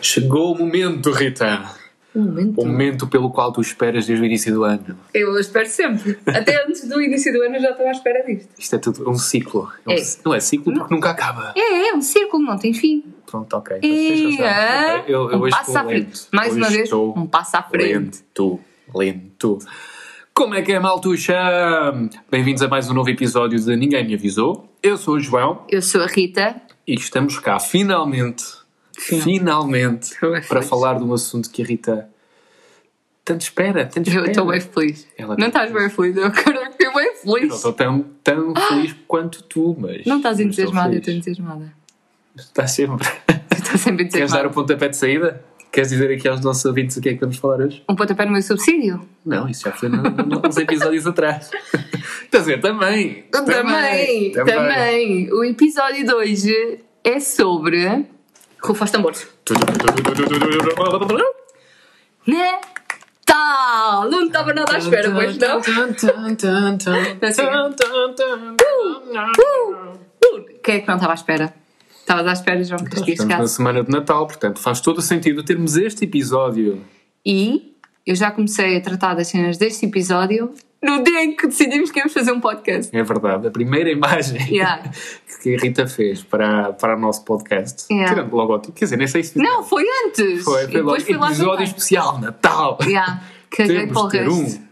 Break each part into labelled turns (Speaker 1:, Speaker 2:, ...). Speaker 1: Chegou o momento, Rita.
Speaker 2: Um momento.
Speaker 1: O momento pelo qual tu esperas desde o início do ano.
Speaker 2: Eu espero sempre. Até antes do início do ano eu já estou à espera disto.
Speaker 1: Isto é tudo um ciclo. É um-
Speaker 2: É.
Speaker 1: Não é ciclo porque nunca acaba.
Speaker 2: É, é um círculo, não tem fim.
Speaker 1: Pronto, ok.
Speaker 2: E,
Speaker 1: Tens razão.
Speaker 2: é,
Speaker 1: Ok, Eu, eu
Speaker 2: um
Speaker 1: hoje
Speaker 2: passo
Speaker 1: estou
Speaker 2: à frente.
Speaker 1: lento.
Speaker 2: Mais
Speaker 1: Hoje
Speaker 2: uma vez,
Speaker 1: estou
Speaker 2: um passo à frente.
Speaker 1: Lento, lento. Como é que é, Maltuxa? Bem-vindos a mais um novo episódio de Ninguém Me Avisou. Eu sou o João
Speaker 2: Eu sou a Rita.
Speaker 1: e estamos cá finalmente, finalmente,
Speaker 2: Eu é
Speaker 1: para
Speaker 2: feliz.
Speaker 1: falar de um assunto que a Rita tanto espera, tanto
Speaker 2: Eu
Speaker 1: espera.
Speaker 2: estou bem feliz.
Speaker 1: Ela
Speaker 2: não
Speaker 1: tá
Speaker 2: estás bem feliz, eu quero é que fique bem
Speaker 1: Eu não
Speaker 2: feliz.
Speaker 1: estou tão, tão feliz quanto tu, mas.
Speaker 2: Ah! Não estás
Speaker 1: mas estou
Speaker 2: entusiasmada, eu estou
Speaker 1: feliz.
Speaker 2: entusiasmada.
Speaker 1: Estás sempre.
Speaker 2: Eu Estou sempre
Speaker 1: Queres dar
Speaker 2: entusiasmada.
Speaker 1: o pontapé de saída? Queres dizer aqui aos nossos ouvintes o que é que vamos falar hoje?
Speaker 2: Um pontapé no meu subsídio?
Speaker 1: Não, isso já foi no- no- uns episódios atrás. Estás a ver? Também!
Speaker 2: Também, também. O episódio de hoje é sobre. Rufa os tambores. Natal! Né? Não estava nada Tá à espera, pois não? Tá assim. Uh! Quem é que não estava à espera? Estavas à espera, João, que este
Speaker 1: Estamos na
Speaker 2: caso.
Speaker 1: semana de Natal, portanto faz todo o sentido termos este episódio.
Speaker 2: E eu já comecei a tratar das cenas deste episódio no dia em que decidimos que íamos fazer um podcast.
Speaker 1: É verdade, a primeira imagem
Speaker 2: Yeah.
Speaker 1: que a Rita fez para, para o nosso podcast,
Speaker 2: Yeah.
Speaker 1: tirando o logótipo, quer dizer, nem sei se
Speaker 2: Não, foi antes!
Speaker 1: foi,
Speaker 2: E
Speaker 1: foi logo
Speaker 2: depois fui lá
Speaker 1: episódio
Speaker 2: jantar.
Speaker 1: especial, Natal.
Speaker 2: Yeah, caguei
Speaker 1: Temos
Speaker 2: para o
Speaker 1: de ter
Speaker 2: resto.
Speaker 1: um.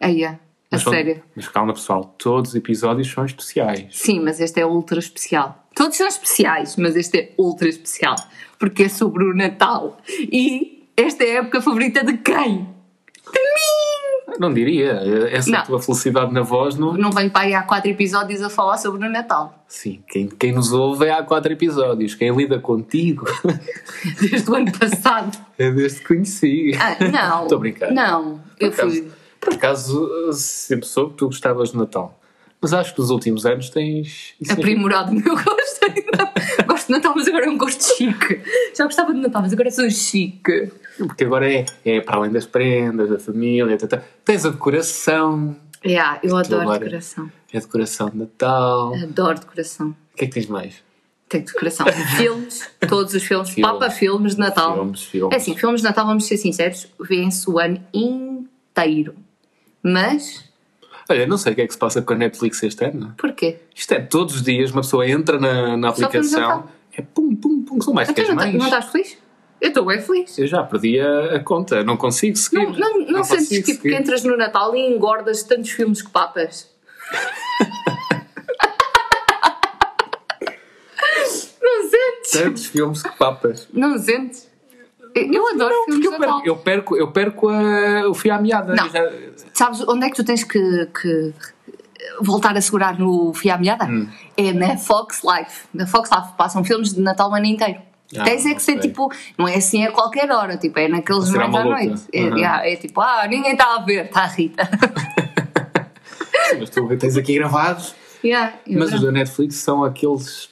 Speaker 2: Aí, é. a
Speaker 1: Mas são-
Speaker 2: sério.
Speaker 1: Mas calma, pessoal, todos os episódios são especiais.
Speaker 2: Sim, mas este é ultra especial. Todos são especiais, mas este é ultra especial. Porque é sobre o Natal. E esta é a época favorita de quem?
Speaker 1: Não diria, eh, essa
Speaker 2: Não.
Speaker 1: tua felicidade na voz não.
Speaker 2: Não venho para aí há quatro episódios a falar sobre o Natal.
Speaker 1: Sim, quem, quem nos ouve é há quatro episódios, quem lida contigo
Speaker 2: Desde o ano passado.
Speaker 1: é desde que conheci.
Speaker 2: Ah, não.
Speaker 1: Estou a brincar.
Speaker 2: Não, eu
Speaker 1: por
Speaker 2: fui.
Speaker 1: acaso, por acaso, sempre soube que tu gostavas de Natal. Mas acho que nos últimos anos tens. isso
Speaker 2: Aprimorado o meu gosto ainda. Gosto de Natal, mas agora é um gosto chique. Já gostava de Natal, mas agora sou chique.
Speaker 1: é- Porque agora é, é para além das prendas, da família, tata. tens a decoração.
Speaker 2: Yeah, eu adoro
Speaker 1: agora.
Speaker 2: decoração.
Speaker 1: É decoração de Natal.
Speaker 2: Adoro decoração.
Speaker 1: O que é que tens mais?
Speaker 2: Tem decoração. filmes, todos os filmes.
Speaker 1: Filmes.
Speaker 2: Papa filmes de Natal.
Speaker 1: Filmes, filmes.
Speaker 2: É assim, filmes de Natal, vamos ser sinceros, vêem-se o ano inteiro. Mas,
Speaker 1: Olha, não sei o que é que se passa com a Netflix este ano.
Speaker 2: porquê?
Speaker 1: Isto é todos os dias, uma pessoa entra na, na
Speaker 2: Só filmes de
Speaker 1: aplicação,
Speaker 2: Natal.
Speaker 1: é pum, pum, pum, são mais
Speaker 2: Então,
Speaker 1: três
Speaker 2: não, tá-
Speaker 1: mais.
Speaker 2: não estás feliz? Eu estou bem feliz.
Speaker 1: Eu já perdi a, a conta, não consigo seguir.
Speaker 2: Não, não, não sentes
Speaker 1: consigo
Speaker 2: tipo, que
Speaker 1: seguir.
Speaker 2: entras no Natal e engordas tantos filmes que papas? não sentes?
Speaker 1: Tantos filmes que papas.
Speaker 2: Não sentes? Eu eu adoro filmes
Speaker 1: Porque
Speaker 2: de
Speaker 1: eu
Speaker 2: Natal.
Speaker 1: perco, eu perco, eu perco a- o fio à meada.
Speaker 2: Não.
Speaker 1: Eu já-
Speaker 2: Sabes onde é que tu tens que, que voltar a segurar no fio à meada?
Speaker 1: Hum.
Speaker 2: É na Fox Life. Na Fox Life passam filmes de Natal o ano inteiro.
Speaker 1: Ah,
Speaker 2: tens é que ser
Speaker 1: ok.
Speaker 2: tipo, não é assim a qualquer hora, tipo, é naqueles
Speaker 1: Será
Speaker 2: mais à
Speaker 1: maluca.
Speaker 2: noite. É,
Speaker 1: Uhum.
Speaker 2: é, é tipo, ah, ninguém está a ver, está a Rita.
Speaker 1: Sim, mas tu tens aqui gravados.
Speaker 2: Yeah, eu
Speaker 1: Mas os
Speaker 2: adoro.
Speaker 1: da Netflix são aqueles.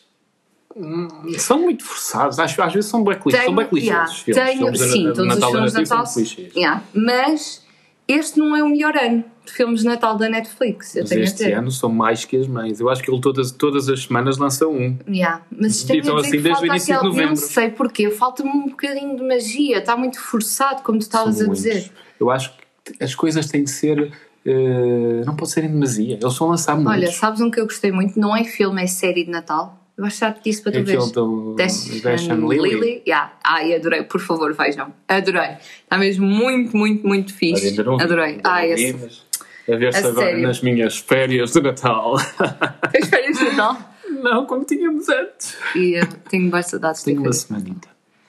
Speaker 1: Hum, São muito forçados, acho, às vezes são bem clichês. São bem clichês
Speaker 2: yeah,
Speaker 1: os filmes.
Speaker 2: tenho-
Speaker 1: filmes da-
Speaker 2: sim,
Speaker 1: da-
Speaker 2: todos
Speaker 1: Natal da
Speaker 2: os filmes de
Speaker 1: Netflix
Speaker 2: Natal.
Speaker 1: são clichês.
Speaker 2: yeah, mas este não é o melhor ano de filmes de Natal da Netflix, eu
Speaker 1: Mas
Speaker 2: tenho a
Speaker 1: este
Speaker 2: dizer.
Speaker 1: ano são mais que as mães. Eu acho que ele todas, todas as semanas lança um.
Speaker 2: Yeah, mas isto é
Speaker 1: Então,
Speaker 2: dizer
Speaker 1: assim,
Speaker 2: que
Speaker 1: desde o
Speaker 2: falta
Speaker 1: início de
Speaker 2: aquela- Não
Speaker 1: novembro.
Speaker 2: sei porquê, falta-me um bocadinho de magia, está muito forçado, como tu estavas a
Speaker 1: São
Speaker 2: dizer.
Speaker 1: muitos. Eu acho que as coisas têm de ser. eh, não pode ser em demasia. Eles são lançar muitos.
Speaker 2: Olha, sabes um que eu gostei muito? Não é filme, é série de Natal. Eu acho que já te disse para tu
Speaker 1: Aquele
Speaker 2: veres.
Speaker 1: do
Speaker 2: Dash
Speaker 1: Dash
Speaker 2: and
Speaker 1: and Lily.
Speaker 2: Yeah. Ai, adorei, por favor, vejam. Adorei. Está mesmo muito, muito, muito
Speaker 1: Olha,
Speaker 2: fixe.
Speaker 1: ainda não vi,
Speaker 2: adorei.
Speaker 1: ainda não
Speaker 2: Ai,
Speaker 1: vi,
Speaker 2: esse.
Speaker 1: mas A ver-se
Speaker 2: A
Speaker 1: agora
Speaker 2: sério.
Speaker 1: nas minhas férias de Natal.
Speaker 2: As férias de Natal.
Speaker 1: não, como tínhamos antes.
Speaker 2: E eu tenho boas saudades de
Speaker 1: Tenho uma então.
Speaker 2: férias.
Speaker 1: semanita.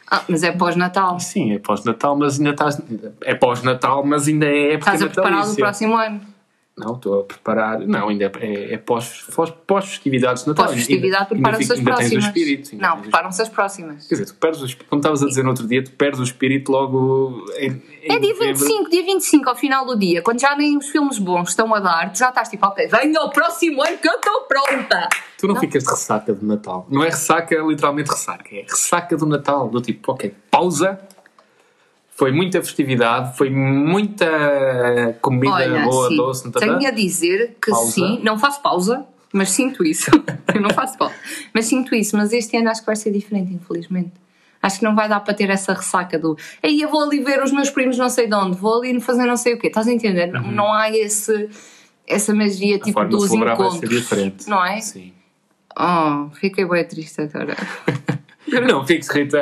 Speaker 2: Ah, mas é pós-Natal.
Speaker 1: Sim, é pós-Natal, mas ainda estás. É pós-Natal, mas ainda é Então, época
Speaker 2: Estás a preparar o
Speaker 1: natalícia.
Speaker 2: próximo ano.
Speaker 1: Não, estou a preparar. Não, ainda é- é, é pós- pós- pós-festividades de Natal.
Speaker 2: Pós-festividade,
Speaker 1: Ainda- ainda
Speaker 2: preparam-se
Speaker 1: fica-
Speaker 2: as
Speaker 1: ainda tens o
Speaker 2: próximas.
Speaker 1: espírito, ainda
Speaker 2: Não,
Speaker 1: tens o
Speaker 2: preparam-se as próximas.
Speaker 1: Quer dizer, tu perdes o espírito, como estavas a dizer no outro dia, tu perdes o espírito logo em, em
Speaker 2: É dia
Speaker 1: novembro.
Speaker 2: 25, dia 25, ao final do dia, quando já nem os filmes bons estão a dar, tu já estás tipo, ok, venha ao próximo ano que eu estou pronta.
Speaker 1: Tu não, ficas de ressaca de Natal. Não é ressaca, é literalmente ressaca. É ressaca do Natal, do tipo, ok, pausa. Foi muita festividade, foi muita comida
Speaker 2: Olha,
Speaker 1: boa,
Speaker 2: sim,
Speaker 1: doce, não tá
Speaker 2: tenho a dizer que
Speaker 1: Pausa.
Speaker 2: sim, não faço pausa, mas sinto isso. eu não faço pausa, mas sinto isso. Mas este ano acho que vai ser diferente, infelizmente. Acho que não vai dar para ter essa ressaca do aí eu vou ali ver os meus primos não sei de onde, vou ali fazer não sei o quê. Estás a entender? Não, não há esse, essa magia tipo
Speaker 1: Uhum. forma de
Speaker 2: dos
Speaker 1: celebrar vai ser
Speaker 2: encontros.
Speaker 1: diferente.
Speaker 2: Não é?
Speaker 1: Sim.
Speaker 2: Oh, fiquei bem triste agora.
Speaker 1: Não, fixe, Rita.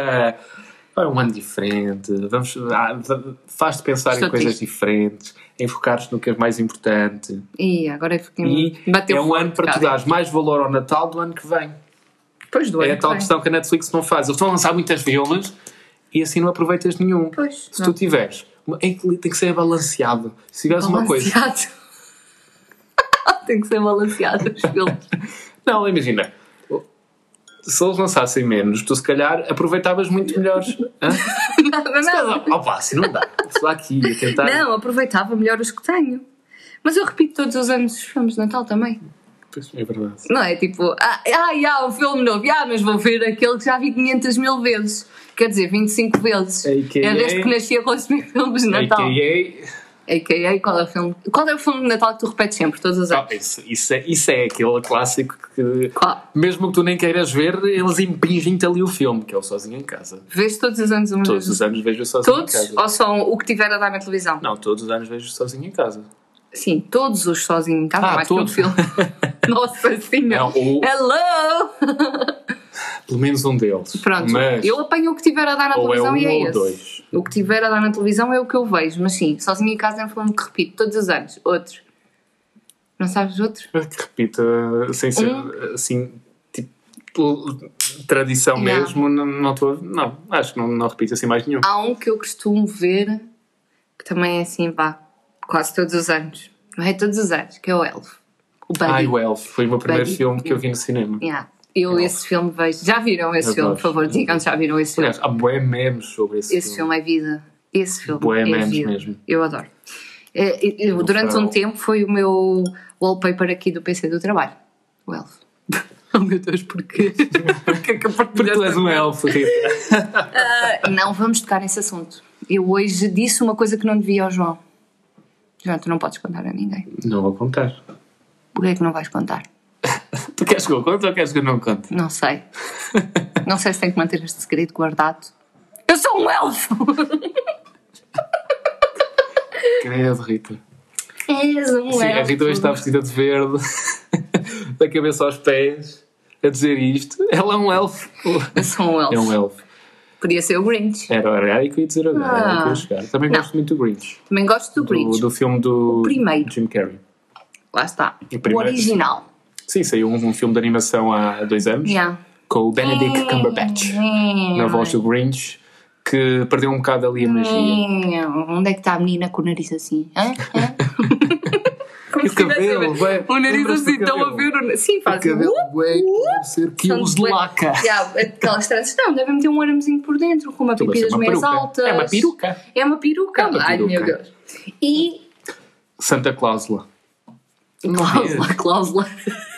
Speaker 1: É um ano diferente. Vamos, ah, faz-te pensar
Speaker 2: Estou
Speaker 1: em coisas
Speaker 2: triste.
Speaker 1: diferentes, em focar-te no que é mais importante.
Speaker 2: E agora fiquei.
Speaker 1: E
Speaker 2: bateu
Speaker 1: é um
Speaker 2: forte,
Speaker 1: ano para tu
Speaker 2: cara.
Speaker 1: dares mais valor ao Natal do ano que vem.
Speaker 2: Depois do
Speaker 1: é
Speaker 2: ano
Speaker 1: a tal
Speaker 2: que vem.
Speaker 1: questão que a Netflix não faz. Eles estão a lançar muitas violas e assim não aproveitas nenhum.
Speaker 2: Pois,
Speaker 1: Se
Speaker 2: não.
Speaker 1: tu tiveres, uma- é que tem que ser balanceado. Se tiveres uma coisa
Speaker 2: Balanceado. Tem que ser balanceado os filmes.
Speaker 1: Não, imagina. Se eles lançassem menos, tu se calhar aproveitavas muito melhores. Hã?
Speaker 2: não, não,
Speaker 1: Ao passo, assim não dá. Estou aqui a tentar.
Speaker 2: não, aproveitava melhor os que tenho. Mas eu repito todos os anos os filmes de Natal também.
Speaker 1: Pois, É verdade.
Speaker 2: Não é tipo, ah, ah, já, um filme novo, ah, mas vou ver aquele que já vi 500 mil vezes. Quer dizer, 25 vezes.
Speaker 1: AKA.
Speaker 2: É desde que nasci a consumir filmes de Natal.
Speaker 1: AKA.
Speaker 2: AKA, qual é o filme? Qual é o filme de Natal que tu repetes sempre, todos os anos?
Speaker 1: Ah, isso, isso é, isso é aquele clássico que,
Speaker 2: Qual?
Speaker 1: mesmo que tu nem queiras ver, eles impingem-te ali o filme, que é o Sozinho em Casa.
Speaker 2: Vês todos os anos uma
Speaker 1: Todos
Speaker 2: vez?
Speaker 1: os anos vejo o Sozinho
Speaker 2: Uhum. Todos?
Speaker 1: em Casa.
Speaker 2: Ou só o que tiver a dar na televisão?
Speaker 1: Não, todos os anos vejo o Sozinho em Casa.
Speaker 2: Sim, todos os sozinhos em casa,
Speaker 1: Ah,
Speaker 2: mais que um
Speaker 1: todos.
Speaker 2: filme. Nossa senhora!
Speaker 1: Não, o-
Speaker 2: Hello!
Speaker 1: É, Pelo menos um deles.
Speaker 2: É. Pronto,
Speaker 1: Mas,
Speaker 2: eu apanho o que tiver a dar na
Speaker 1: Ou é
Speaker 2: televisão
Speaker 1: um
Speaker 2: e é
Speaker 1: ou
Speaker 2: esse.
Speaker 1: dois.
Speaker 2: O que tiver a dar na televisão é o que eu vejo, mas sim, sozinho em casa é um filme que repito todos os anos. Outro. Não sabes outro?
Speaker 1: que repita sem ser
Speaker 2: Um.
Speaker 1: assim, tipo, tradição
Speaker 2: Não.
Speaker 1: mesmo, não, não, estou a- não, acho que não, não repito assim mais nenhum.
Speaker 2: Há um que eu costumo ver que também é assim, vá, quase todos os anos. Não é todos os anos, que é o Elf. O Ah, Buddy.
Speaker 1: Ai, o Elf foi o meu primeiro
Speaker 2: Buddy.
Speaker 1: filme que eu vi no cinema.
Speaker 2: Yeah. Eu
Speaker 1: Elf.
Speaker 2: esse filme vejo. Já viram esse
Speaker 1: Eu
Speaker 2: filme,
Speaker 1: gosto.
Speaker 2: por favor, digam que já viram esse filme.
Speaker 1: Aliás, há bué memes sobre esse,
Speaker 2: Esse filme é vida. Esse filme
Speaker 1: Bué
Speaker 2: é
Speaker 1: memes
Speaker 2: vida.
Speaker 1: mesmo.
Speaker 2: Eu adoro. É, é, eu, durante um
Speaker 1: farol.
Speaker 2: tempo foi o meu wallpaper aqui do PC do trabalho. O Elf. Oh meu Deus, porquê? porquê que eu
Speaker 1: Porque tu és um elfo, Rita.
Speaker 2: Ah, Não vamos tocar nesse assunto. Eu hoje disse uma coisa que não devia ao João. João, tu não podes contar a ninguém.
Speaker 1: Não vou contar.
Speaker 2: Porquê é que não vais contar?
Speaker 1: Tu queres que eu conte ou queres que eu não conte?
Speaker 2: Não sei. Não sei se tenho que manter este segredo guardado. Eu sou um elfo!
Speaker 1: Credo, Rita.
Speaker 2: És um
Speaker 1: Sim,
Speaker 2: elfo.
Speaker 1: a Rita hoje está vestida de verde, da cabeça aos pés, a dizer isto. Ela é um elfo.
Speaker 2: Eu sou um elfo.
Speaker 1: É um elfo.
Speaker 2: Podia ser o Grinch.
Speaker 1: Era era aí que eu ia dizer agora, era aí que eu
Speaker 2: Ah.
Speaker 1: ia chegar. Também
Speaker 2: Não.
Speaker 1: gosto muito do Grinch.
Speaker 2: Também gosto do Grinch.
Speaker 1: Do, do filme do
Speaker 2: primeiro.
Speaker 1: Jim Carrey.
Speaker 2: Lá está.
Speaker 1: E
Speaker 2: O
Speaker 1: primeiro-
Speaker 2: original.
Speaker 1: Sim, saiu um, um filme de animação há dois anos
Speaker 2: Yeah.
Speaker 1: com o Benedict Cumberbatch na voz do Grinch que perdeu um bocado ali a magia.
Speaker 2: Onde é que está a menina com o nariz assim? Hã? Hã? Como
Speaker 1: E o
Speaker 2: se tivesse a ver-
Speaker 1: cabelo, ué,
Speaker 2: O nariz
Speaker 1: lembras-te
Speaker 2: assim,
Speaker 1: do
Speaker 2: estão a
Speaker 1: cabelo?
Speaker 2: ver o. Sim, faz. Uh,
Speaker 1: ué, deve ser quilos de
Speaker 2: bué-
Speaker 1: laca.
Speaker 2: yeah, aquelas tranças. Não, devem ter um aramezinho por dentro, com uma
Speaker 1: Aquilo deve
Speaker 2: pipi
Speaker 1: ser
Speaker 2: das
Speaker 1: uma
Speaker 2: meias
Speaker 1: peruca.
Speaker 2: altas.
Speaker 1: Então, É uma peruca.
Speaker 2: É uma peruca.
Speaker 1: É uma
Speaker 2: Ai,
Speaker 1: peruca.
Speaker 2: meu Deus. E.
Speaker 1: Santa Cláusula.
Speaker 2: Cláusula, cláusula.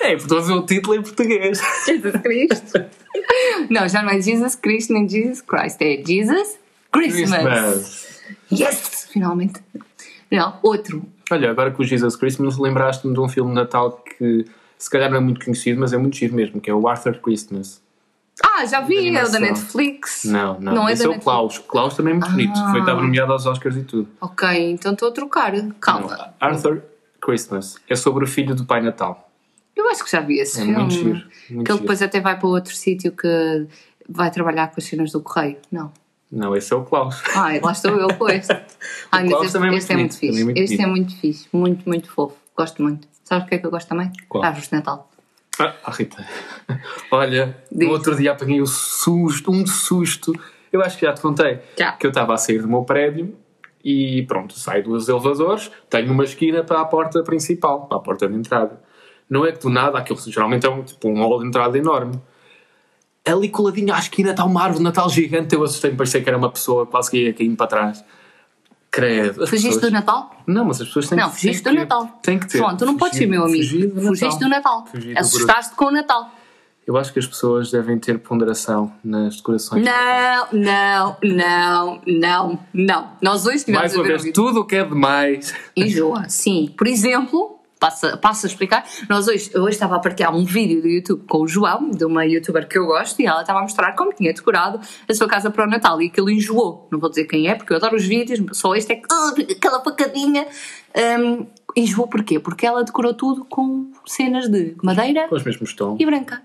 Speaker 1: É, porque estou a dizer o título em português.
Speaker 2: Jesus Cristo. Não, já não é Jesus Cristo nem Jesus Christ. É Jesus Christmas. Yes! Finalmente. Não, outro.
Speaker 1: Olha, agora que o Jesus Christmas lembraste-me de um filme de Natal que se calhar não é muito conhecido, mas é muito giro mesmo, que é o Arthur Christmas.
Speaker 2: Ah, já vi, é o da
Speaker 1: Animação.
Speaker 2: Netflix.
Speaker 1: Não, não,
Speaker 2: Não é
Speaker 1: esse
Speaker 2: da
Speaker 1: é o
Speaker 2: Netflix. Ah.
Speaker 1: Klaus. Klaus também é muito bonito. Foi estar nomeado aos Oscars e tudo.
Speaker 2: Ok, então estou a trocar. Calma.
Speaker 1: Arthur Christmas. É sobre o filho do Pai Natal.
Speaker 2: Eu acho que já vi esse
Speaker 1: É
Speaker 2: filme.
Speaker 1: muito giro, muito
Speaker 2: que ele
Speaker 1: giro.
Speaker 2: depois até vai para outro sítio que vai trabalhar com as cenas do correio. Não.
Speaker 1: Não, esse é o Klaus.
Speaker 2: Ai, lá estou eu com este. Ai,
Speaker 1: Klaus
Speaker 2: mas este,
Speaker 1: também é muito
Speaker 2: este é muito
Speaker 1: bonito,
Speaker 2: fixe.
Speaker 1: também é muito
Speaker 2: este é
Speaker 1: bonito.
Speaker 2: muito fixe. Muito, muito fofo. Gosto muito. Sabes o que é que eu gosto também?
Speaker 1: Qual?
Speaker 2: Árvores de Natal.
Speaker 1: Ah, ah, Rita. Olha,
Speaker 2: Diz.
Speaker 1: no outro dia apanhei um susto, um susto. Eu acho que já te contei.
Speaker 2: Já.
Speaker 1: Que eu estava a sair do meu prédio e pronto, saio dos elevadores, tenho uma esquina para a porta principal, para a porta de entrada. Não é que do nada, aquilo geralmente é um, tipo, um hall de entrada enorme. Ali coladinho à esquina está uma árvore de Natal gigante. Eu assustei-me, pensei que era uma pessoa, quase que ia caindo para trás. Credo. as
Speaker 2: Fugiste
Speaker 1: pessoas-
Speaker 2: do Natal?
Speaker 1: Não, mas as pessoas têm
Speaker 2: Não,
Speaker 1: que
Speaker 2: fugiste
Speaker 1: têm
Speaker 2: do
Speaker 1: que-
Speaker 2: Natal.
Speaker 1: Têm que ter.
Speaker 2: João, tu não podes ser meu amigo.
Speaker 1: Fugir do
Speaker 2: fugiste do Natal.
Speaker 1: Fugi do
Speaker 2: Assustaste com o Natal.
Speaker 1: Eu acho que as pessoas devem ter ponderação nas decorações.
Speaker 2: Não, não, não, não, não. Nós hoje tivemos
Speaker 1: Mais uma
Speaker 2: a ver
Speaker 1: vez,
Speaker 2: um vídeo.
Speaker 1: tudo o que é demais.
Speaker 2: Enjoa, sim. Por exemplo, Passo, passo a explicar. Nós hoje, eu hoje estava a partilhar um vídeo do YouTube com o João, de uma youtuber que eu gosto, e ela estava a mostrar como tinha decorado a sua casa para o Natal e aquilo enjoou. Não vou dizer quem é, porque eu adoro os vídeos, só este é que "Ah, aquela facadinha. Hum, enjoou porquê? Porque ela decorou tudo com cenas de madeira
Speaker 1: Com os mesmos tons.
Speaker 2: e branca.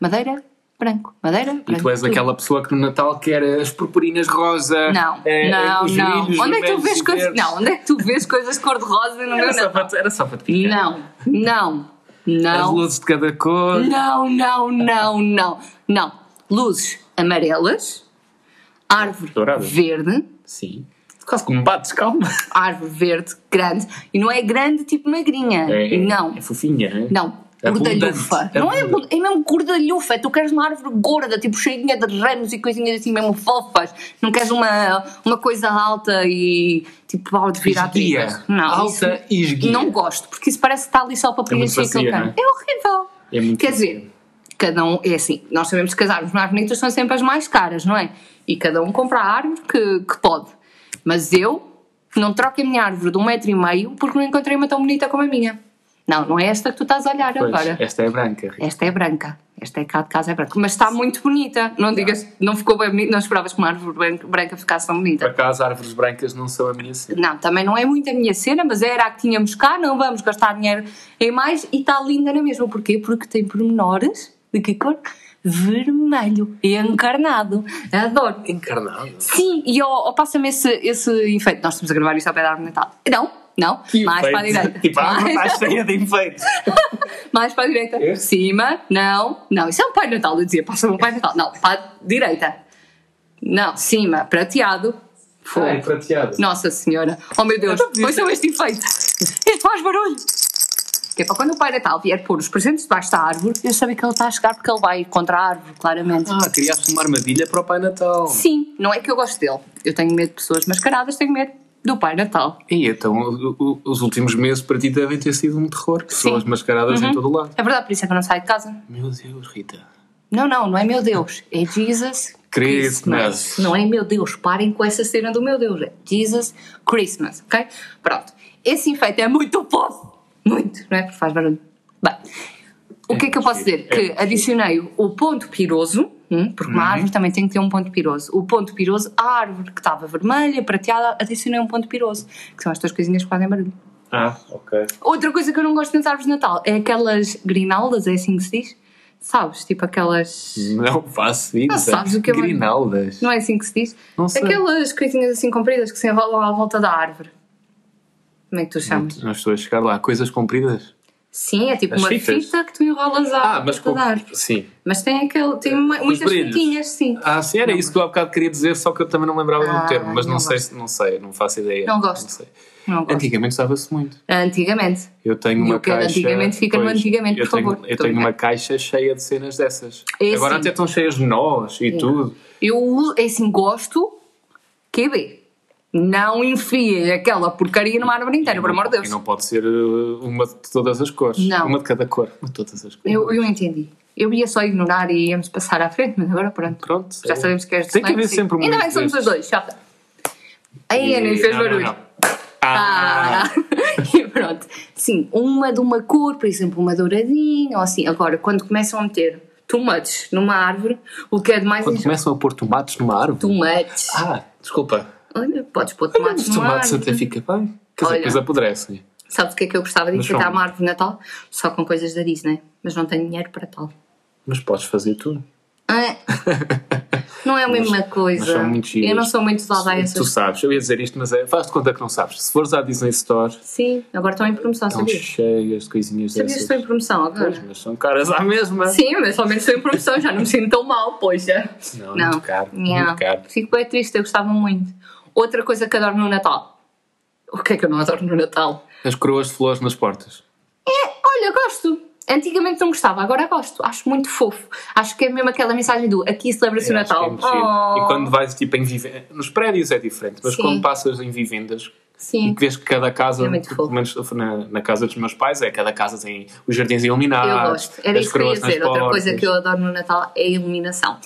Speaker 2: Madeira, branco. Madeira, branco.
Speaker 1: E tu és
Speaker 2: tudo.
Speaker 1: aquela pessoa que no Natal quer as purpurinas rosa.
Speaker 2: Não,
Speaker 1: eh,
Speaker 2: não,
Speaker 1: os
Speaker 2: não.
Speaker 1: lírios
Speaker 2: Onde é que tu
Speaker 1: vermelhos
Speaker 2: vês
Speaker 1: e
Speaker 2: coisas.
Speaker 1: verdes.
Speaker 2: Não, onde é que tu vês coisas de cor-de-rosa no
Speaker 1: Era
Speaker 2: meu
Speaker 1: só
Speaker 2: Natal?
Speaker 1: para, era só para te picar.
Speaker 2: Não, não,
Speaker 1: As
Speaker 2: não.
Speaker 1: luzes de cada cor.
Speaker 2: Não, não, não, não, não. Luzes amarelas, árvore
Speaker 1: Douradas.
Speaker 2: verde,
Speaker 1: Sim. Quase como um bates, calma.
Speaker 2: árvore verde grande. E não é grande tipo magrinha.
Speaker 1: É, é-
Speaker 2: não,
Speaker 1: É fofinha, é?
Speaker 2: não.
Speaker 1: Abundante,
Speaker 2: Gordalhufa. Não é,
Speaker 1: abundante.
Speaker 2: é mesmo gordalhufa. Tu queres uma árvore gorda, tipo cheinha de ramos e coisinhas assim mesmo fofas. Não queres uma, uma coisa alta e tipo pau de virar
Speaker 1: Esguia.
Speaker 2: tripas. Não,
Speaker 1: Alta
Speaker 2: isso-
Speaker 1: e esguia.
Speaker 2: Não gosto, porque isso parece que está ali só para
Speaker 1: É muito
Speaker 2: preencher aquele
Speaker 1: vazia,
Speaker 2: canto. É horrível.
Speaker 1: É muito
Speaker 2: Quer
Speaker 1: vazia.
Speaker 2: dizer, cada um, é assim, nós sabemos que as árvores mais bonitas são sempre as mais caras, não é? E cada um compra a árvore que, que pode. Mas eu não troco a minha árvore de um metro e meio porque não encontrei uma tão bonita como a minha. Não, não é esta que tu estás a olhar
Speaker 1: Pois,
Speaker 2: agora.
Speaker 1: esta é branca. Rita.
Speaker 2: Esta é branca. Esta é cá de casa é branca. Mas está muito bonita.
Speaker 1: Tá.
Speaker 2: Não digas, não ficou bem bonita, não esperavas que uma árvore branca- branca ficasse tão bonita.
Speaker 1: Por acaso, árvores brancas não são a minha cena.
Speaker 2: Não, também não é muito a minha cena, mas era a que tínhamos cá, não vamos gastar dinheiro em mais e está linda na mesma. Porquê? Porque tem pormenores de que cor? Vermelho e encarnado. Adoro.
Speaker 1: Encarnado.
Speaker 2: Sim, e ó, ó, passa-me esse, esse efeito. Nós estamos a gravar isto ao pé da árvore de Natal. Não, não. mais para a direita.
Speaker 1: Tipo, a árvore
Speaker 2: mais,
Speaker 1: está cheia de enfeites.
Speaker 2: mais para a direita.
Speaker 1: Este?
Speaker 2: Cima. Não, não. Isso é um Pai Natal, eu dizia. Passa-me um Pai Natal. Não, para a direita. Não, cima. Prateado. Foi.
Speaker 1: Ai, prateado.
Speaker 2: Nossa Senhora! Oh meu Deus! Ouçam este efeito! Este faz barulho! Que é para quando o Pai Natal vier pôr os presentes debaixo da árvore, eu saber que ele está a chegar porque ele vai contra a árvore, claramente.
Speaker 1: Ah, criaste uma armadilha para o Pai Natal.
Speaker 2: Sim, não é que eu gosto dele. Eu tenho medo de pessoas mascaradas, tenho medo do Pai Natal.
Speaker 1: E então, o- o- os últimos meses para ti devem ter sido um terror. Pessoas mascaradas em todo o lado.
Speaker 2: É verdade, por isso é que eu não saio de casa.
Speaker 1: Meu Deus, Rita.
Speaker 2: Não, não, não é meu Deus. É Jesus
Speaker 1: Christmas.
Speaker 2: Não é meu Deus. Parem com essa cena do meu Deus. É Jesus Christmas, ok? Pronto. Esse efeito é muito fofo. Muito, não é? Porque faz barulho. Bem, o que é que eu posso dizer?
Speaker 1: É Uhum.
Speaker 2: Que adicionei o ponto piroso, hum, porque uma árvore também tem que ter um ponto piroso. O ponto piroso, a árvore que estava vermelha, prateada, adicionei um ponto piroso, que são estas coisinhas que fazem barulho.
Speaker 1: Ah, ok.
Speaker 2: Outra coisa que eu não gosto nas árvores de Natal é aquelas grinaldas, é assim que se diz? Sabes? Tipo aquelas.
Speaker 1: Não faço isso.
Speaker 2: Não Ah, sabes o que eu-
Speaker 1: Grinaldas.
Speaker 2: Não é assim que se diz?
Speaker 1: Não sei.
Speaker 2: Aquelas coisinhas assim compridas que se enrolam à volta da árvore. Como é que tu chamas?
Speaker 1: Nós estou a chegar lá. Coisas compridas.
Speaker 2: Sim, é tipo
Speaker 1: As
Speaker 2: uma
Speaker 1: fitas?
Speaker 2: fita que tu enrolas à
Speaker 1: Ah, mas
Speaker 2: volta
Speaker 1: com...
Speaker 2: da árvore.
Speaker 1: Sim.
Speaker 2: Mas tem aquele. Tem uma-
Speaker 1: Os
Speaker 2: muitas
Speaker 1: brilhos.
Speaker 2: fitinhas, sim.
Speaker 1: Ah, sim, era
Speaker 2: Não
Speaker 1: isso que eu há bocado queria dizer, só que eu também não me lembrava
Speaker 2: Ah,
Speaker 1: do termo, mas não,
Speaker 2: não
Speaker 1: sei,
Speaker 2: gosto.
Speaker 1: se- não sei, não faço ideia.
Speaker 2: Não gosto.
Speaker 1: sei.
Speaker 2: Não gosto.
Speaker 1: Antigamente usava-se muito.
Speaker 2: Antigamente.
Speaker 1: Eu tenho
Speaker 2: E
Speaker 1: uma
Speaker 2: o que era
Speaker 1: caixa.
Speaker 2: antigamente fica no antigamente,
Speaker 1: eu
Speaker 2: por
Speaker 1: tenho,
Speaker 2: favor.
Speaker 1: Eu
Speaker 2: Tô
Speaker 1: tenho uma
Speaker 2: brincando.
Speaker 1: caixa cheia de cenas dessas.
Speaker 2: É assim.
Speaker 1: Agora
Speaker 2: É.
Speaker 1: até estão cheias de nós e tudo.
Speaker 2: Eu uso, é assim, gosto. QB. Não enfiem aquela porcaria numa árvore inteira, Então, por amor de
Speaker 1: E
Speaker 2: Deus.
Speaker 1: não pode ser uh, uma de todas as cores.
Speaker 2: Não.
Speaker 1: Uma de cada cor. Uma de todas as cores.
Speaker 2: Eu, eu entendi. Eu ia só ignorar e íamos passar à frente, mas agora pronto.
Speaker 1: Pronto. é.
Speaker 2: Já sabemos que és
Speaker 1: Tem que haver
Speaker 2: disléxico.
Speaker 1: sempre um
Speaker 2: Ainda
Speaker 1: momento
Speaker 2: bem que somos os
Speaker 1: destes.
Speaker 2: dois, chata. Aí a
Speaker 1: E-
Speaker 2: Ana fez
Speaker 1: não, não,
Speaker 2: barulho.
Speaker 1: não. Ah,
Speaker 2: Ah. E pronto. Sim, uma de uma cor, por exemplo, uma douradinha ou assim. Agora, quando começam a meter tomates numa árvore, o que é de mais
Speaker 1: Quando
Speaker 2: enjoado?
Speaker 1: começam a pôr tomates numa árvore.
Speaker 2: Tomates.
Speaker 1: Ah, desculpa.
Speaker 2: Olha, podes pôr
Speaker 1: Olha,
Speaker 2: tomates
Speaker 1: Os
Speaker 2: numa
Speaker 1: tomates até
Speaker 2: árvore.
Speaker 1: fica bem. Quer dizer,
Speaker 2: Olha.
Speaker 1: depois apodrecem.
Speaker 2: Sabes o que é que eu gostava de
Speaker 1: Mas
Speaker 2: enfeitar
Speaker 1: são-
Speaker 2: uma árvore de Natal? Só com coisas da Disney, mas não tenho dinheiro para tal.
Speaker 1: Mas podes fazer tudo.
Speaker 2: Ah, Não é a mesma coisa.
Speaker 1: mas são muito giras.
Speaker 2: eu não sou muito dada a
Speaker 1: Tu
Speaker 2: é essas.
Speaker 1: sabes, eu ia dizer isto, mas é, faz-te conta que não sabes. Se fores à Disney Store,
Speaker 2: Sim, agora estão em promoção,
Speaker 1: estão
Speaker 2: sabias?
Speaker 1: cheias de coisinhas
Speaker 2: Sabias que
Speaker 1: dessas.
Speaker 2: estou em promoção agora?
Speaker 1: Pois, mas são caras à mesma.
Speaker 2: Sim, mas somente estou em promoção, já não me sinto tão mal, pois já.
Speaker 1: Não, muito caro, muito caro.
Speaker 2: Fico bem triste, eu gostava muito. Outra coisa que adoro no Natal. O que é que eu não adoro no Natal? É,
Speaker 1: As coroas de flores nas portas.
Speaker 2: Olha, gosto. Antigamente não gostava, agora gosto. Acho muito fofo. Acho que é mesmo aquela mensagem do aqui celebra-se o
Speaker 1: Eu acho que é
Speaker 2: Natal.
Speaker 1: muito giro.
Speaker 2: Oh.
Speaker 1: E quando vais tipo em vivendas. Nos prédios é diferente, mas
Speaker 2: Sim.
Speaker 1: quando passas em vivendas e
Speaker 2: Sim.
Speaker 1: que vês que cada casa,
Speaker 2: É muito
Speaker 1: pelo
Speaker 2: fofo.
Speaker 1: menos na, na casa dos meus pais, é cada casa tem os jardins
Speaker 2: Eu
Speaker 1: iluminados.
Speaker 2: gosto. Era
Speaker 1: as
Speaker 2: isso que eu ia
Speaker 1: Ah, coroas nas
Speaker 2: dizer. Outra coisa
Speaker 1: portas.
Speaker 2: que eu adoro no Natal é a iluminação.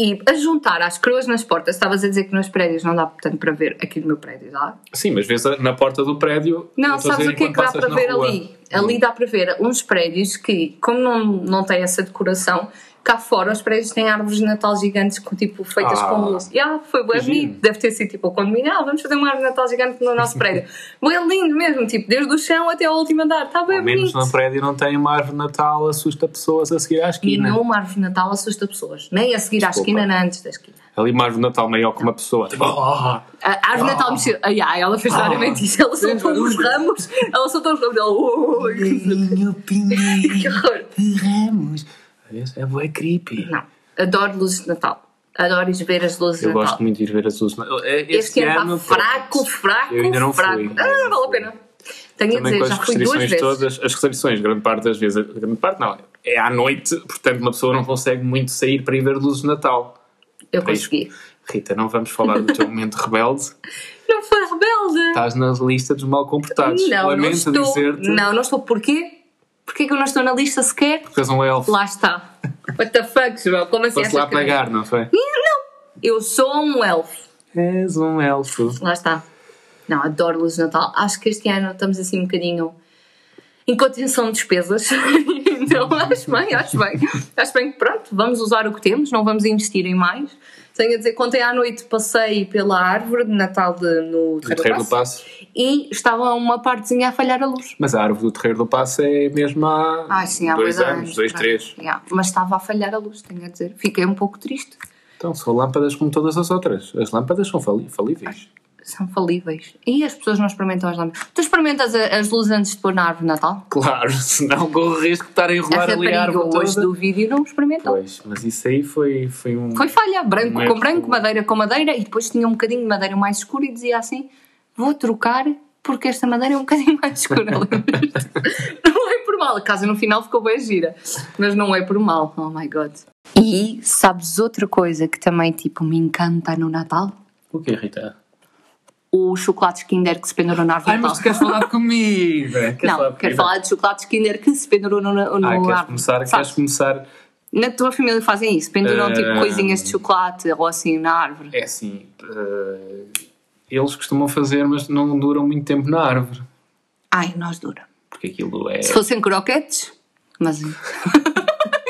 Speaker 2: E a juntar às coroas nas portas, estavas a dizer que nos prédios não dá portanto para ver aqui no meu prédio, dá?
Speaker 1: Sim, mas vês a- na porta do prédio. eu
Speaker 2: Não,
Speaker 1: estou a
Speaker 2: sabes
Speaker 1: dizer
Speaker 2: o que é que
Speaker 1: enquanto
Speaker 2: dá
Speaker 1: passas
Speaker 2: para
Speaker 1: na
Speaker 2: ver
Speaker 1: rua.
Speaker 2: ali? Ali dá para ver uns prédios que, como não, não tem essa decoração, cá fora os prédios têm árvores de Natal gigantes com, tipo, feitas
Speaker 1: Ah.
Speaker 2: com luz. E ah, foi bem
Speaker 1: Que giro.
Speaker 2: bonito. Deve ter sido tipo o condomínio, ah, vamos fazer uma árvore de Natal gigante no nosso prédio. bem lindo mesmo, tipo, desde o chão até ao último andar, está bem
Speaker 1: Ao menos
Speaker 2: É bonito.
Speaker 1: no prédio não tem uma árvore de natal, assusta pessoas a seguir à
Speaker 2: E
Speaker 1: esquina.
Speaker 2: não uma árvore de Natal assusta pessoas. Nem a seguir à
Speaker 1: Desculpa.
Speaker 2: esquina, nem antes da esquina.
Speaker 1: Ali uma árvore de natal maior que uma pessoa. Tipo, "Ah,
Speaker 2: A a árvore de Natal mexeu. Ai, ai, ela fez claramente isso. Ela soltou
Speaker 1: barulho.
Speaker 2: os ramos. Ela soltou os ramos. Ela, ui,
Speaker 1: Pinho, pinho,
Speaker 2: que horror.
Speaker 1: ramos. É bué creepy.
Speaker 2: Não. Adoro luzes de Natal. Adoro ir ver as luzes
Speaker 1: Eu
Speaker 2: de Natal.
Speaker 1: gosto muito de ir ver as luzes. é, Este,
Speaker 2: é este ano está
Speaker 1: pronto.
Speaker 2: fraco, fraco,
Speaker 1: Eu ainda não fui,
Speaker 2: fraco.
Speaker 1: ainda
Speaker 2: ah, não
Speaker 1: não
Speaker 2: vale a
Speaker 1: fui.
Speaker 2: pena. Tenho a
Speaker 1: Também com
Speaker 2: dizer,
Speaker 1: as
Speaker 2: já fui duas
Speaker 1: restrições
Speaker 2: vezes.
Speaker 1: todas, as restrições, grande parte das vezes, grande parte não, é à noite, portanto uma pessoa não consegue muito sair para ir ver luzes de Natal.
Speaker 2: Eu
Speaker 1: Para é isso-
Speaker 2: consegui.
Speaker 1: Rita, não vamos falar do teu momento rebelde,
Speaker 2: Não foi rebelde.
Speaker 1: estás na lista dos mal comportados.
Speaker 2: não, não
Speaker 1: Tá, Lamento
Speaker 2: estou.
Speaker 1: dizer-te,
Speaker 2: Não, não estou. Porquê? Porquê que eu não estou na lista sequer?
Speaker 1: porque és um elfo,
Speaker 2: Lá está. What the fuck, João? Como assim?
Speaker 1: foste lá
Speaker 2: essas coisas?
Speaker 1: pagar, não foi?
Speaker 2: Eu sou um elfo.
Speaker 1: És um elfo.
Speaker 2: Lá está. Não, adoro luzes de Natal. Acho que este ano estamos assim um bocadinho em contenção de despesas. então acho bem, acho bem. Acho bem que pronto, vamos usar o que temos, não vamos investir em mais. Tenho a dizer, que ontem à noite passei pela árvore de Natal de- no
Speaker 1: Do
Speaker 2: Terreiro
Speaker 1: Terreiro
Speaker 2: do
Speaker 1: do
Speaker 2: Paço
Speaker 1: Passo.
Speaker 2: e estava uma partezinha a falhar a luz.
Speaker 1: Mas a árvore do Terreiro do Passo é mesmo há,
Speaker 2: Ah, sim, há
Speaker 1: dois
Speaker 2: dois
Speaker 1: anos, dois,
Speaker 2: pronto.
Speaker 1: três.
Speaker 2: Yeah, Mas estava a falhar a luz, tenho a dizer. Fiquei um pouco triste.
Speaker 1: Então são lâmpadas como todas as outras. As lâmpadas são fali- falíveis.
Speaker 2: São falíveis. E as pessoas não experimentam as lâmpadas. Tu experimentas a- as luzes antes de pôr na árvore de Natal?
Speaker 1: Claro, senão corre o risco de estar a
Speaker 2: a
Speaker 1: enrolar ali a
Speaker 2: rapariga
Speaker 1: árvore
Speaker 2: é hoje
Speaker 1: toda.
Speaker 2: do vídeo não experimentou.
Speaker 1: Pois, mas isso aí foi, foi um.
Speaker 2: Foi falha, branco
Speaker 1: Não é
Speaker 2: com branco,
Speaker 1: possível.
Speaker 2: madeira com madeira, e depois tinha um bocadinho de madeira mais escura e dizia assim: vou trocar porque esta madeira é um bocadinho mais escura. lembras-te? não é por mal, a casa no final ficou bem gira, mas não é por mal, oh my god. E sabes outra coisa que também tipo me encanta no Natal?
Speaker 1: O que, Rita?
Speaker 2: Os chocolates Kinder que se penduram na árvore
Speaker 1: Ai,
Speaker 2: de
Speaker 1: mas tu
Speaker 2: Natal.
Speaker 1: queres falar de comida? Queres
Speaker 2: Não,
Speaker 1: de
Speaker 2: quero
Speaker 1: comida?
Speaker 2: falar de chocolates Kinder que se penduram no, no,
Speaker 1: Ah,
Speaker 2: no
Speaker 1: queres
Speaker 2: árvore.
Speaker 1: começar?
Speaker 2: Sabes?
Speaker 1: Queres começar?
Speaker 2: Na tua família fazem isso? Penduram
Speaker 1: Eh,
Speaker 2: tipo coisinhas de chocolate ou assim na árvore?
Speaker 1: É assim. eh, eles costumam fazer, mas não duram muito tempo na árvore.
Speaker 2: Ai, nós dura.
Speaker 1: Porque aquilo é.
Speaker 2: Se fossem croquetes, mas.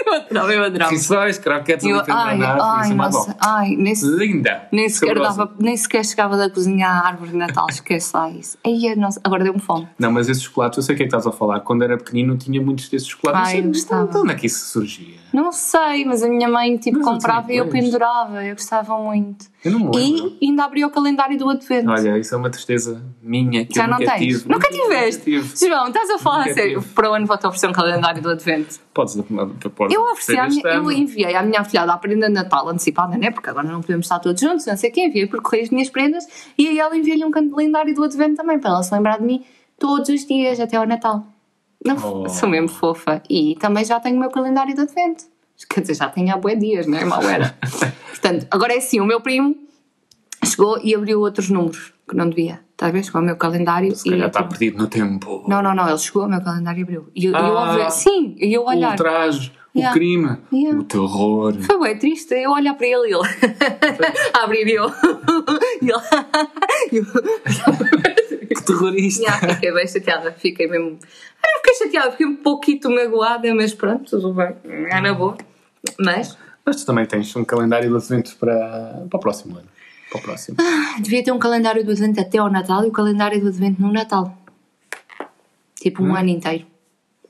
Speaker 2: eu adorava, eu adorava.
Speaker 1: Rissóis, croquetes,
Speaker 2: Eu,
Speaker 1: ali pendurado
Speaker 2: ai,
Speaker 1: na árvore,
Speaker 2: ai,
Speaker 1: é isso é mais
Speaker 2: nossa,
Speaker 1: bom.
Speaker 2: ai, nem, se-
Speaker 1: Linda!
Speaker 2: nem sequer
Speaker 1: saborosa.
Speaker 2: dava, nem sequer chegava da cozinha à árvore de Natal, esquece lá isso. Ai, nossa, agora deu-me fome.
Speaker 1: Não, mas esse chocolate, eu sei o que é que estás a falar. Quando era pequenino, não tinha muitos desses chocolates.
Speaker 2: Ai, eu
Speaker 1: não sei
Speaker 2: gostava.
Speaker 1: de onde é que isso surgia.
Speaker 2: Não sei, mas a minha mãe tipo
Speaker 1: Mas eu
Speaker 2: comprava e eu
Speaker 1: também gosto.
Speaker 2: pendurava, eu gostava muito.
Speaker 1: Eu não me lembro.
Speaker 2: E ainda abri o calendário do Advento.
Speaker 1: Olha, isso é uma tristeza minha que
Speaker 2: Já
Speaker 1: eu
Speaker 2: não
Speaker 1: nunca
Speaker 2: tens?
Speaker 1: tive.
Speaker 2: Nunca tiveste?
Speaker 1: tive.
Speaker 2: João, estás a falar
Speaker 1: Nunca
Speaker 2: a sério?
Speaker 1: tive.
Speaker 2: Para o ano vou-te oferecer um calendário do Advento.
Speaker 1: Podes, podes
Speaker 2: Eu ofereci, à minha-
Speaker 1: este
Speaker 2: eu
Speaker 1: ano.
Speaker 2: enviei à minha afilhada a prenda de Natal antecipada, né? Porque agora não podemos estar todos juntos, não sei quem, enviei por correio as minhas prendas e aí ela enviou-lhe um calendário do Advento também, para ela se lembrar de mim todos os dias até ao Natal. Não,
Speaker 1: Oh.
Speaker 2: Sou mesmo fofa. E também já tenho o meu calendário do Advento. Quer dizer, já tenho há bué dias, não é? Mal era. Portanto, agora é assim, o meu primo chegou e abriu outros números que não devia. Estás a ver? Chegou ao meu calendário
Speaker 1: Se calhar tá
Speaker 2: e...
Speaker 1: está perdido no tempo.
Speaker 2: Não, não, não, ele chegou ao meu calendário e abriu. E eu, e eu
Speaker 1: Ah. Uh,
Speaker 2: ao ver- Sim, e eu
Speaker 1: o
Speaker 2: olhar...
Speaker 1: ultraje, o
Speaker 2: Yeah.
Speaker 1: crime,
Speaker 2: Yeah.
Speaker 1: o terror.
Speaker 2: Foi bem triste, eu olhar para ele e ele a abrir e eu. e ele.
Speaker 1: Que terrorista!
Speaker 2: Já, fiquei bem chateada, fiquei mesmo. Ah, não fiquei chateada, fiquei um pouquinho magoada, mas pronto, tudo bem, é na boa. Mas
Speaker 1: Mas tu também tens um calendário de advento para, para o próximo ano. Para o próximo.
Speaker 2: ah, devia ter um calendário do advento até ao Natal e o calendário do advento no Natal tipo um ano inteiro.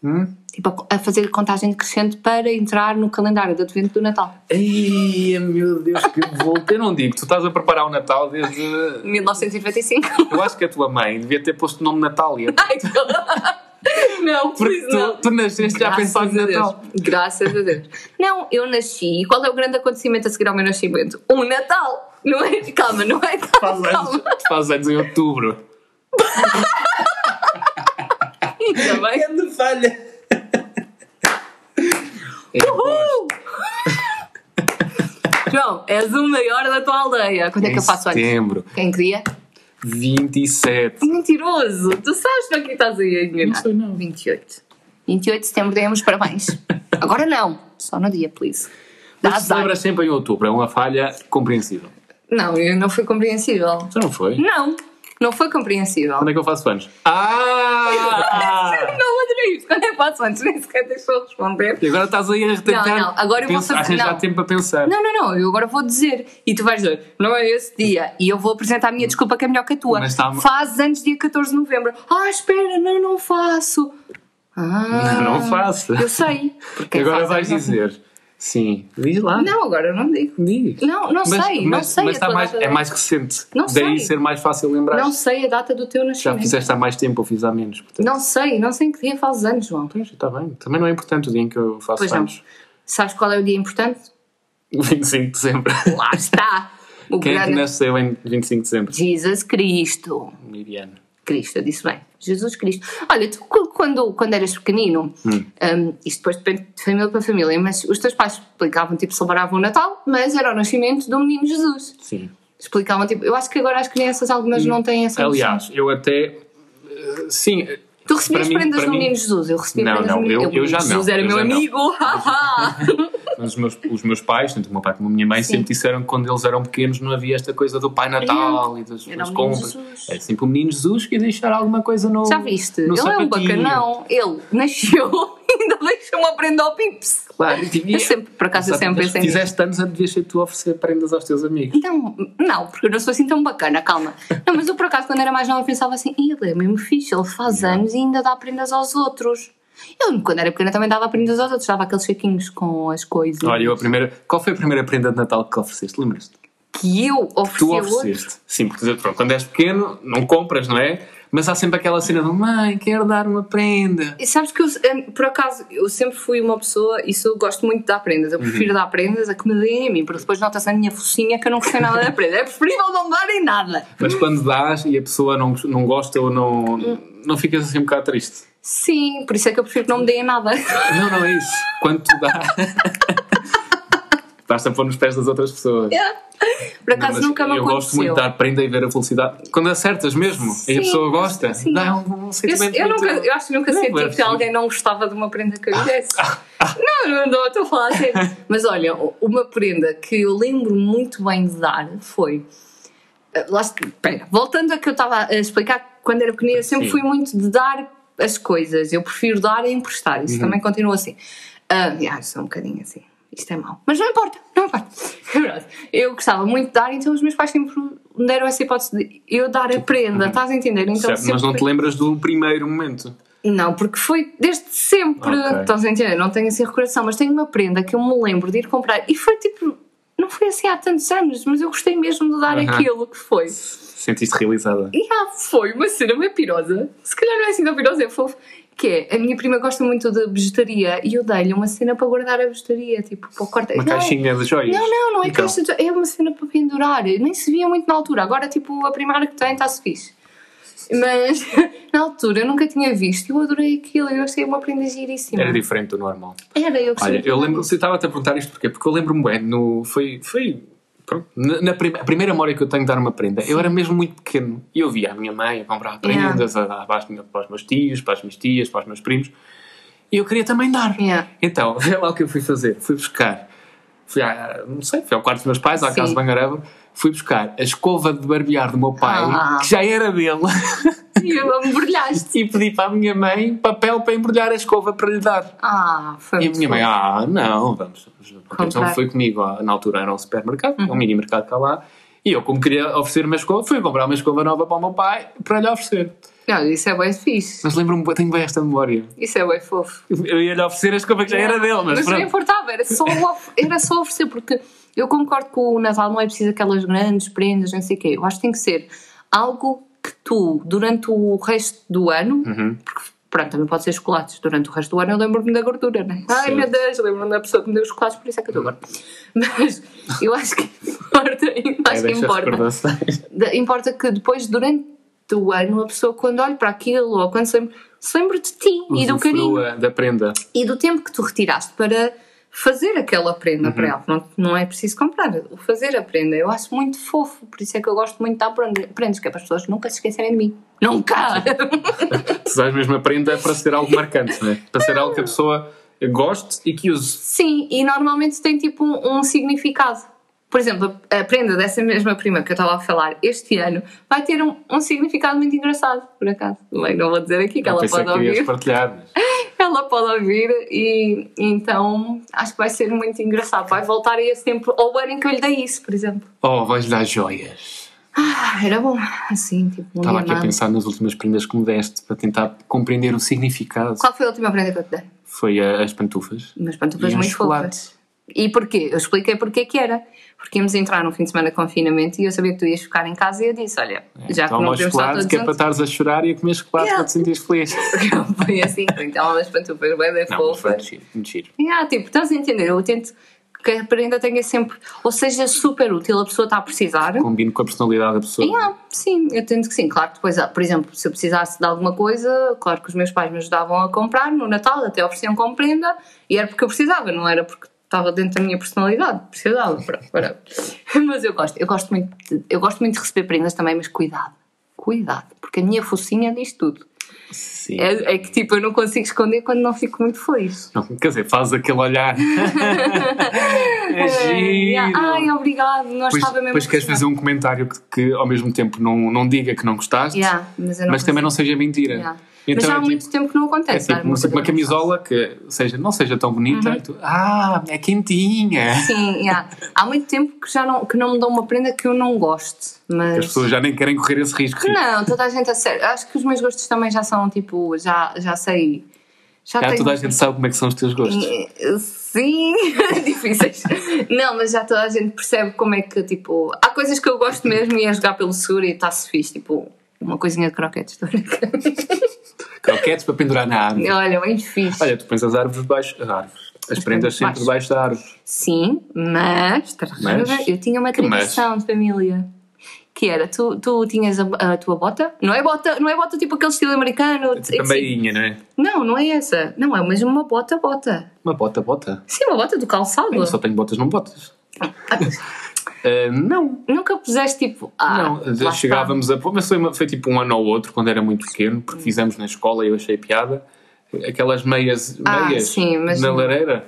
Speaker 1: Hum?
Speaker 2: Tipo, a- a fazer contagem decrescente para entrar no calendário do advento do Natal.
Speaker 1: Ai, meu Deus, que volta! Eu não digo, tu estás a preparar o Natal desde.
Speaker 2: 1995.
Speaker 1: Eu acho que a tua mãe devia ter posto o nome Natália.
Speaker 2: Ai, que- não,
Speaker 1: Porque
Speaker 2: please, não.
Speaker 1: tu, tu nasceste já a
Speaker 2: Graças
Speaker 1: pensar no
Speaker 2: a Deus.
Speaker 1: Natal.
Speaker 2: Graças a Deus. Não, eu nasci. E qual é o grande acontecimento a seguir ao meu nascimento? Um Natal! Não é? Calma, não é?
Speaker 1: Faz
Speaker 2: Calma,
Speaker 1: anos,
Speaker 2: calma.
Speaker 1: tu faz anos em outubro.
Speaker 2: Ainda bem.
Speaker 1: Grande falha! É, pois.
Speaker 2: João, és o maior da tua aldeia. Quando é que eu faço anos?
Speaker 1: setembro,
Speaker 2: Quem queria?
Speaker 1: 27.
Speaker 2: Mentiroso! Tu sabes para que estás aí a enganar.
Speaker 1: Não sei, não.
Speaker 2: 28. 28 de setembro demos parabéns. Agora não. Só no dia, please. Dá
Speaker 1: Mas se
Speaker 2: azar.
Speaker 1: celebra sempre em outubro, é uma falha compreensível.
Speaker 2: Não, eu não foi compreensível.
Speaker 1: Isso não foi?
Speaker 2: Não, não foi compreensível.
Speaker 1: Quando é que eu faço anos? Ah!
Speaker 2: Não, André, quando é que faço antes? Nem sequer deixou responder.
Speaker 1: E agora estás aí a tentar.
Speaker 2: não, agora eu vou
Speaker 1: pensar-
Speaker 2: fazer-
Speaker 1: arranjar
Speaker 2: não.
Speaker 1: tempo para pensar.
Speaker 2: Não, não, não, eu agora vou dizer. E tu vais dizer, não é esse dia. E eu vou apresentar a minha desculpa que é melhor que a tua.
Speaker 1: Mas tá- está-
Speaker 2: Faz antes dia 14 de novembro. Ah, espera, não, não faço. Ah,
Speaker 1: Não faço.
Speaker 2: Eu sei. Porque
Speaker 1: agora
Speaker 2: faz
Speaker 1: vais
Speaker 2: antes não-
Speaker 1: dizer. Sim. Diz lá.
Speaker 2: Não, agora eu não digo.
Speaker 1: Diz.
Speaker 2: Não, não sei, não sei a
Speaker 1: Mas está
Speaker 2: tua
Speaker 1: mais,
Speaker 2: data de-
Speaker 1: é mais recente.
Speaker 2: Não
Speaker 1: Daí
Speaker 2: sei.
Speaker 1: ser mais fácil lembrar.
Speaker 2: Não sei a data do teu
Speaker 1: Já
Speaker 2: nascimento.
Speaker 1: fizeste há mais tempo, eu fiz há menos. Portanto.
Speaker 2: Não sei, não sei em que dia fazes anos, João.
Speaker 1: Pois, está bem. Também não é importante o dia em que eu faço
Speaker 2: Pois não.
Speaker 1: anos.
Speaker 2: Sabes qual é o dia importante?
Speaker 1: 25 de dezembro.
Speaker 2: Lá está. O
Speaker 1: Quem é que
Speaker 2: grande
Speaker 1: nasceu em 25 de dezembro?
Speaker 2: Jesus Cristo.
Speaker 1: Miriano.
Speaker 2: Cristo, eu disse bem. Jesus Cristo. Olha, tu cu- quando, quando eras pequenino, hum, isto depois depende de família para família, mas os teus pais explicavam, tipo, celebravam o Natal, mas era o nascimento do menino Jesus.
Speaker 1: Sim.
Speaker 2: Explicavam, tipo, eu acho que agora as crianças, algumas não têm essa noção.
Speaker 1: Hum. Aliás, eu até. eh, Sim, eh,
Speaker 2: Tu recebias
Speaker 1: para mim-
Speaker 2: prendas
Speaker 1: para
Speaker 2: do
Speaker 1: mim-
Speaker 2: menino Jesus, eu recebi
Speaker 1: Não,
Speaker 2: prendas
Speaker 1: não,
Speaker 2: do menino
Speaker 1: eu- eu já
Speaker 2: Jesus
Speaker 1: não,
Speaker 2: era
Speaker 1: eu
Speaker 2: meu
Speaker 1: já não.
Speaker 2: amigo, haha.
Speaker 1: mas os meus, os meus pais, tanto o meu pai como a minha mãe,
Speaker 2: Sim.
Speaker 1: sempre disseram que quando eles eram pequenos não havia esta coisa do Pai Natal e das,
Speaker 2: Era
Speaker 1: das
Speaker 2: o menino
Speaker 1: compras.
Speaker 2: Jesus.
Speaker 1: Era sempre o menino Jesus que ia deixar alguma coisa no.
Speaker 2: Já viste?
Speaker 1: no
Speaker 2: ele é um
Speaker 1: sapatinho.
Speaker 2: bacanão. Ele nasceu e ainda deixou uma prenda ao Pips.
Speaker 1: Claro, e tinha-
Speaker 2: Eu sempre, por acaso, eu
Speaker 1: Exato,
Speaker 2: sempre
Speaker 1: mas
Speaker 2: pensei nisso.
Speaker 1: Fizeste anos, devias ser tu a oferecer prendas aos teus amigos.
Speaker 2: Então, não, porque eu não sou assim tão bacana, calma. Não, mas eu por acaso quando era mais nova pensava assim, "Ih, ele é mesmo fixe, ele faz anos e ainda dá prendas aos outros. Eu quando era pequena também dava prendas aos outros, dava aqueles chequinhos com as coisas
Speaker 1: Olha, eu a primeira. Qual foi a primeira prenda de Natal que ofereceste? Lembras-te?
Speaker 2: que eu ofereci
Speaker 1: Tu
Speaker 2: a outro.
Speaker 1: ofereceste. Sim, porque pronto, quando és pequeno, não compras, não é? Mas há sempre aquela cena de mãe, quero dar uma prenda.
Speaker 2: E sabes que eu, eh, por acaso, eu sempre fui uma pessoa, isso eu gosto muito de dar prendas. Eu prefiro
Speaker 1: Uhum.
Speaker 2: dar prendas a que me deem a mim, porque depois nota-se na minha focinha que eu não gostei nada da prenda. É preferível não me darem nada.
Speaker 1: Mas quando dás e a pessoa não, não gosta ou não. Não ficas assim um bocado triste.
Speaker 2: Sim, por isso é que eu prefiro que não me deem nada.
Speaker 1: Não, não é isso. Quando tu dás. Estás a pôr nos pés das outras pessoas.
Speaker 2: Por acaso
Speaker 1: Não, mas
Speaker 2: nunca me
Speaker 1: Eu
Speaker 2: aconteceu.
Speaker 1: gosto muito de dar prenda e ver a felicidade. Quando acertas mesmo e a
Speaker 2: Sim,
Speaker 1: pessoa gosta,
Speaker 2: sim.
Speaker 1: dá um, um
Speaker 2: Eu,
Speaker 1: sentimento.
Speaker 2: eu
Speaker 1: muito- Ah,
Speaker 2: nunca, eu acho que nunca
Speaker 1: Não,
Speaker 2: senti
Speaker 1: mas-
Speaker 2: que alguém não gostava de uma prenda que eu lhe desse. Não, não, não, estou a falar sério. Mas olha, uma prenda que eu lembro muito bem de dar foi. eh, Lá, está- espera, voltando a que eu estava a explicar, quando era pequenina, eu sempre
Speaker 1: Sim.
Speaker 2: fui muito de dar as coisas. Eu prefiro dar e emprestar.
Speaker 1: Uhum.
Speaker 2: Isso também continua assim. Ah, ah, sou um bocadinho assim. Isto é mau. Mas não importa, não importa. É verdade. Eu gostava muito de dar, então os meus pais sempre me deram essa hipótese de eu dar a prenda, estás a entender? Então,
Speaker 1: Uhum. Certo, mas
Speaker 2: sempre-
Speaker 1: não te lembras do primeiro momento.
Speaker 2: não, porque foi desde sempre.
Speaker 1: Ok.
Speaker 2: Estás a entender? Não tenho assim recordação, mas tenho uma prenda que eu me lembro de ir comprar e foi tipo. Não foi assim há tantos anos, mas eu gostei mesmo de dar
Speaker 1: Aham.
Speaker 2: aquilo que foi.
Speaker 1: Sentiste realizada.
Speaker 2: E ah, foi uma cena bem pirosa. Se calhar não é assim tão pirosa, é fofo. Que é, a minha prima gosta muito de vegetaria e eu dei-lhe uma cena para guardar a vegetaria, tipo, para o corte.
Speaker 1: Uma
Speaker 2: Não,
Speaker 1: caixinha de joias.
Speaker 2: Não, não, não é
Speaker 1: Então,
Speaker 2: caixa de... É uma cena para pendurar. Nem se via muito na altura. Agora, tipo, a primeira que tem está-se fixe. Mas, na altura, eu nunca tinha visto. Eu adorei aquilo. Eu achei uma prenda giríssima.
Speaker 1: Era diferente do normal.
Speaker 2: Era, eu gostei.
Speaker 1: Olha, eu lembro, você estava a perguntar isto porquê? Porque eu lembro-me bem, no, foi, foi pronto, na, na prime- a primeira memória que eu tenho de dar uma prenda, eu era mesmo muito pequeno e eu via a minha mãe a comprar
Speaker 2: Yeah.
Speaker 1: prendas a- a- para, as minhas- para os meus tios, para as minhas tias, para os meus primos e eu queria também dar.
Speaker 2: Yeah.
Speaker 1: Então, vê lá o que eu fui fazer, fui buscar, fui à, não sei, fui ao quarto dos meus pais, à
Speaker 2: Sim.
Speaker 1: casa de Bangareva, fui buscar a escova de barbear do meu pai,
Speaker 2: Ah.
Speaker 1: que já era dele,
Speaker 2: E eu me brilhaste.
Speaker 1: e pedi para a minha mãe papel para embrulhar a escova para lhe dar.
Speaker 2: Ah, foi
Speaker 1: E a
Speaker 2: muito
Speaker 1: minha mãe,
Speaker 2: fofo.
Speaker 1: ah, não, vamos. vamos. Então
Speaker 2: Comprar. Uhum.
Speaker 1: foi comigo, ah, na altura era um supermercado, um mini mercado que há lá, e eu, como queria oferecer uma escova, fui comprar uma escova nova para o meu pai para lhe oferecer.
Speaker 2: Não, isso é bem fixe.
Speaker 1: Mas lembro-me, bué- tenho bem esta memória.
Speaker 2: Isso é bem fofo.
Speaker 1: Eu ia lhe oferecer a escova que já era dele, mas,
Speaker 2: não
Speaker 1: pronto.
Speaker 2: importava. Era só, of- era só oferecer. Porque eu concordo que o Natal não é preciso aquelas grandes prendas, não sei o quê. Eu acho que tem que ser algo que tu, durante o resto do ano...
Speaker 1: Uhum.
Speaker 2: Pronto, também pode ser chocolates. Durante o resto do ano eu lembro-me da gordura, né? Ai
Speaker 1: Certo.
Speaker 2: meu Deus, eu lembro-me da pessoa que me deu os chocolates, por isso é que eu estou gorda. Mas eu acho que importa, eu
Speaker 1: Ai,
Speaker 2: acho que
Speaker 1: deixa
Speaker 2: importa.
Speaker 1: recordações.
Speaker 2: Da- Importa que depois, durante o ano, a pessoa quando olha para aquilo ou quando se lembra, se lembra de um ti e do carinho
Speaker 1: Usufrua é da prenda.
Speaker 2: e do tempo que tu retiraste para fazer aquela
Speaker 1: Uhum.
Speaker 2: prenda para ela. Não, não é preciso comprar, o fazer a prenda. Eu acho muito fofo, por isso é que eu gosto muito de dar prenda- prendas, que é para as pessoas nunca se esquecerem de mim. Nunca!
Speaker 1: Precisas mesmo a prenda para é? ser algo marcante, não é? Para ser algo que a pessoa goste e que use.
Speaker 2: Sim, e normalmente tem tipo um, um significado. Por exemplo, a a prenda dessa mesma prima que eu estava a falar este ano vai ter um, um significado muito engraçado, por acaso. Bem, não vou dizer aqui que
Speaker 1: Eu
Speaker 2: ela
Speaker 1: pensei
Speaker 2: pode
Speaker 1: é que querias
Speaker 2: ouvir.
Speaker 1: partilhar, mas...
Speaker 2: Ela pode ouvir e então acho que vai ser muito engraçado. Vai voltar a esse tempo, ao ano em que eu lhe dei isso, por exemplo.
Speaker 1: Oh, vais dar joias.
Speaker 2: Ah, era bom. Assim, tipo, um
Speaker 1: Estava aqui a
Speaker 2: diamante.
Speaker 1: pensar nas últimas prendas que me deste para tentar compreender o significado.
Speaker 2: Qual foi a última prenda que eu te dei?
Speaker 1: Foi a- as pantufas.
Speaker 2: Mas pronto, depois
Speaker 1: E um
Speaker 2: muito fofa.
Speaker 1: chocolate.
Speaker 2: E porquê? Eu expliquei porquê que era. Porque íamos entrar no fim de semana de confinamento e eu sabia que tu ias ficar em casa e eu disse, olha, já que não
Speaker 1: É, Toma o
Speaker 2: podemos estar todos
Speaker 1: chocolate que é para
Speaker 2: juntos,
Speaker 1: estares a chorar e a comer chocolate
Speaker 2: Yeah.
Speaker 1: para te sentires feliz.
Speaker 2: foi assim, então umas pantufas bem da
Speaker 1: Não, mas foi
Speaker 2: fofa.
Speaker 1: mentira. mentira.
Speaker 2: E ah, tipo, estás a entender, eu tento que a prenda tenha sempre, ou seja, super útil, a pessoa está a precisar.
Speaker 1: Combino com a personalidade da pessoa.
Speaker 2: E, ah, sim, eu tento que sim. Claro que depois, ah, por exemplo, se eu precisasse de alguma coisa, claro que os meus pais me ajudavam a comprar no Natal, até ofereciam como prenda, e era porque eu precisava, não era porque estava dentro da minha personalidade, precisava, pronto, pronto. Mas eu gosto, eu gosto muito, de- eu gosto muito de receber prendas também, mas cuidado, cuidado, porque a minha focinha diz tudo.
Speaker 1: Sim.
Speaker 2: É, é que tipo, eu não consigo esconder quando não fico muito feliz.
Speaker 1: Não, quer dizer, faz aquele olhar. é
Speaker 2: E, ah,
Speaker 1: giro.
Speaker 2: Ai, obrigado, não
Speaker 1: Depois,
Speaker 2: estava mesmo
Speaker 1: depois
Speaker 2: a
Speaker 1: queres fazer
Speaker 2: precisar.
Speaker 1: um comentário que, que, ao mesmo tempo não, não diga que não gostaste,
Speaker 2: Yeah, mas eu não
Speaker 1: mas também não
Speaker 2: consigo.
Speaker 1: seja mentira.
Speaker 2: Yeah. mas
Speaker 1: Então
Speaker 2: já há
Speaker 1: é tipo,
Speaker 2: muito tempo que não acontece.
Speaker 1: é tipo
Speaker 2: dar
Speaker 1: uma, tipo uma
Speaker 2: coisa que não gosto.
Speaker 1: camisola que seja, não seja tão bonita.
Speaker 2: Uhum.
Speaker 1: e tu, ah, é quentinha.
Speaker 2: Sim, yeah. há muito tempo que já não, que não me dão uma prenda que eu não goste.
Speaker 1: As
Speaker 2: Mas.
Speaker 1: pessoas já nem querem correr esse risco.
Speaker 2: Não, toda a gente a sério. Acho que os meus gostos também já são tipo. Já, já sei. Já
Speaker 1: Já
Speaker 2: tenho. assim, eh,
Speaker 1: toda a gente sabe como é que são os teus gostos.
Speaker 2: Sim, difíceis. Não, mas já toda a gente percebe como é que, tipo. Há coisas que eu gosto mesmo e é jogar pelo seguro e está-se fixe. Tipo, uma coisinha de croquetes. estou a brincar.
Speaker 1: Croquetes para pendurar na árvore.
Speaker 2: Olha, bem fixe.
Speaker 1: Olha, tu pões as árvores baixo. As árvores. As prendas sempre
Speaker 2: baixo.
Speaker 1: debaixo da árvore.
Speaker 2: Sim, mas,
Speaker 1: Mas?
Speaker 2: eu tinha uma
Speaker 1: Que mas?
Speaker 2: tradição de família que era, tu, tu tinhas a, a tua bota, não é bota, não é bota tipo aquele estilo americano, assim,
Speaker 1: Tipo a meinha, não é?
Speaker 2: não, não é essa, não, é mesmo uma bota, bota,
Speaker 1: Uma bota, bota.
Speaker 2: sim, uma bota do calçado,
Speaker 1: Eu só tenho botas, não botas.
Speaker 2: Ah,
Speaker 1: Ah, não,
Speaker 2: nunca puseste tipo, ah,
Speaker 1: não.
Speaker 2: lá está.
Speaker 1: Chegávamos a. pôr, Mas foi, uma- foi tipo um ano ou outro, quando era muito pequeno,
Speaker 2: Hum.
Speaker 1: porque fizemos na escola e eu achei piada. Aquelas meias,
Speaker 2: Ah,
Speaker 1: meias
Speaker 2: sim, mas-
Speaker 1: na lareira.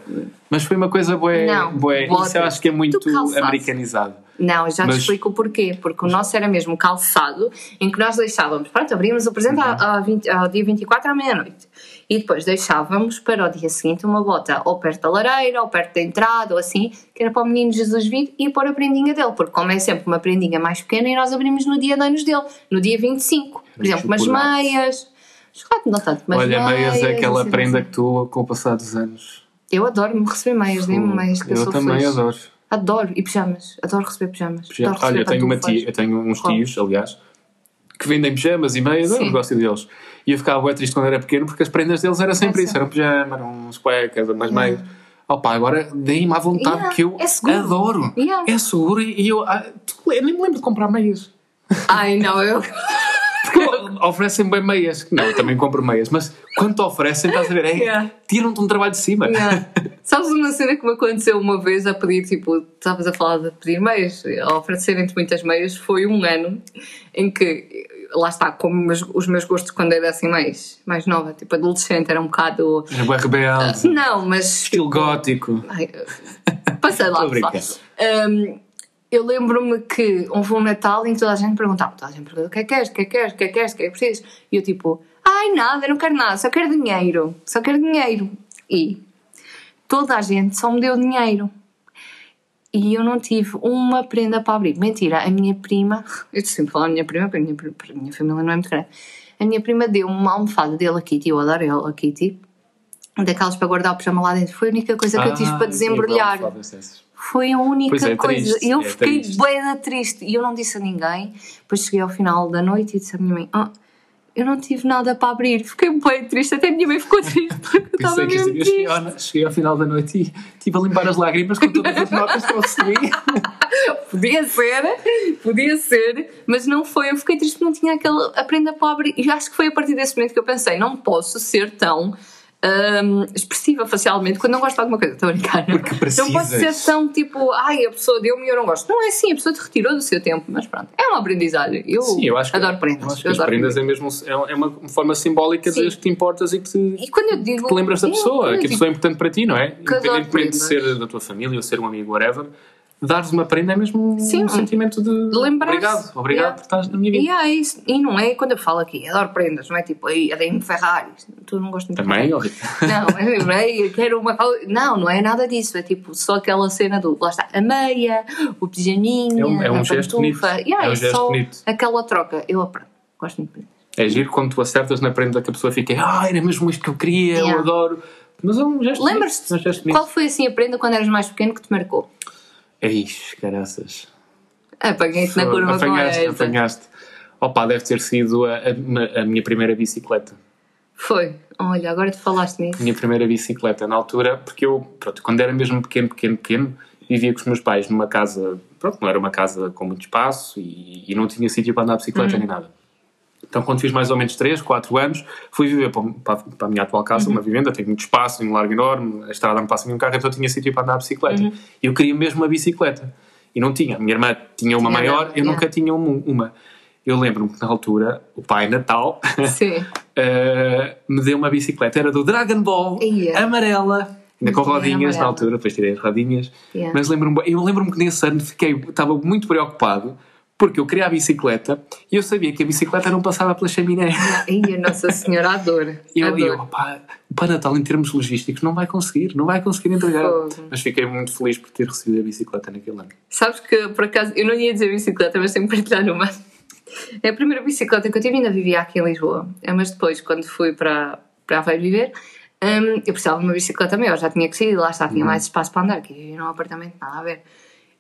Speaker 1: Mas foi uma coisa bué.
Speaker 2: Não,
Speaker 1: bué.
Speaker 2: botas
Speaker 1: Isso eu acho que é muito
Speaker 2: do calçado.
Speaker 1: americanizado.
Speaker 2: Não, eu já
Speaker 1: Mas-
Speaker 2: te explico o porquê. Porque o nosso era mesmo calçado em que nós deixávamos, pronto, abríamos o presente
Speaker 1: Uhum.
Speaker 2: ao, ao, 20 ao dia 24 à meia-noite e depois deixávamos para o dia seguinte uma bota ou perto da lareira ou perto da entrada ou assim, que era para o menino Jesus vir e pôr a prendinha dele, porque como é sempre uma prendinha mais pequena e nós abrimos no dia de anos dele, no dia 25, por
Speaker 1: Um
Speaker 2: exemplo, umas
Speaker 1: chocolate.
Speaker 2: meias. Chocolate não tanto, mas
Speaker 1: Olha,
Speaker 2: meias,
Speaker 1: meias é aquela
Speaker 2: assim,
Speaker 1: prenda
Speaker 2: assim.
Speaker 1: que tu, com o passar dos anos. Hum,
Speaker 2: Eu adoro-me receber meias, nem meias que eu,
Speaker 1: eu
Speaker 2: sou
Speaker 1: também
Speaker 2: feliz.
Speaker 1: adoro.
Speaker 2: Adoro. E pijamas. Adoro receber pijamas.
Speaker 1: Pijama.
Speaker 2: Adoro
Speaker 1: Olha,
Speaker 2: receber
Speaker 1: eu tenho, uma
Speaker 2: pantufas.
Speaker 1: tia, eu tenho uns
Speaker 2: Qual?
Speaker 1: tios, aliás, que vendem pijamas e meias, era o
Speaker 2: Sim.
Speaker 1: negócio deles. E eu ficava bem triste quando era pequeno porque as prendas deles eram sempre
Speaker 2: É
Speaker 1: isso: eram pijama, eram uns cuecas, umas meias. Oh pá, agora deem-me à vontade
Speaker 2: Yeah,
Speaker 1: que eu
Speaker 2: é seguro.
Speaker 1: adoro.
Speaker 2: Yeah.
Speaker 1: É seguro e e eu, ah, tu- eu nem me lembro de comprar meias.
Speaker 2: Ai, não, eu.
Speaker 1: Porque oferecem bem meias. Não, eu também compro meias, mas quando te oferecem, estás a ver? É,
Speaker 2: Yeah.
Speaker 1: Tiram-te um trabalho de cima.
Speaker 2: Não. Sabes uma cena que me aconteceu uma vez a pedir, tipo, estavas a falar de pedir meias, a oferecerem-te muitas meias, foi um ano em que, lá está, como meus- os meus gostos quando era assim mais, mais nova, tipo adolescente, era um bocado.
Speaker 1: Era bué rebelde,
Speaker 2: Não, mas.
Speaker 1: estilo gótico.
Speaker 2: Ai, passei lá,
Speaker 1: Tô a brincar.
Speaker 2: pessoal. Hum, eu lembro-me que houve um Natal em que toda a gente perguntava, toda a gente perguntava, o que é que queres, o que é que queres, o que é que queres, o que é que precisas? E eu tipo, ai nada, eu não quero nada, só quero dinheiro, só quero dinheiro. E toda a gente só me deu dinheiro. E eu não tive uma prenda para abrir. Mentira, a minha prima, eu sempre falo a minha prima, porque a minha, pri- porque a minha família não é muito grande. A minha prima deu uma almofada dele a Kitty, eu adoro ela, a Kitty, daquelas para guardar o pijama lá dentro. Foi a única coisa que eu tive
Speaker 1: Ah,
Speaker 2: para
Speaker 1: sim, é bom,
Speaker 2: desembrulhar.
Speaker 1: falas dessas.
Speaker 2: Foi a
Speaker 1: Pois
Speaker 2: única
Speaker 1: é,
Speaker 2: coisa.
Speaker 1: triste,
Speaker 2: eu
Speaker 1: é
Speaker 2: fiquei
Speaker 1: triste.
Speaker 2: bué da triste e eu não disse a ninguém. Depois cheguei ao final da noite e disse à minha mãe: "Ah, Eu não tive nada para abrir. Fiquei bem triste. Até a minha mãe ficou triste porque eu estava
Speaker 1: Pensei que
Speaker 2: mesmo
Speaker 1: eu cheguei
Speaker 2: triste.
Speaker 1: ao, cheguei ao final da noite e estive a limpar as lágrimas com todas as notas que eu recebi.
Speaker 2: Podia ser, podia ser, mas não foi. Eu fiquei triste porque não tinha aquela a prenda para abrir. E acho que foi a partir desse momento que eu pensei: Não posso ser tão. hum, expressiva facialmente quando não gosto de alguma coisa. Estou a brincar. não?
Speaker 3: Porque precisas.
Speaker 2: Não pode ser tão tipo, ai, a pessoa deu-me e eu não gosto. Não é assim, a pessoa te retirou do seu tempo, mas pronto. É uma aprendizagem. Eu,
Speaker 1: Sim, eu acho que- é.
Speaker 2: adoro prendas.
Speaker 1: Eu acho que
Speaker 2: eu
Speaker 1: as
Speaker 2: adoro
Speaker 1: prendas é mesmo é é uma forma simbólica de
Speaker 2: Sim.
Speaker 1: dizer que te importas e que te,
Speaker 2: E quando eu digo.
Speaker 1: te lembras da
Speaker 2: É, quando
Speaker 1: pessoa,
Speaker 2: eu
Speaker 1: que a
Speaker 2: digo-
Speaker 1: pessoa é importante para ti, não é?
Speaker 2: adoro
Speaker 1: Independentemente de ser
Speaker 2: prendas.
Speaker 1: da tua família ou ser um amigo, whatever, dares uma prenda é mesmo
Speaker 2: Sim.
Speaker 1: um sentimento de
Speaker 2: lembrar-se.
Speaker 1: obrigado, obrigado
Speaker 2: Yeah.
Speaker 1: por estás na minha vida.
Speaker 2: tipo, E, há isso. e não é quando eu falo aqui, adoro prendas, não é tipo, aí, adei-me Ferraris, tu não gostas de
Speaker 1: Também, ó,
Speaker 2: Não, mas lembrei, eu quero uma. cau- Não, não é nada disso. É tipo só aquela cena do. Lá está, a meia, o pijaminho,
Speaker 1: É um- é um
Speaker 2: a
Speaker 1: gesto
Speaker 2: pantufa.
Speaker 1: bonito.
Speaker 2: Yeah,
Speaker 1: É um
Speaker 2: é
Speaker 1: gesto
Speaker 2: só
Speaker 1: bonito.
Speaker 2: aquela troca. Eu aprendo. Gosto muito. de prendas.
Speaker 1: é giro quando tu acertas na prenda que a pessoa fica, ah, era mesmo isto que eu queria, eu
Speaker 2: Yeah.
Speaker 1: adoro. Mas é um gesto bonito, é um gesto
Speaker 2: Lembras-te
Speaker 1: bonito.
Speaker 2: qual foi assim a prenda quando eras mais pequeno que te marcou?
Speaker 1: Eis, caraças.
Speaker 2: Apaguei-te na curva com
Speaker 1: apanhaste,
Speaker 2: esta.
Speaker 1: apanhaste. Opa, deve ter sido a, a- a minha primeira bicicleta.
Speaker 2: Foi. Olha, agora tu falaste nisso.
Speaker 1: minha primeira bicicleta na altura, porque eu, pronto, quando era mesmo pequeno, pequeno, pequeno, vivia com os meus pais numa casa, pronto, não era uma casa com muito espaço e, e não tinha sítio para andar de
Speaker 2: Uhum.
Speaker 1: bicicleta nem nada. Então, quando fiz mais ou menos 3, 4 anos, fui viver para, um, para- para a minha atual casa,
Speaker 2: Uhum.
Speaker 1: uma vivenda, tem muito espaço, tem um largo enorme, a estrada não passa nenhum carro, então eu tinha sítio para andar de bicicleta.
Speaker 2: Uhum.
Speaker 1: E eu queria mesmo uma bicicleta. E não tinha. A minha irmã tinha uma
Speaker 2: Tinha
Speaker 1: maior,
Speaker 2: nada,
Speaker 1: eu
Speaker 2: yeah.
Speaker 1: nunca tinha um- uma. Eu lembro-me que na altura, o pai Natal
Speaker 2: Sim.
Speaker 1: Uh, me deu uma bicicleta. Era do Dragon Ball,
Speaker 2: Ia.
Speaker 1: amarela. Ainda com
Speaker 2: Tinha
Speaker 1: rodinhas na
Speaker 2: amarela.
Speaker 1: altura, depois tirei as rodinhas.
Speaker 2: Yeah.
Speaker 1: Mas lembro-me, bem- eu lembro-me que nesse ano fiquei, estava muito preocupado porque eu queria a bicicleta e eu sabia que a bicicleta não passava pela chaminé.
Speaker 2: Ai, a Nossa Senhora, adoro.
Speaker 1: E eu, e eu
Speaker 2: adoro.
Speaker 1: opá, o Pai Natal, em termos logísticos, não vai conseguir, não vai conseguir entregar.
Speaker 2: Fogo.
Speaker 1: Mas fiquei muito feliz por ter recebido a bicicleta naquele ano.
Speaker 2: Sabes que, por acaso, eu não ia dizer bicicleta, mas tenho que partilhar uma. É a primeira bicicleta que eu tive, ainda vivia aqui em Lisboa. É, Mas depois, quando fui para, para Aveiro viver, hum, eu precisava de uma bicicleta maior, já tinha que sair, lá está, tinha mais espaço para andar, que vivia num apartamento, nada a ver.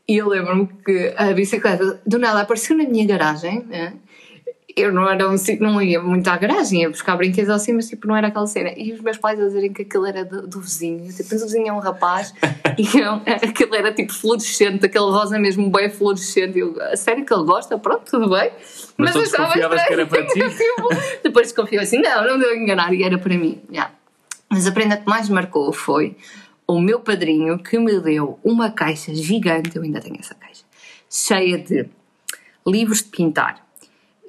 Speaker 2: E eu lembro-me que a bicicleta, do nada, apareceu na minha garagem, né? eu não era um sítio, não ia muito à garagem, ia buscar brinquedos ou assim, mas tipo, não era aquela cena. E os meus pais a dizerem que aquilo era do, do vizinho, Eu, tipo, mas o vizinho é um rapaz, e eu, aquilo era tipo fluorescente, aquele rosa mesmo bem fluorescente. Eu, a sério que ele gosta, pronto, tudo bem.
Speaker 1: Mas tu
Speaker 2: eu estava
Speaker 1: desconfiavas que era para ti?
Speaker 2: Tipo, depois desconfiou assim, não, não deu a enganar, e era para mim. Yeah. Mas a prenda que mais marcou foi o meu padrinho que me deu uma caixa gigante, eu ainda tenho essa caixa, cheia de livros de pintar,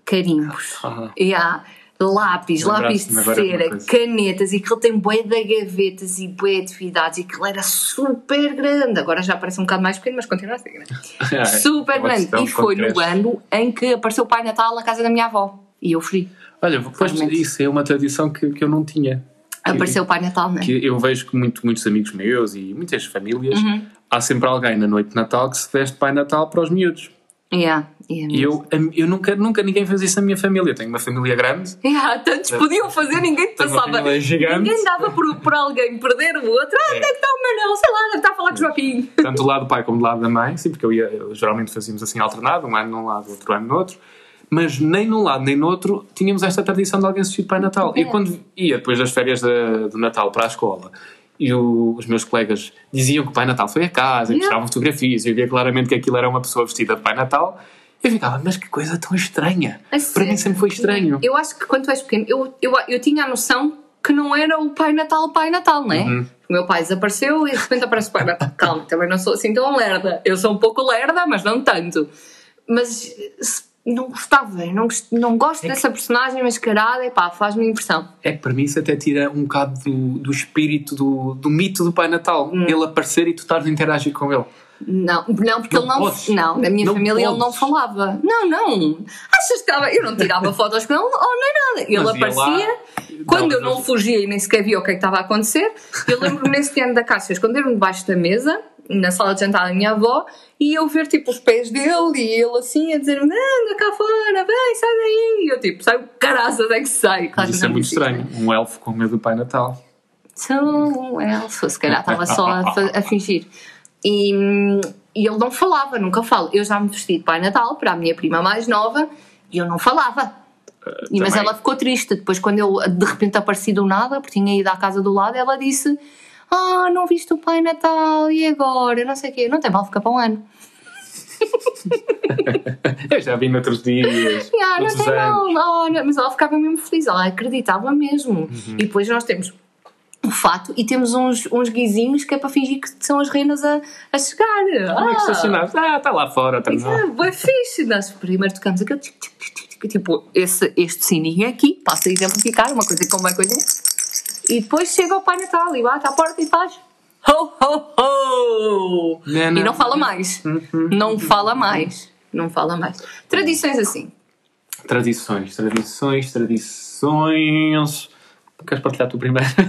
Speaker 2: carimbos,
Speaker 1: Ah.
Speaker 2: yeah, lápis,
Speaker 1: Lembraste-me
Speaker 2: lápis de
Speaker 1: agora de uma
Speaker 2: cera,
Speaker 1: coisa.
Speaker 2: canetas, e que ele tem bué de gavetas e bué de atividades, e que ele era super grande. Agora já parece um bocado mais pequeno, mas continua a ser grande.
Speaker 1: É um
Speaker 2: super
Speaker 1: uma
Speaker 2: grande.
Speaker 1: questão
Speaker 2: E foi
Speaker 1: quando
Speaker 2: no
Speaker 1: cresces.
Speaker 2: ano em que apareceu o Pai Natal na casa da minha avó. E eu fui.
Speaker 1: Olha, pois,
Speaker 2: Realmente.
Speaker 1: isso é uma tradição que, que eu não tinha.
Speaker 2: Apareceu o Pai Natal, não é?
Speaker 1: que eu vejo que muito, muitos amigos meus e muitas famílias há sempre alguém na noite de Natal que se veste Pai Natal para os miúdos.
Speaker 2: Yeah, yeah,
Speaker 1: E eu, eu nunca, nunca ninguém fez isso na minha família. Eu tenho uma família grande.
Speaker 2: Yeah, tantos podiam fazer, ninguém te
Speaker 1: Tenho É. uma
Speaker 2: passava.
Speaker 1: família gigante.
Speaker 2: Ninguém dava por, por alguém perder o outro. Ah, onde é que está o Manel? Sei lá, deve estar a falar com o Joaquim.
Speaker 1: tanto do lado do pai como do lado da mãe, sim, porque eu ia, eu- geralmente fazíamos assim alternado, um ano num lado, outro ano no outro, mas nem num lado nem no outro tínhamos esta tradição de alguém assistir Pai Natal. E
Speaker 2: É.
Speaker 1: quando ia depois das férias da- do Natal para a escola e o- os meus colegas diziam que o Pai Natal foi a casa, e
Speaker 2: Yeah.
Speaker 1: tiravam fotografias, e eu via claramente que aquilo era uma pessoa vestida de Pai Natal, eu ficava, mas que coisa tão estranha.
Speaker 2: A
Speaker 1: para mim
Speaker 2: sério?
Speaker 1: sempre foi estranho.
Speaker 2: Eu acho que quando tu és pequeno, eu, eu, eu tinha a noção que não era o Pai Natal, o Pai Natal, não é?
Speaker 1: Uhum.
Speaker 2: O meu pai desapareceu e de repente aparece o Pai Natal. Calma, também não sou assim tão lerda. Eu sou um pouco lerda, mas não tanto. Mas se- não gostava, né? não, gost- não gosto dessa personagem mascarada, e pá, faz-me impressão.
Speaker 1: É que para mim isso até tira um bocado do, do espírito, do, do mito do Pai Natal.
Speaker 2: Hum.
Speaker 1: Ele aparecer e tu estares a interagir com ele.
Speaker 2: Não, não porque
Speaker 1: Não
Speaker 2: ele não.
Speaker 1: podes.
Speaker 2: Não, na minha
Speaker 1: Não
Speaker 2: família ele não
Speaker 1: podes.
Speaker 2: falava. Não, não. Achas que estava. Eu não tirava fotos com ele ou nem nada. Ele
Speaker 1: Mas ia
Speaker 2: aparecia.
Speaker 1: lá,
Speaker 2: Quando eu
Speaker 1: dava
Speaker 2: não
Speaker 1: as-
Speaker 2: fugia e nem sequer via o que é que estava a acontecer, eu lembro-me nesse ano da Cássia esconder-me debaixo da mesa, na sala de jantar da minha avó, e eu ver tipo os pés dele e ele assim a dizer-me: anda cá fora, vem, sai daí. E eu tipo, sai, caraças, é que sai.
Speaker 1: Mas
Speaker 2: Claro que
Speaker 1: isso é
Speaker 2: não
Speaker 1: muito
Speaker 2: disse, né?
Speaker 1: estranho. Um elfo com medo do Pai Natal.
Speaker 2: Sou um elfo, se calhar estava só a, fa- a fingir. E, hum, e ele não falava, nunca falo. Eu já me vesti de Pai Natal para a minha prima mais nova e eu não falava. E, mas
Speaker 1: também.
Speaker 2: ela ficou triste. Depois, quando eu de repente apareci do nada, porque tinha ido à casa do lado, ela disse: Ah, não viste o Pai Natal e agora? Não sei o quê. Não tem mal, fica para um ano.
Speaker 1: Eu já vi noutros dias.
Speaker 2: E, ah, não
Speaker 1: noutros
Speaker 2: tem
Speaker 1: Uhum.
Speaker 2: mal, ah, não. mas ela ficava mesmo feliz, ela acreditava mesmo. E depois nós temos um fato e temos uns, uns guizinhos que é para fingir que são as reinas a, a chegar.
Speaker 1: Como é que estacionaste? Ah, está lá fora,
Speaker 2: Pois
Speaker 1: tranquilo.
Speaker 2: é, bem fixe. Nós primeiro tocamos aquele tic, tic, tic, tic, tipo, esse, este sininho aqui, passa a exemplificar uma coisa com uma coisa. E depois chega o Pai Natal e bate à porta e faz ho, ho, ho!
Speaker 1: Não, Uhum. não.
Speaker 2: E não fala mais. Não fala mais. Não fala mais. Tradições assim.
Speaker 1: Tradições, tradições, tradições. Queres partilhar tu primeiro?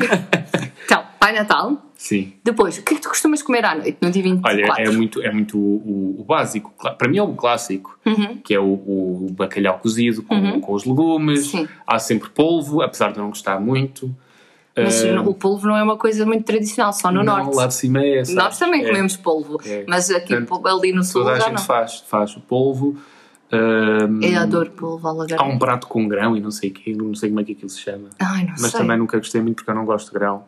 Speaker 2: Então, Pai Natal.
Speaker 1: Sim.
Speaker 2: Depois, o que é que tu costumas comer à noite, no dia 24?
Speaker 1: Olha, é muito, é muito o, o básico. Cla- Para mim é o clássico,
Speaker 2: Uhum.
Speaker 1: que é o, o bacalhau cozido com, com os legumes.
Speaker 2: Sim.
Speaker 1: Há sempre polvo, apesar de eu não gostar muito.
Speaker 2: Mas
Speaker 1: Ah,
Speaker 2: o polvo não é uma coisa muito tradicional, só no
Speaker 1: não,
Speaker 2: norte.
Speaker 1: Lá de cima é essa.
Speaker 2: Nós também
Speaker 1: É.
Speaker 2: comemos polvo,
Speaker 1: É.
Speaker 2: mas aqui
Speaker 1: Portanto,
Speaker 2: ali no sul
Speaker 1: Toda a
Speaker 2: já
Speaker 1: gente
Speaker 2: não.
Speaker 1: faz, faz o polvo. Ahm,
Speaker 2: Eu adoro polvo
Speaker 1: há um
Speaker 2: alagarenho.
Speaker 1: prato com grão e não sei o quê, não sei como é que aquilo se chama.
Speaker 2: Ai, não
Speaker 1: Mas
Speaker 2: sei. Hum,
Speaker 1: também nunca gostei muito porque eu não gosto de grão.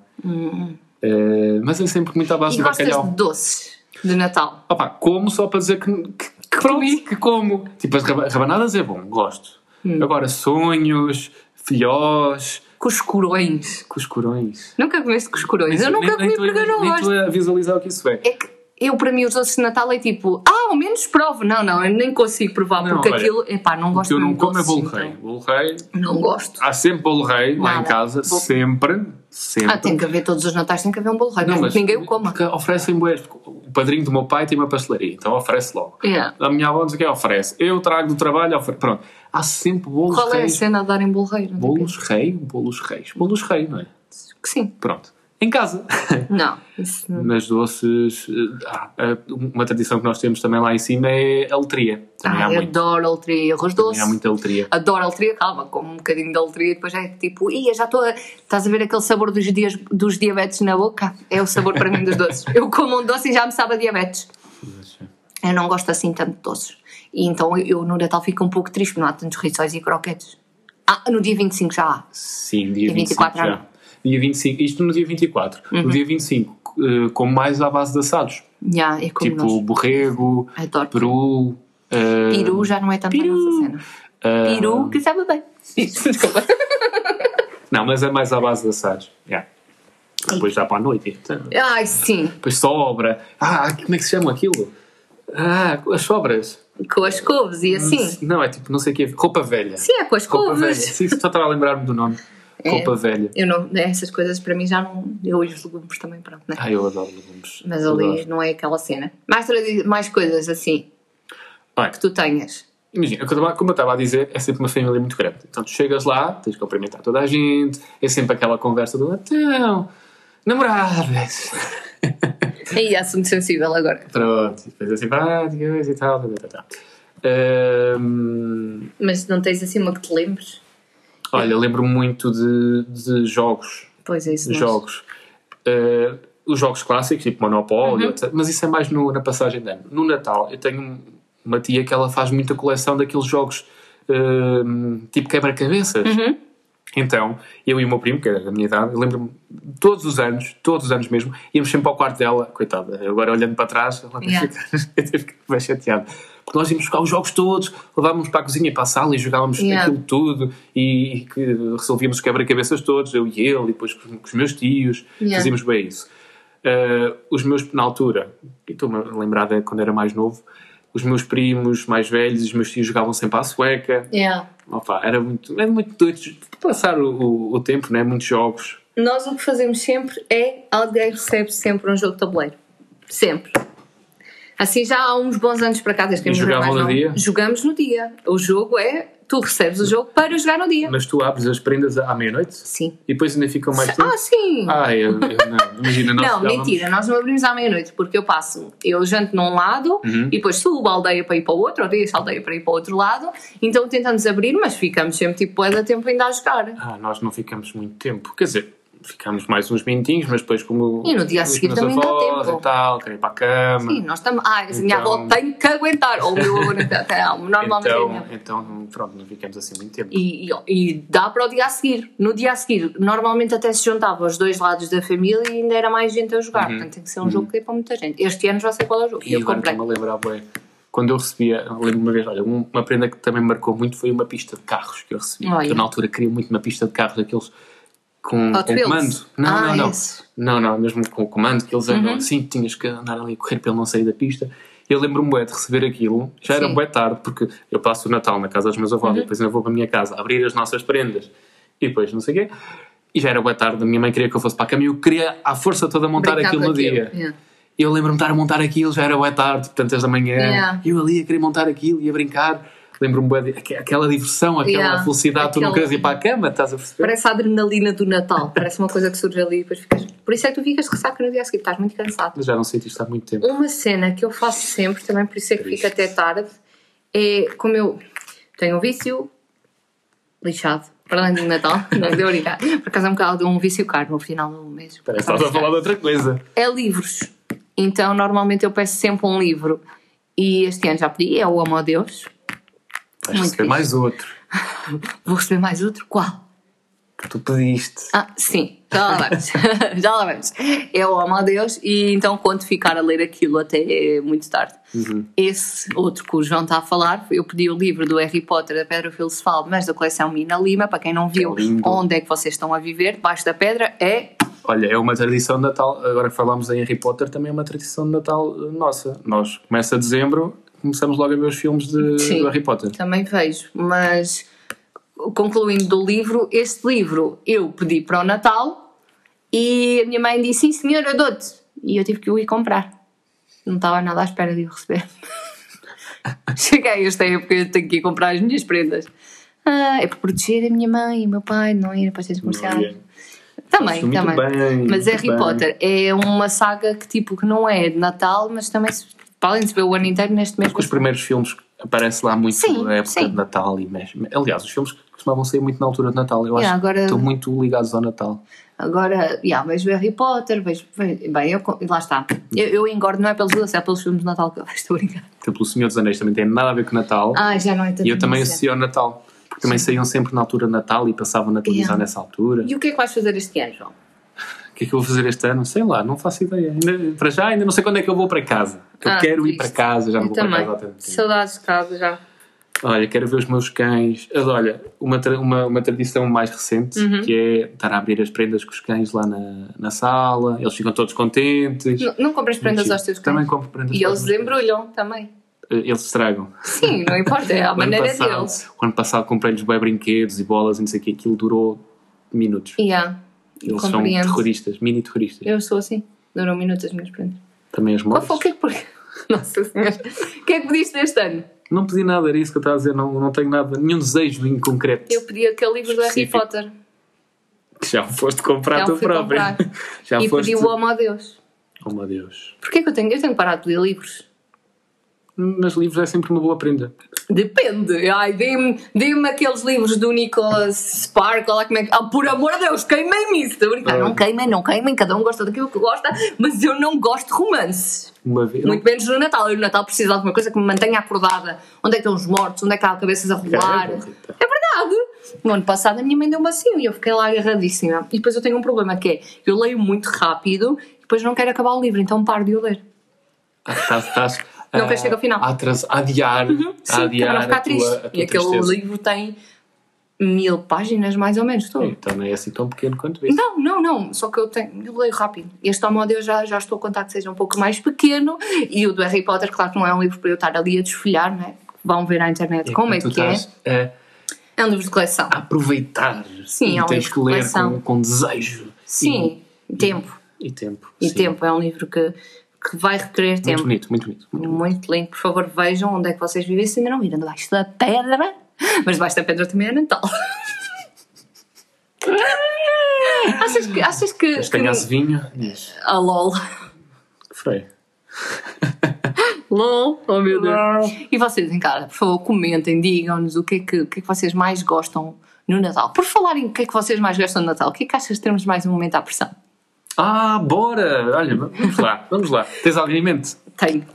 Speaker 1: Eh, mas é sempre muito à base
Speaker 2: E
Speaker 1: de
Speaker 2: gostas
Speaker 1: bacalhau.
Speaker 2: de doces de Natal?
Speaker 1: Opa, como só para dizer que, que, que pronto,
Speaker 2: comi.
Speaker 1: que como. Tipo, as raba- rabanadas é bom, gosto.
Speaker 2: Hum.
Speaker 1: Agora, sonhos, filhós,
Speaker 2: Cuscurões.
Speaker 1: cuscurões.
Speaker 2: Nunca comeste cuscurões? Eu nunca comi
Speaker 1: estou a-
Speaker 2: porque eu não
Speaker 1: nem estou
Speaker 2: gosto.
Speaker 1: a visualizar o que isso é.
Speaker 2: É que eu, para mim, os doces de Natal é tipo, ah, ao menos provo. Não, não, eu nem consigo provar
Speaker 1: Não,
Speaker 2: porque
Speaker 1: olha,
Speaker 2: aquilo, epá, não
Speaker 1: O que
Speaker 2: gosto
Speaker 1: eu não
Speaker 2: mesmo
Speaker 1: como é
Speaker 2: doces,
Speaker 1: bolo
Speaker 2: então.
Speaker 1: rei. Bolo rei,
Speaker 2: Não gosto.
Speaker 1: há sempre bolo rei lá em
Speaker 2: Nada.
Speaker 1: casa,
Speaker 2: Bolo-
Speaker 1: sempre, sempre.
Speaker 2: Ah, tem que haver todos os natais, tem que haver um bolo rei, mesmo que ninguém o coma.
Speaker 1: porque oferecem boés. O padrinho do meu pai tem uma pastelaria, então oferece logo.
Speaker 2: Yeah.
Speaker 1: A minha avó não sei o que oferece. Eu trago do trabalho, oferece. Pronto. Há sempre bolos
Speaker 2: Qual é a
Speaker 1: reis.
Speaker 2: cena de darem bolo rei? Não tem
Speaker 1: Bolos rei, bolos reis. Bolos rei, não é?
Speaker 2: que- que Sim.
Speaker 1: Pronto. Em casa.
Speaker 2: Não, isso não.
Speaker 1: Mas doces. eh, há, eh, uma tradição que nós temos também lá em cima é a letria. Também
Speaker 2: Ah,
Speaker 1: há
Speaker 2: eu
Speaker 1: muito.
Speaker 2: adoro aletria e arroz
Speaker 1: Também
Speaker 2: doce.
Speaker 1: há muita letria.
Speaker 2: Adoro aletria, calma, como um bocadinho de aletria e depois já é tipo, ia, já estou a. Estás a ver aquele sabor dos, dias, dos diabetes na boca? É o sabor para mim dos doces. Eu como um doce e já me sabe a diabetes. Eu não gosto assim tanto de doces. E então eu no Natal fico um pouco triste, não há tantos rissóis e croquetes. Ah, no dia 25 já há.
Speaker 1: Sim, dia
Speaker 2: E Uhum. 24
Speaker 1: 25 já. Dia 25. Isto no dia 24. No dia 25, eh, como mais à base de assados.
Speaker 2: Já, é como
Speaker 1: tipo
Speaker 2: nós.
Speaker 1: borrego,
Speaker 2: Adoro.
Speaker 1: peru. eh,
Speaker 2: Peru já não é tanto a
Speaker 1: Peru.
Speaker 2: nossa cena.
Speaker 1: eh,
Speaker 2: Peru, que sabe bem. Desculpa.
Speaker 1: Não, mas é mais à base de assados. Yeah. Depois já para a noite. então.
Speaker 2: Ai, sim,
Speaker 1: Depois sobra. Ah, como é que se chama aquilo? Ah, as sobras.
Speaker 2: com as couves e assim.
Speaker 1: Não, é tipo, não sei o quê. Roupa velha.
Speaker 2: Sim, é com as
Speaker 1: Roupa velha.
Speaker 2: couves.
Speaker 1: Sim, só estava a lembrar-me do nome.
Speaker 2: É.
Speaker 1: Roupa velha.
Speaker 2: Eu não, essas coisas para mim já não. Eu olho os legumes também, pronto, né?
Speaker 1: Ai, eu adoro legumes.
Speaker 2: Mas
Speaker 1: Adoro.
Speaker 2: ali não é aquela cena. Mais, tradi- mais coisas assim
Speaker 1: Olha,
Speaker 2: que tu tenhas.
Speaker 1: é Imagina, o que eu tava- como eu estava a dizer, é sempre uma família muito grande. Então tu chegas lá, tens de cumprimentar toda a gente, é sempre aquela conversa do então, namoradas.
Speaker 2: Aí é muito sensível agora.
Speaker 1: Pronto, e depois é simpática coisa e tal, tá, tal, tal, tal. Ahm,
Speaker 2: Mas não tens assim uma que te lembres?
Speaker 1: olha, eu lembro-me muito de, de jogos.
Speaker 2: Pois é, isso
Speaker 1: De
Speaker 2: nós.
Speaker 1: jogos. Ah, os jogos clássicos, tipo
Speaker 2: Uhum.
Speaker 1: Monopólio, etc. Mas isso é mais no- na passagem de ano. No Natal, eu tenho uma tia que ela faz muita coleção daqueles jogos ahm, tipo quebra-cabeças.
Speaker 2: Uhum.
Speaker 1: Então, eu e o meu primo, que era da minha idade, eu lembro-me, todos os anos, todos os anos mesmo, íamos sempre ao quarto dela, coitada, agora olhando para trás, ela vai
Speaker 2: Yeah.
Speaker 1: ficar, deve ficar bem chateada. Porque nós íamos jogar os jogos todos, levávamos para a cozinha e para a sala e jogávamos
Speaker 2: Yeah.
Speaker 1: aquilo tudo e, e que resolvíamos os quebra-cabeças todos, eu e ele, e depois com, com os meus tios,
Speaker 2: Yeah.
Speaker 1: fazíamos bem isso. Ah, os meus, na altura, e estou-me a lembrar de quando era mais novo, os meus primos mais velhos e os meus tios jogavam sempre à sueca.
Speaker 2: Yeah.
Speaker 1: Opa, era muito, era muito doido passar o, o, o tempo, né? Muitos jogos.
Speaker 2: Nós o que fazemos sempre é alguém recebe sempre um jogo de tabuleiro. Sempre. Assim já há uns bons anos para cá, desde que
Speaker 1: E
Speaker 2: a minha irmã mais
Speaker 1: jogavam no
Speaker 2: nova-
Speaker 1: dia?
Speaker 2: Jogamos no dia. O jogo é. Tu recebes o jogo para jogar no dia.
Speaker 1: Mas tu abres as prendas à meia-noite
Speaker 2: Sim.
Speaker 1: e depois ainda ficam mais tempo.
Speaker 2: Ah, sim!
Speaker 1: Ah, eu, eu não. Imagina, nós
Speaker 2: Não,
Speaker 1: jogávamos-
Speaker 2: mentira, nós não abrimos à meia-noite, porque eu passo, eu janto num lado
Speaker 1: Uhum.
Speaker 2: e depois subo a aldeia para ir para o outro, ou deixo a aldeia para ir para o outro lado, então tentamos abrir, mas ficamos sempre tipo, é da tempo ainda a jogar.
Speaker 1: Ah, nós não ficamos muito tempo. Quer dizer, ficamos mais uns minutinhos, mas depois como...
Speaker 2: E no dia a
Speaker 1: os
Speaker 2: seguir
Speaker 1: meus
Speaker 2: também dá
Speaker 1: avós
Speaker 2: tempo.
Speaker 1: E tal, querem ir para a cama.
Speaker 2: Sim, nós estamos. Ah, a minha
Speaker 1: Então-
Speaker 2: avó tem que aguentar, ou o meu avô não tem- não, normalmente é a minha
Speaker 1: então,
Speaker 2: avó.
Speaker 1: então, pronto, não ficamos assim muito tempo.
Speaker 2: E, e, e dá para o dia a seguir. No dia a seguir, normalmente até se juntava os dois lados da família e ainda era mais gente a jogar.
Speaker 1: Uhum.
Speaker 2: Portanto, tem que ser um jogo que dê para muita gente. Este ano já sei qual é o jogo.
Speaker 1: E
Speaker 2: eu
Speaker 1: agora
Speaker 2: comprei.
Speaker 1: estou-me a lembrar, bué, quando eu recebia, eu lembro uma vez, olha, um- uma prenda que também me marcou muito foi uma pista de carros que eu recebi.
Speaker 2: Olha.
Speaker 1: Que eu na altura queria muito uma pista de carros, daqueles com,
Speaker 2: Hot
Speaker 1: com
Speaker 2: Wheels?
Speaker 1: comando. Não,
Speaker 2: Ah, Uhum.
Speaker 1: não, não.
Speaker 2: esse.
Speaker 1: Não, não, mesmo com o comando que eles andam assim, tinhas que andar ali a correr para ele não sair da pista. Eu lembro-me bué de receber aquilo, já era
Speaker 2: Sim. Uhum.
Speaker 1: bué tarde, porque eu passo o Natal na casa dos meus avós e depois ainda vou para a minha casa abrir as nossas prendas e depois não sei o quê. E já era bué tarde, a minha mãe queria que eu fosse para a cama e eu queria à força toda montar
Speaker 2: Brincar É.
Speaker 1: aquilo
Speaker 2: com
Speaker 1: no dia.
Speaker 2: aquilo, yeah.
Speaker 1: Eu lembro-me de estar a montar aquilo, já era bué tarde, portanto, tantas da manhã.
Speaker 2: Yeah.
Speaker 1: Eu ali a querer montar aquilo e a brincar. Lembro-me bué de- aque- aquela diversão, aquela
Speaker 2: Yeah.
Speaker 1: felicidade, tu não
Speaker 2: Aquela-
Speaker 1: queres ir para a cama, estás a perceber?
Speaker 2: Parece a adrenalina do Natal, parece uma coisa que surge ali e depois ficas. Por isso é que tu ficas de ressaca no dia a seguir, estás muito cansado.
Speaker 1: Mas já não senti isto há muito tempo.
Speaker 2: Uma cena que eu faço sempre, também por isso é que
Speaker 1: Triste.
Speaker 2: fico até tarde, é como eu tenho um vício lixado, para além do Natal, não deu brincar. Por acaso é um bocado um vício caro no final do mês.
Speaker 1: Parece que estás a falar de outra coisa.
Speaker 2: é livros. Então, normalmente eu peço sempre um livro. E este ano já pedi, é o Amo a Deus.
Speaker 1: Vais
Speaker 2: Muito
Speaker 1: receber
Speaker 2: fixe.
Speaker 1: mais outro
Speaker 2: Vou receber mais outro? Qual?
Speaker 1: que tu pediste.
Speaker 2: Ah, sim, já lá vamos. já lá vamos. É o Amo a Deus e então quando ficar a ler aquilo até muito tarde.
Speaker 1: Uhum.
Speaker 2: Esse outro que o João está a falar, eu pedi o livro do Harry Potter da Pedra Filosofal, mas da coleção Mina Lima, para quem não viu,
Speaker 1: Que lindo.
Speaker 2: onde é que vocês estão a viver, debaixo da pedra, é
Speaker 1: Olha, é uma tradição de Natal. Agora que falámos em Harry Potter, também é uma tradição de Natal eh, nossa. Nós começa dezembro, começamos logo a ver os filmes de,
Speaker 2: Sim.
Speaker 1: do Harry Potter.
Speaker 2: Também vejo, mas concluindo do livro, este livro eu pedi para o Natal e a minha mãe disse: Sim, senhor, eu dou-te. E eu tive que o ir comprar. Não estava nada à espera de o receber. Cheguei a esta época, eu tenho que ir comprar as minhas prendas. Ah, é para proteger a minha mãe e o meu pai de não é. ir para os centros comerciais.
Speaker 1: Olha,
Speaker 2: Também,
Speaker 1: Muito
Speaker 2: também.
Speaker 1: bem,
Speaker 2: mas
Speaker 1: muito
Speaker 2: Harry
Speaker 1: bem.
Speaker 2: Potter é uma saga que tipo que não é de Natal, mas também se, para além de se ver o ano inteiro neste mês.
Speaker 1: Os primeiros filmes aparece lá muito
Speaker 2: Sim,
Speaker 1: na época
Speaker 2: sim.
Speaker 1: de Natal e mexe. Aliás, os filmes costumavam sair muito na altura de Natal. Eu
Speaker 2: Yeah,
Speaker 1: acho
Speaker 2: agora-
Speaker 1: que estão muito ligados ao Natal.
Speaker 2: Agora, yeah, vejo Harry Potter, vejo. vejo- bem, eu, co- lá está. Eu, eu engordo não é pelos doces, é pelos filmes de Natal que eu vejo, estou a brincar.
Speaker 1: Tipo, o Senhor dos Anéis também tem nada a ver com Natal.
Speaker 2: Ah, já não é tanto.
Speaker 1: e eu também
Speaker 2: isso.
Speaker 1: associo ao Natal. Porque também saíam sempre na altura de Natal e passavam na televisão
Speaker 2: Yeah.
Speaker 1: nessa altura.
Speaker 2: E o que é que vais fazer este ano, João?
Speaker 1: O que é que eu vou fazer este ano? Sei lá, não faço ideia. Ainda- para já, ainda não sei quando é que eu vou para casa. Eu
Speaker 2: Ah,
Speaker 1: quero ir
Speaker 2: triste.
Speaker 1: para casa, já não
Speaker 2: eu
Speaker 1: vou para
Speaker 2: também.
Speaker 1: casa há tanto tempo.
Speaker 2: Saudades de casa já.
Speaker 1: Olha, quero ver os meus cães. Mas Olha, uma, tra- uma, uma tradição mais recente
Speaker 2: Uhum.
Speaker 1: que é estar a abrir as prendas com os cães lá na, na sala. Eles ficam todos contentes.
Speaker 2: Não, não compras prendas
Speaker 1: Mentira.
Speaker 2: aos teus
Speaker 1: Também
Speaker 2: cães?
Speaker 1: compro prendas
Speaker 2: E
Speaker 1: para
Speaker 2: eles
Speaker 1: os meus
Speaker 2: embrulham também.
Speaker 1: cães. Eles estragam.
Speaker 2: Sim, não importa, é a
Speaker 1: O ano
Speaker 2: maneira
Speaker 1: passado-
Speaker 2: deles.
Speaker 1: O ano passado comprei-lhes bem brinquedos e bolas e não sei o que. Aquilo durou minutos.
Speaker 2: Yeah,
Speaker 1: Eles são
Speaker 2: compreendo.
Speaker 1: terroristas, mini terroristas.
Speaker 2: Eu sou assim. Duram minutos as minhas prendas.
Speaker 1: Também as
Speaker 2: Qual
Speaker 1: modas.
Speaker 2: foi o que é que. por- Nossa Senhora. O que é que pediste este ano?
Speaker 1: Não pedi nada, era isso que eu estava a dizer. Não, não tenho nada, nenhum desejo em concreto.
Speaker 2: Eu pedi aquele livro do Harry
Speaker 1: Específico.
Speaker 2: Potter.
Speaker 1: Que já foste comprar
Speaker 2: Já
Speaker 1: tu
Speaker 2: fui
Speaker 1: própria.
Speaker 2: comprar.
Speaker 1: Já
Speaker 2: e
Speaker 1: foste.
Speaker 2: pedi o Amo a Deus.
Speaker 1: Oh meu Deus.
Speaker 2: Porquê que eu tenho? Eu tenho que parar de ler livros.
Speaker 1: Mas livros é sempre uma boa prenda.
Speaker 2: Depende. Ai, dê-me dê-me aqueles livros do Nicholas Spark, olha como é que. Ah, por amor de Deus, queimem-me isso. Estou a brincar.
Speaker 1: Ah.
Speaker 2: Não queimem, não queimem. Cada um gosta daquilo que gosta, mas eu não gosto de romances.
Speaker 1: Uma vez.
Speaker 2: Muito menos no Natal. Eu no Natal preciso de alguma coisa que me mantenha acordada. Onde é que estão os mortos? Onde é que há cabeças a rolar?
Speaker 1: Caramba, Rita.
Speaker 2: É verdade. No ano passado a minha mãe deu-me assim e eu fiquei lá agarradíssima. E depois eu tenho um problema que é eu leio muito rápido e depois não quero acabar o livro, então paro de o ler.
Speaker 1: Ah, Estás, estás,
Speaker 2: Não
Speaker 1: ah,
Speaker 2: quer chegar ao final. Uhum.
Speaker 1: A, atras- a adiar.
Speaker 2: Sim,
Speaker 1: a
Speaker 2: para
Speaker 1: adiar
Speaker 2: não ficar
Speaker 1: a tua,
Speaker 2: triste.
Speaker 1: a tua
Speaker 2: e aquele
Speaker 1: tristeza.
Speaker 2: livro tem mil páginas, mais ou menos, todo.
Speaker 1: Então não é assim tão pequeno quanto isso.
Speaker 2: Não, não, não. Só que eu tenho. Eu leio rápido. Este Homo eu já, já estou a contar que seja um pouco mais pequeno. E o do Harry Potter, claro que não é um livro para eu estar ali a desfolhar, não é? Vão ver na internet como é
Speaker 1: tu
Speaker 2: que é.
Speaker 1: estás Ah, a
Speaker 2: É um livro de coleção.
Speaker 1: aproveitar.
Speaker 2: Sim,
Speaker 1: e
Speaker 2: é um
Speaker 1: tens
Speaker 2: livro
Speaker 1: que
Speaker 2: de
Speaker 1: ler
Speaker 2: coleção.
Speaker 1: com, com desejo.
Speaker 2: Sim, tempo.
Speaker 1: E, e tempo.
Speaker 2: E
Speaker 1: sim.
Speaker 2: tempo. É um livro que, que vai requerer
Speaker 1: Muito
Speaker 2: tempo.
Speaker 1: bonito, muito bonito.
Speaker 2: Muito lindo. Por favor, vejam onde é que vocês vivem se ainda não viram. Debaixo da pedra. Mas debaixo da pedra também é Natal. achas que. Achas que,
Speaker 1: Mas tenho
Speaker 2: que...
Speaker 1: vinho. Diz.
Speaker 2: Ah, lol.
Speaker 1: Que freio.
Speaker 2: LOL, oh meu
Speaker 1: Deus.
Speaker 2: E vocês em casa, por favor, comentem, digam-nos o que, é que, o que é que vocês mais gostam no Natal. Por falar em o que é que vocês mais gostam no Natal, o que é que achas de termos mais um momento à pressão?
Speaker 1: Ah, bora! Olha, vamos lá, vamos lá. Tens alguém em mente?
Speaker 2: Tenho.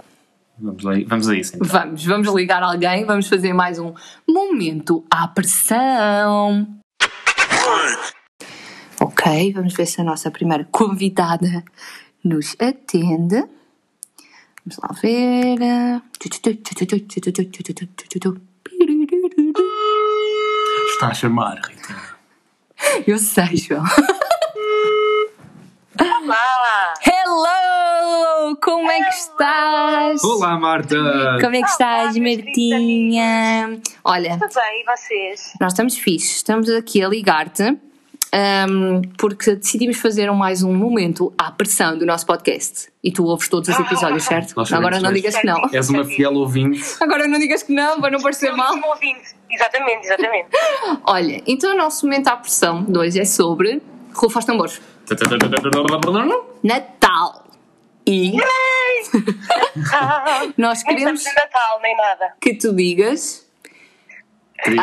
Speaker 1: Vamos, lá, vamos a isso então.
Speaker 2: Vamos, vamos ligar alguém, vamos fazer mais um momento à pressão. Ok, vamos ver se a nossa primeira convidada nos atende. Vamos lá ver.
Speaker 1: Está a chamar, Rita.
Speaker 2: Eu sei, João. é que estás?
Speaker 1: Olá, Marta!
Speaker 2: Como é que estás,
Speaker 3: meus queridos
Speaker 2: Martinha? Olha,
Speaker 3: Tudo bem, e vocês?
Speaker 2: nós estamos fixes, estamos aqui a ligar-te ahm, porque decidimos fazer um- mais um momento à pressão do nosso podcast. E tu ouves todos os episódios, certo?
Speaker 1: Nós sabemos
Speaker 2: Agora não
Speaker 1: mesmo.
Speaker 2: digas que não.
Speaker 1: És uma fiel ouvinte.
Speaker 2: Agora não digas que não, para não parecer
Speaker 3: Eu
Speaker 2: mal.
Speaker 3: estou ouvindo. um Exatamente, exatamente.
Speaker 2: Olha, então o nosso momento à pressão de hoje é sobre Rufa aos tambores. Natal. E
Speaker 3: Ah,
Speaker 2: nós
Speaker 3: Nem
Speaker 2: queremos
Speaker 3: estamos de Natal, nem nada.
Speaker 2: que tu digas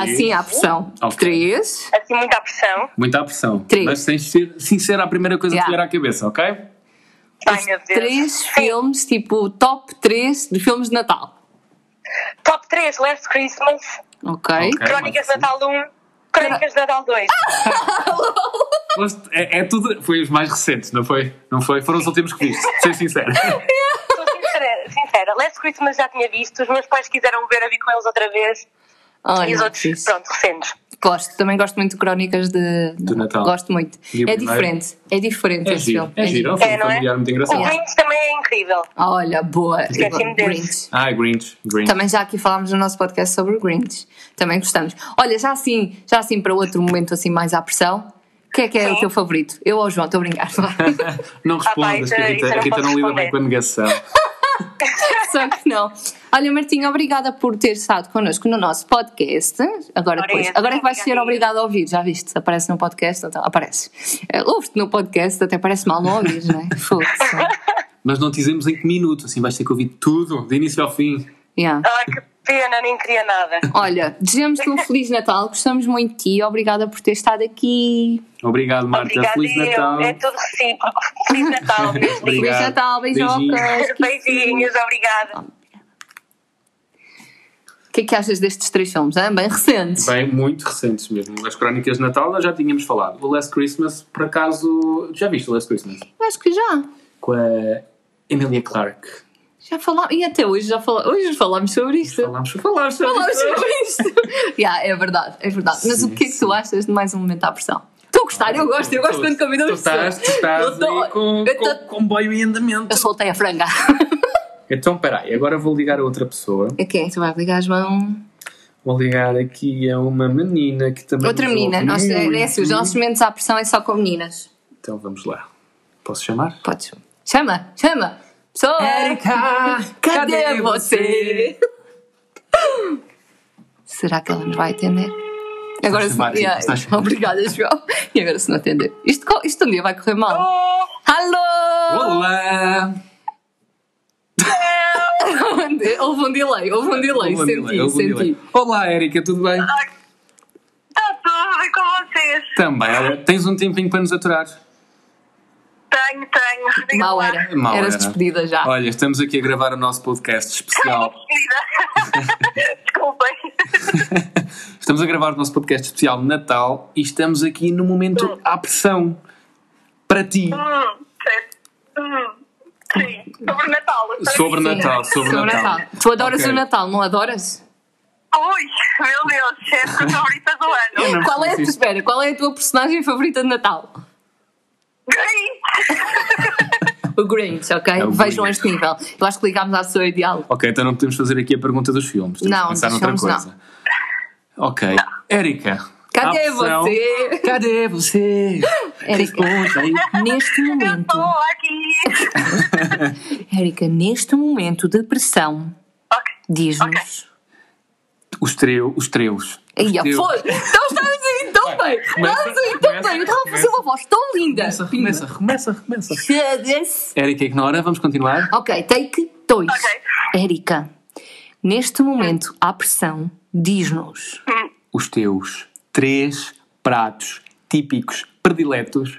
Speaker 2: assim à pressão.
Speaker 1: Ok.
Speaker 2: Três.
Speaker 3: Assim, muita pressão.
Speaker 1: Muita pressão.
Speaker 2: Três.
Speaker 1: Mas tens de ser sincera à primeira coisa que
Speaker 2: Yeah.
Speaker 1: vier à cabeça, ok?
Speaker 3: Ai, meu Deus.
Speaker 2: Três filmes, tipo top 3 de filmes de Natal.
Speaker 3: Top 3, Last Christmas,
Speaker 2: Ok?
Speaker 1: Ok. É,
Speaker 3: Crónicas de
Speaker 1: mas-
Speaker 3: Natal 1, Crónicas de Natal 2.
Speaker 1: Mas É, é tudo. Foi os mais recentes, não foi? Não foi? Foram os últimos que viste, ser sincero.
Speaker 3: Estou sincera, sincera, Last Christmas já tinha visto, os meus pais quiseram ver a vi com eles outra vez
Speaker 2: Olha,
Speaker 3: e os outros,
Speaker 2: fixe.
Speaker 3: pronto, recentes.
Speaker 2: Gosto, também gosto muito de Crónicas de
Speaker 1: Do Natal.
Speaker 2: Gosto muito.
Speaker 1: E o
Speaker 2: É
Speaker 1: primeiro?
Speaker 2: diferente, é diferente
Speaker 1: É
Speaker 2: esse
Speaker 1: giro,
Speaker 2: filme. Ah,
Speaker 1: é giro. É um
Speaker 3: É,
Speaker 1: filme
Speaker 3: não é?
Speaker 1: familiar muito
Speaker 3: O
Speaker 1: engraçado.
Speaker 3: Grinch também é incrível.
Speaker 2: Olha, boa.
Speaker 3: Esqueci-me desse.
Speaker 2: Grinch.
Speaker 1: Ah, Grinch. Grinch.
Speaker 2: Também já aqui falámos no nosso podcast sobre o Grinch. Também gostamos. Olha, já assim, já assim para outro momento assim mais à pressão, o que é que é o
Speaker 3: Sim.
Speaker 2: teu favorito? Eu ou o João, estou a brincar. Claro
Speaker 1: Não
Speaker 3: Ah, pá,
Speaker 1: respondas,
Speaker 3: isso- é-
Speaker 1: que a Rita,
Speaker 3: isso eu
Speaker 1: a
Speaker 3: não
Speaker 1: Rita
Speaker 3: posso
Speaker 1: não lida bem
Speaker 3: responder.
Speaker 1: com a negação.
Speaker 2: Só que não. Olha, Martinha, obrigada por ter estado connosco no nosso podcast. Agora,
Speaker 3: Ora,
Speaker 2: depois,
Speaker 3: eu
Speaker 2: agora é que vais ser
Speaker 3: obrigada.
Speaker 2: obrigada a ouvir, já viste? Aparece no podcast, então aparece. Uh, Ouve-te no podcast, até parece mal não ouvir, não é? Foda-se.
Speaker 1: Mas não te dizemos em que minuto, assim vais ter que ouvir tudo, de início ao fim.
Speaker 2: Yeah.
Speaker 3: Ah, que pena, nem queria nada.
Speaker 2: Olha, desejamos-te um Feliz Natal, gostamos muito de ti, obrigada por ter estado aqui.
Speaker 1: Obrigado, Marta.
Speaker 3: Obrigada,
Speaker 1: Feliz
Speaker 3: eu.
Speaker 1: Natal.
Speaker 3: É tudo recíproco. Feliz Natal, meus lindos.
Speaker 1: Obrigado.
Speaker 2: Feliz Natal, beijocas.
Speaker 1: Beijinhos.
Speaker 3: Beijinhos, obrigada.
Speaker 2: O que é que achas destes três filmes? hã? Bem recentes.
Speaker 1: Bem, muito recentes mesmo. As Crónicas de Natal nós já tínhamos falado. O Last Christmas, por acaso. Já viste o Last Christmas?
Speaker 2: Acho que já.
Speaker 1: Com a Emilia Clarke.
Speaker 2: Já falámos. E até hoje já falá- hoje falámos sobre isto. é-
Speaker 1: Falámos, falámos,
Speaker 2: Falámos sobre isto. yeah, é verdade, é verdade. Mas o
Speaker 1: Sim,
Speaker 2: que é que tu achas de mais um momento à pressão? Estou a gostar, eu gosto, eu gosto quando
Speaker 1: Tu
Speaker 2: combinamos
Speaker 1: estás, tu
Speaker 2: Eu
Speaker 1: estás
Speaker 2: tô-
Speaker 1: aí com,
Speaker 2: eu
Speaker 1: com
Speaker 2: tô-
Speaker 1: o comboio em andamento.
Speaker 2: Eu soltei a franga.
Speaker 1: Então, peraí, agora vou ligar a outra pessoa.
Speaker 2: A quem é que tu vais ligar, João?
Speaker 1: Vou ligar aqui a uma menina que também.
Speaker 2: Outra
Speaker 1: nos ouve
Speaker 2: menina. Nós,
Speaker 1: muito.
Speaker 2: é assim, os nossos momentos à pressão é só com meninas.
Speaker 1: Então vamos lá. Posso chamar?
Speaker 2: Podes. Chama, chama. Pessoa, cadê, você? Será que ela nos vai atender? Agora se
Speaker 1: chamar, sim,
Speaker 2: yeah,
Speaker 1: está a chamar.
Speaker 2: Obrigada, João. E agora se não atender. Isto, co- isto um dia vai correr mal.
Speaker 3: Oh,
Speaker 2: Alô!
Speaker 1: Olá!
Speaker 2: houve um delay, houve um delay,
Speaker 1: Olá,
Speaker 2: senti,
Speaker 1: Mila, olá,
Speaker 2: senti.
Speaker 1: Mila. Olá, Érica, tudo bem?
Speaker 3: está tudo bem com vocês?
Speaker 1: Também. Olha, tens um tempinho para nos aturar.
Speaker 3: Tenho, tenho. Diga
Speaker 2: Mal
Speaker 3: lá.
Speaker 2: era.
Speaker 1: Mal
Speaker 2: Eras
Speaker 1: É era.
Speaker 2: despedida já.
Speaker 1: Olha, estamos aqui a gravar o nosso podcast especial.
Speaker 3: Querida. Desculpem.
Speaker 1: Estamos a gravar o nosso podcast especial de Natal e estamos aqui no momento à pressão. Para ti.
Speaker 3: Hum, certo. Hum, sim. Sobre Natal.
Speaker 1: Sobre Natal, sobre,
Speaker 2: Sobre
Speaker 1: Natal.
Speaker 2: Tu adoras
Speaker 1: Ok.
Speaker 2: o Natal, não adoras?
Speaker 3: Ui, meu Deus, é a favorita do ano.
Speaker 1: não
Speaker 2: Qual é, a tua,
Speaker 1: preciso.
Speaker 2: espera, qual é a tua personagem favorita de Natal?
Speaker 3: Grinch.
Speaker 2: O Grinch, ok?
Speaker 1: É o
Speaker 2: Vejam
Speaker 1: Grinch.
Speaker 2: este nível. Eu acho que ligámos à pessoa ideal.
Speaker 1: Ok, então não podemos fazer aqui a pergunta dos filmes. Temos
Speaker 2: Não,
Speaker 1: que pensar
Speaker 2: dos
Speaker 1: noutra
Speaker 2: filmes
Speaker 1: coisa. Ok. Érica.
Speaker 2: Cadê
Speaker 1: à pressão.
Speaker 2: você?
Speaker 1: Cadê você?
Speaker 2: Érica.
Speaker 1: Responde aí.
Speaker 2: Neste
Speaker 3: Eu
Speaker 2: momento,
Speaker 3: estou aqui.
Speaker 2: Érica, neste momento de pressão,
Speaker 3: Ok.
Speaker 2: diz-nos.
Speaker 1: Os treu, os treus. Os
Speaker 2: Aí,
Speaker 1: teus.
Speaker 2: foi! Então estamos aí tão bem!
Speaker 1: começa,
Speaker 2: Estamos aí tão
Speaker 1: começa,
Speaker 2: bem! Estava a fazer
Speaker 1: começa.
Speaker 2: uma voz tão linda!
Speaker 1: Começa, começa, começa, começa.
Speaker 2: Cadê-se?
Speaker 1: Érica ignora, vamos continuar.
Speaker 2: Ok, take 2.
Speaker 3: Ok.
Speaker 2: Érica, neste momento, à pressão, diz-nos.
Speaker 1: Os teus três pratos típicos prediletos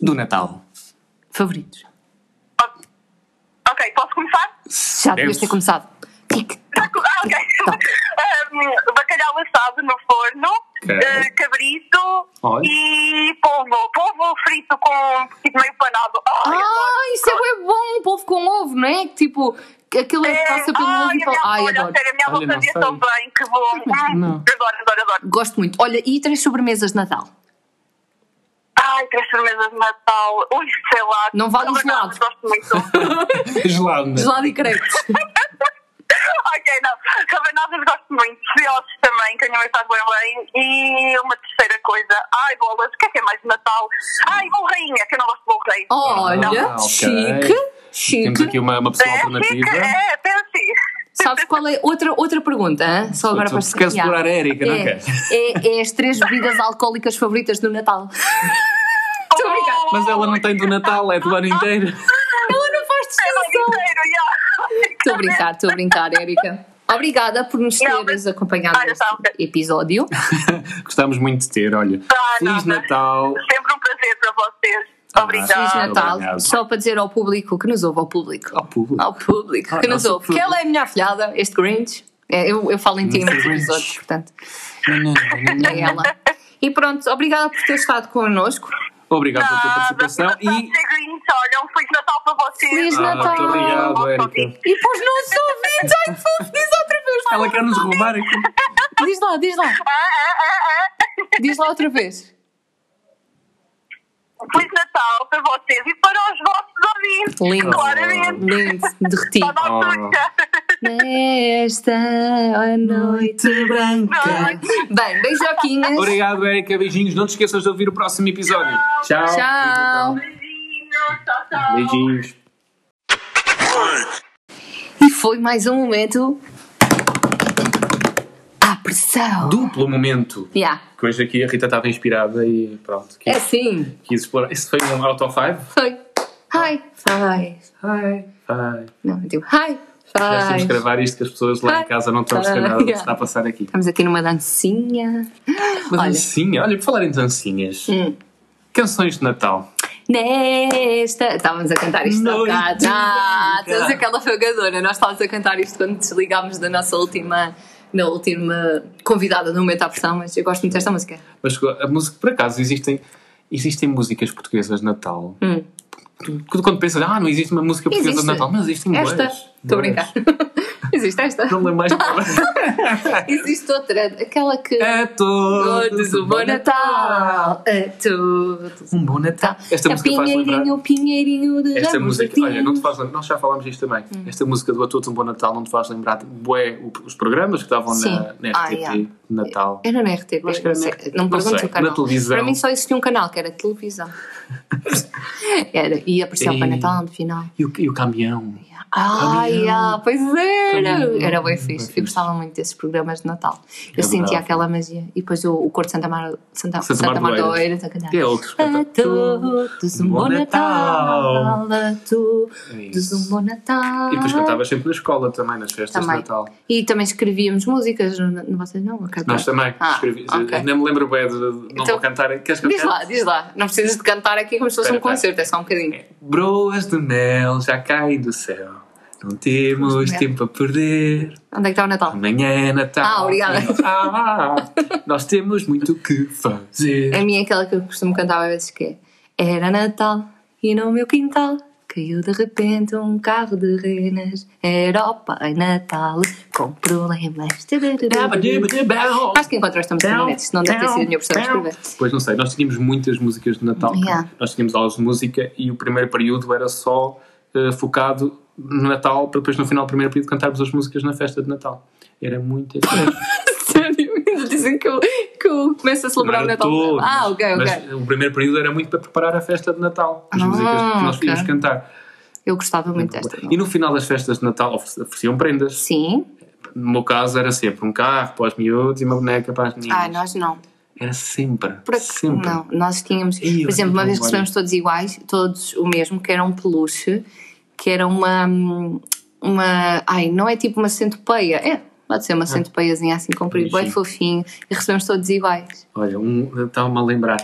Speaker 1: do Natal.
Speaker 2: Favoritos.
Speaker 3: Ok, posso começar?
Speaker 2: Já devias
Speaker 1: Deus.
Speaker 2: ter começado. Tic,
Speaker 3: Ah, ok. Um, bacalhau assado no forno,
Speaker 1: Ok.
Speaker 3: eh, cabrito
Speaker 1: Olha.
Speaker 3: e polvo. Polvo frito com tipo meio panado. Ai,
Speaker 2: Ah, isso é bem bom, polvo com ovo, não é? Tipo, aquilo é que passa pelo ovo e
Speaker 3: Ai, a
Speaker 2: fala.
Speaker 3: minha
Speaker 2: Ai,
Speaker 3: avó,
Speaker 2: adoro.
Speaker 3: sério, a minha avó
Speaker 1: Olha, não
Speaker 3: fazia
Speaker 1: sei.
Speaker 3: tão bem que vou. Hum, Adoro, adoro, adoro.
Speaker 2: Gosto muito. Olha, e três sobremesas de Natal.
Speaker 3: Ai, três sobremesas de Natal, ui, sei lá.
Speaker 2: Não vale o
Speaker 3: Não,
Speaker 2: gelado.
Speaker 3: mas gosto muito.
Speaker 1: Gelado, né?
Speaker 2: Gelado e crepes.
Speaker 3: ok, não. Rabanadas gosto muito. Fiosques também, que a minha mãe faz bem bem. E uma terceira coisa. Ai, bolas, o que é que é mais de Natal? Ai, bolo rainha, que eu não gosto de bolo rei.
Speaker 2: Olha,
Speaker 1: Ah, ok.
Speaker 2: chique,
Speaker 1: Temos
Speaker 2: chique.
Speaker 1: aqui uma, uma pessoa
Speaker 3: é,
Speaker 1: alternativa.
Speaker 3: fica, é, pense.
Speaker 2: Sabes qual é? Outra, outra pergunta, hã? só agora para
Speaker 1: Tu- tu queres
Speaker 2: saquear.
Speaker 1: explorar a Érica, não
Speaker 2: é,
Speaker 1: queres?
Speaker 2: É, é as três bebidas alcoólicas favoritas do Natal. Estou a brincar.
Speaker 3: Oh.
Speaker 1: Mas ela não tem do Natal, é do ano inteiro.
Speaker 2: Ela não faz
Speaker 3: Ela
Speaker 2: distinção.
Speaker 3: É inteiro, yeah.
Speaker 2: Estou a brincar, estou a brincar, Érica. Obrigada por nos
Speaker 3: Não,
Speaker 2: teres
Speaker 3: mas-
Speaker 2: acompanhado
Speaker 3: Ah, já
Speaker 2: neste
Speaker 3: está, ok.
Speaker 2: episódio.
Speaker 1: Gostamos muito de ter, olha.
Speaker 3: Ah,
Speaker 1: Feliz
Speaker 3: nada.
Speaker 1: Natal.
Speaker 3: Sempre um prazer para vocês.
Speaker 1: Ah,
Speaker 2: Feliz
Speaker 3: Obrigada.
Speaker 2: Natal.
Speaker 1: Obrigado.
Speaker 2: Só para dizer ao público que nos ouve, ao público.
Speaker 1: Ao público.
Speaker 2: Ao público
Speaker 1: Ah,
Speaker 2: que nos
Speaker 1: nosso
Speaker 2: ouve. Que ela é a minha afilhada, este Grinch. É, eu, eu falo em ti em
Speaker 1: Mr.
Speaker 2: muitos
Speaker 1: Grinch.
Speaker 2: episódios, portanto,
Speaker 1: Nananana.
Speaker 2: é ela. E pronto, obrigada por ter estado connosco.
Speaker 1: Obrigado pela tua
Speaker 3: Nada,
Speaker 1: participação
Speaker 3: Natal,
Speaker 1: e.
Speaker 3: Segrinhos, olha, um Feliz Natal para vocês.
Speaker 2: Feliz
Speaker 1: Ah,
Speaker 2: Natal.
Speaker 1: muito obrigado, Érica.
Speaker 2: E para os nossos ouvintes, ai que fofo, diz outra vez. vai
Speaker 1: Ela
Speaker 2: lá.
Speaker 1: quer nos roubar aqui.
Speaker 2: Diz lá, diz lá,
Speaker 3: Ah, ah, ah, ah.
Speaker 2: diz lá outra vez.
Speaker 3: Feliz Natal para vocês e para os vossos ouvintes.
Speaker 2: Lindo.
Speaker 3: Claramente. um
Speaker 2: Lindo, derreti.
Speaker 3: Para a nossa
Speaker 2: Nesta noite branca. Bem, beijoquinhas.
Speaker 1: Obrigado, Érica. Beijinhos. Não te esqueças de ouvir o próximo episódio. Tchau.
Speaker 2: Tchau.
Speaker 3: Beijinhos, tchau, tchau.
Speaker 1: Beijinhos.
Speaker 2: E foi mais um momento. À pressão.
Speaker 1: Duplo momento.
Speaker 2: Yeah.
Speaker 1: Que hoje aqui a Rita estava inspirada e pronto.
Speaker 2: É
Speaker 1: Quis,
Speaker 2: assim.
Speaker 1: quis explorar. Este foi um Auto 5.
Speaker 2: Foi. Hi. Hi.
Speaker 1: Hi. Hi.
Speaker 2: Não, eu digo hi.
Speaker 1: Nós temos
Speaker 2: Hi.
Speaker 1: de gravar isto que as pessoas lá em casa não estão a perceber nada do que está a passar aqui.
Speaker 2: Estamos aqui numa dancinha.
Speaker 1: Uma
Speaker 2: Olha.
Speaker 1: dancinha. Olha, por falar em dancinhas.
Speaker 2: Hum.
Speaker 1: Canções de Natal.
Speaker 2: Nesta. Estávamos a cantar isto há
Speaker 1: Noite
Speaker 2: bocado. Ah,
Speaker 1: branca.
Speaker 2: estás aquela jogadora. Nós estávamos a cantar isto quando desligámos da nossa última. Na última convidada do momento à pressão, mas eu gosto muito desta música.
Speaker 1: Mas a música, por acaso, existem, existem músicas portuguesas de Natal.
Speaker 2: Hum.
Speaker 1: Tu- tu- Quando pensas, ah, não existe uma música portuguesa
Speaker 2: Existe.
Speaker 1: de Natal, mas existem
Speaker 2: Esta.
Speaker 1: boas.
Speaker 2: Estou a brincar. Existe esta.
Speaker 1: Não lembro mais qual.
Speaker 2: Existe outra. Aquela que.
Speaker 1: É
Speaker 2: Todos
Speaker 1: todos
Speaker 2: um bom Natal a todos.
Speaker 1: Um bom Natal. Esta
Speaker 2: a
Speaker 1: música faz lembrar.
Speaker 2: pinheirinho, pinheirinho de
Speaker 1: Esta
Speaker 2: ramos
Speaker 1: música,
Speaker 2: de
Speaker 1: olha, não te faz lembrar, nós já falámos disto também. Esta música do A Todos um Bom Natal não te faz lembrar bué, o- os programas que estavam
Speaker 2: Sim.
Speaker 1: na, na
Speaker 2: Ah,
Speaker 1: RTP
Speaker 2: yeah.
Speaker 1: de Natal.
Speaker 2: Era É na RTP,
Speaker 1: Acho que era
Speaker 2: não,
Speaker 1: É
Speaker 2: sei,
Speaker 1: na RTP,
Speaker 2: não me
Speaker 1: não
Speaker 2: perguntes
Speaker 1: sei,
Speaker 2: o canal.
Speaker 1: na televisão.
Speaker 2: Para mim só existia um canal, que era televisão. era, e apareceu
Speaker 1: E-
Speaker 2: para Natal no final.
Speaker 1: E o, e o caminhão.
Speaker 2: Ai, ah, pois
Speaker 1: Caminhão.
Speaker 2: era! Era bem
Speaker 1: Bem
Speaker 2: fixe.
Speaker 1: fixe.
Speaker 2: Eu gostava muito desses programas de Natal. Eu
Speaker 1: É verdade.
Speaker 2: sentia aquela magia. E depois o, o cor de Santa Mar... Santa,
Speaker 1: Santa
Speaker 2: Santa, Santa
Speaker 1: Mar do
Speaker 2: Mardoeiras a cantar.
Speaker 1: É outro
Speaker 2: A
Speaker 1: espetáculo. É
Speaker 2: todos um bom Natal, a todos um bom Natal.
Speaker 1: E depois cantavas sempre na escola também, nas festas
Speaker 2: Também.
Speaker 1: de Natal.
Speaker 2: E também escrevíamos músicas, não, não vocês não? a cantar?
Speaker 1: Nós também.
Speaker 2: Ah,
Speaker 1: escrevi,
Speaker 2: ok.
Speaker 1: Nem me lembro bem de. Não
Speaker 2: Então,
Speaker 1: vou cantar. Queres que eu
Speaker 2: Diz
Speaker 1: cante?
Speaker 2: lá, diz lá. Não precisas de cantar aqui como se fosse
Speaker 1: Espera,
Speaker 2: um concerto, é só um bocadinho.
Speaker 1: Broas de mel já caem do céu. Não temos
Speaker 2: Broas de mel.
Speaker 1: tempo a perder.
Speaker 2: Onde é que está o Natal?
Speaker 1: Amanhã é Natal.
Speaker 2: Ah, obrigada.
Speaker 1: E Nós, Ah, ah, nós temos muito o que fazer.
Speaker 2: A minha é aquela que eu costumo cantar às vezes que é Era Natal e no meu quintal Caiu de repente um carro de renas Era o Pai Natal com problemas Acho que encontraste a música na net, isto não deve ter sido a minha professora a escrever
Speaker 1: Pois não sei, nós tínhamos muitas músicas de Natal.
Speaker 2: Yeah.
Speaker 1: Nós tínhamos aulas de música e o primeiro período era só eh, focado no Natal, para depois no final do primeiro período cantarmos as músicas na festa de Natal. Era muito
Speaker 2: Sério? Eles dizem que eu, que eu começo a celebrar o
Speaker 1: Não era
Speaker 2: Natal
Speaker 1: todos,
Speaker 2: Ah, ok, ok
Speaker 1: Mas o primeiro período era muito para preparar a festa de Natal, as
Speaker 2: Ah,
Speaker 1: músicas que nós íamos
Speaker 2: ok.
Speaker 1: cantar.
Speaker 2: Eu gostava muito desta
Speaker 1: E no final das festas de Natal ofereci- ofereciam prendas.
Speaker 2: Sim?
Speaker 1: No meu caso era sempre um carro para os miúdos e uma boneca para as meninas.
Speaker 2: Ah, nós não
Speaker 1: Era sempre.
Speaker 2: Por ac-
Speaker 1: sempre.
Speaker 2: Não, nós tínhamos,
Speaker 1: Ih,
Speaker 2: por exemplo, uma
Speaker 1: olha, então
Speaker 2: vez
Speaker 1: olha.
Speaker 2: recebemos todos iguais, todos o mesmo, que era um peluche, que era uma. uma ai, não é tipo uma centopeia, é, pode ser uma centopeiazinha assim comprida, bem
Speaker 1: Ah. Sim.
Speaker 2: fofinho, e recebemos todos iguais.
Speaker 1: Olha, um, estava-me a lembrar,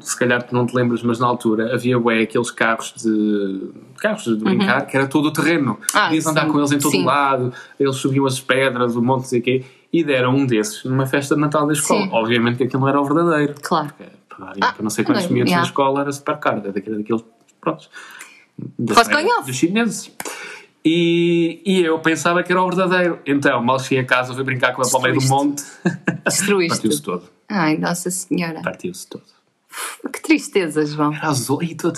Speaker 1: se calhar tu não te lembras, mas na altura havia ué, aqueles carros de carros de brincar que era todo o terreno.
Speaker 2: Uhum. Ah,
Speaker 1: Podias
Speaker 2: sim,
Speaker 1: andar com eles em todo
Speaker 2: sim.
Speaker 1: o lado, eles subiam as pedras, o monte, não sei o quê, e deram um desses numa festa de Natal da escola.
Speaker 2: Sim.
Speaker 1: Obviamente que aquilo não era o verdadeiro.
Speaker 2: Claro.
Speaker 1: Porque, pá, eu não sei
Speaker 2: Ah,
Speaker 1: quantos
Speaker 2: não,
Speaker 1: minutos
Speaker 2: yeah.
Speaker 1: na escola era super caro, era daquele- daqueles. Prontos. da
Speaker 2: Fosse
Speaker 1: feira
Speaker 2: ganhar.
Speaker 1: Dos chineses. E, e eu pensava que era o verdadeiro. Então, mal cheguei a casa, fui brincar com a palmeira do
Speaker 2: Destruíste.
Speaker 1: monte.
Speaker 2: Destruíste.
Speaker 1: Partiu-se todo. Tá.
Speaker 2: Ai, Nossa Senhora.
Speaker 1: Partiu-se todo.
Speaker 2: Que Tristeza, João.
Speaker 1: Era azul. Ih, tô-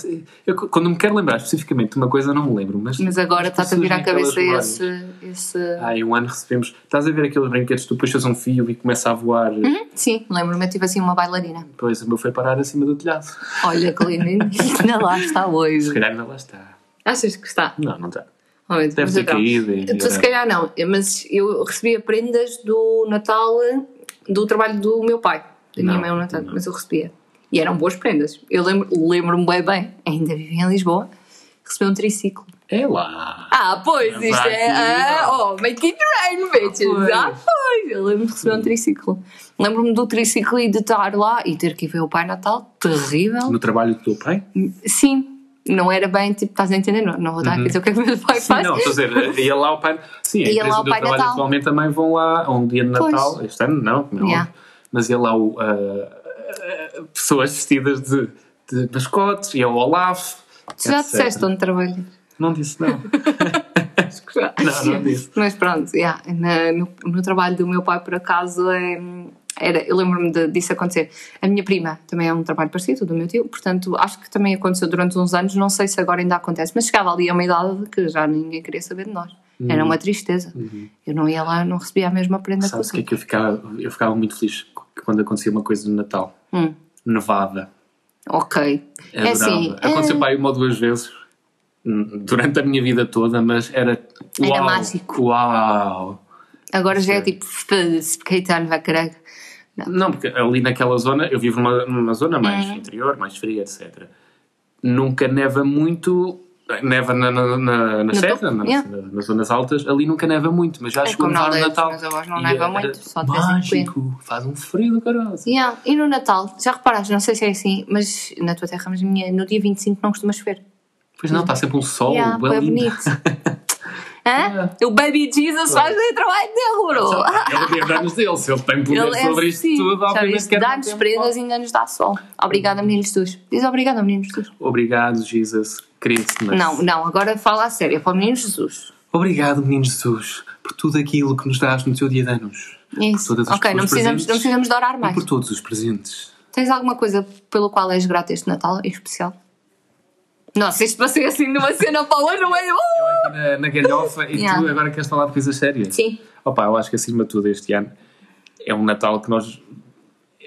Speaker 1: Eu, quando me quero lembrar especificamente de uma coisa, não me lembro, mas.
Speaker 2: Mas é- agora
Speaker 1: as pessoas
Speaker 2: está-te a vir à
Speaker 1: naquelas
Speaker 2: cabeça
Speaker 1: memórias.
Speaker 2: esse. esse...
Speaker 1: Ai, um ano recebemos. Estás a ver aqueles brinquedos que tu puxas um fio e começa a voar.
Speaker 2: Hum, Sim, lembro-me, eu tive assim uma bailarina.
Speaker 1: Pois o meu foi parar acima do telhado.
Speaker 2: Olha que lindo. Ainda lá está
Speaker 1: Se
Speaker 2: hoje.
Speaker 1: calhar ainda lá está.
Speaker 2: Achas que está?
Speaker 1: Não, não está.
Speaker 2: Oh, meu Deus,
Speaker 1: Deve
Speaker 2: mas
Speaker 1: ter
Speaker 2: então.
Speaker 1: caído e-
Speaker 2: Tu, se calhar não, mas eu recebia prendas do Natal do trabalho do meu pai. Da minha
Speaker 1: Não,
Speaker 2: mãe ao Natal,
Speaker 1: não.
Speaker 2: mas eu recebia. E eram boas prendas. Eu lembro- lembro-me bem bem, ainda vivia em Lisboa, recebi um triciclo.
Speaker 1: É lá.
Speaker 2: Ah, pois,
Speaker 1: Mas
Speaker 2: isto é.
Speaker 1: aqui,
Speaker 2: ah, oh, make it rain, bitches.
Speaker 1: pois.
Speaker 2: Ah, pois. Eu lembro-me de receber um triciclo. Lembro-me do triciclo e de estar lá e ter que ir ver o Pai Natal. Terrível.
Speaker 1: No trabalho do teu pai?
Speaker 2: Sim. Não era bem, tipo, estás a entender? Não, não vou estar a dizer o que é que o meu pai
Speaker 1: Sim,
Speaker 2: faz.
Speaker 1: não, estou a dizer, eh, ia lá o pai. Sim, a
Speaker 2: Ia
Speaker 1: empresa
Speaker 2: lá o
Speaker 1: onde eu
Speaker 2: Pai
Speaker 1: trabalho
Speaker 2: Natal.
Speaker 1: atualmente também vão lá a um dia de
Speaker 2: Pois.
Speaker 1: Natal. Este ano não, como é
Speaker 2: Yeah.
Speaker 1: óbvio. Mas ia lá o, ah, ah, pessoas vestidas de, de mascotes, ia o Olaf.
Speaker 2: Tu já
Speaker 1: etc.
Speaker 2: disseste onde trabalho.
Speaker 1: Não disse não. Não, não disse.
Speaker 2: Mas pronto, yeah, na- no, no trabalho do meu pai, por acaso, é, era, eu lembro-me de- disso acontecer. A minha prima também é um trabalho parecido do meu tio, portanto, acho que também aconteceu durante uns anos, não sei se agora ainda acontece, mas chegava ali a uma idade que já ninguém queria saber de nós.
Speaker 1: Uhum.
Speaker 2: Era uma tristeza. Eu não ia lá, não recebia a mesma prenda que
Speaker 1: Sabes o
Speaker 2: você.
Speaker 1: Uhum. que é que eu ficava? Eu ficava muito feliz quando acontecia uma coisa no Natal.
Speaker 2: Hum,
Speaker 1: Nevada.
Speaker 2: ok.
Speaker 1: Adorava.
Speaker 2: É assim.
Speaker 1: Aconteceu
Speaker 2: é-
Speaker 1: para aí uma ou duas vezes hum, durante a minha vida toda, mas era.
Speaker 2: Era
Speaker 1: uau,
Speaker 2: mágico.
Speaker 1: Uau!
Speaker 2: agora já é tipo, se pequeitar, vai caralho.
Speaker 1: Não, porque ali naquela zona, eu vivo numa, numa zona mais
Speaker 2: Uhum.
Speaker 1: interior, mais fria, etc. Nunca neva muito. Neva na, na, na, na serra,
Speaker 2: topo,
Speaker 1: na-
Speaker 2: yeah. É
Speaker 1: na- nas zonas altas, ali nunca neva muito, mas já chegou a
Speaker 2: como na
Speaker 1: nevar no
Speaker 2: aldeia
Speaker 1: Natal.
Speaker 2: dos meus avós não
Speaker 1: E
Speaker 2: neva
Speaker 1: era
Speaker 2: muito, só de vez em quando.
Speaker 1: Mágico! Faz um frio do caralho.
Speaker 2: Yeah, E no Natal, já reparaste, não sei se é assim, mas na tua terra, mas minha, no dia 25 não costuma chover.
Speaker 1: Pois não, está sempre um sol,
Speaker 2: Hum. Yeah,
Speaker 1: bem
Speaker 2: bué
Speaker 1: lindo.
Speaker 2: bonito. Hã? O Baby Jesus faz o trabalho dele, bro.
Speaker 1: Ele tem danos dele, se ele tem poder
Speaker 2: Oh. Ele é
Speaker 1: sobre isto
Speaker 2: assim.
Speaker 1: tudo,
Speaker 2: Já
Speaker 1: obviamente
Speaker 2: viste,
Speaker 1: que é
Speaker 2: dá-nos
Speaker 1: muito
Speaker 2: prendas e ainda nos dá sol. Obrigada, meninos Jesus. Diz obrigada, meninos Jesus.
Speaker 1: Obrigado, Jesus Christmas.
Speaker 2: Não, não, agora fala a sério, é para o menino Jesus.
Speaker 1: Obrigado, menino Jesus, por tudo aquilo que nos dás no teu dia de anos.
Speaker 2: É
Speaker 1: Por
Speaker 2: isso.
Speaker 1: todas as
Speaker 2: Ok, não precisamos,
Speaker 1: tuas presentes
Speaker 2: não precisamos de orar
Speaker 1: E
Speaker 2: mais.
Speaker 1: por todos os presentes.
Speaker 2: Tens alguma coisa pelo qual és grato este Natal em especial? Nossa, isto passei assim numa cena para lá no meio. Uh!
Speaker 1: Aqui na, na galhofa, e
Speaker 2: Yeah.
Speaker 1: tu agora queres falar de coisas sérias?
Speaker 2: Sim.
Speaker 1: Opa, eu acho que acima de tudo este ano é um Natal que nós.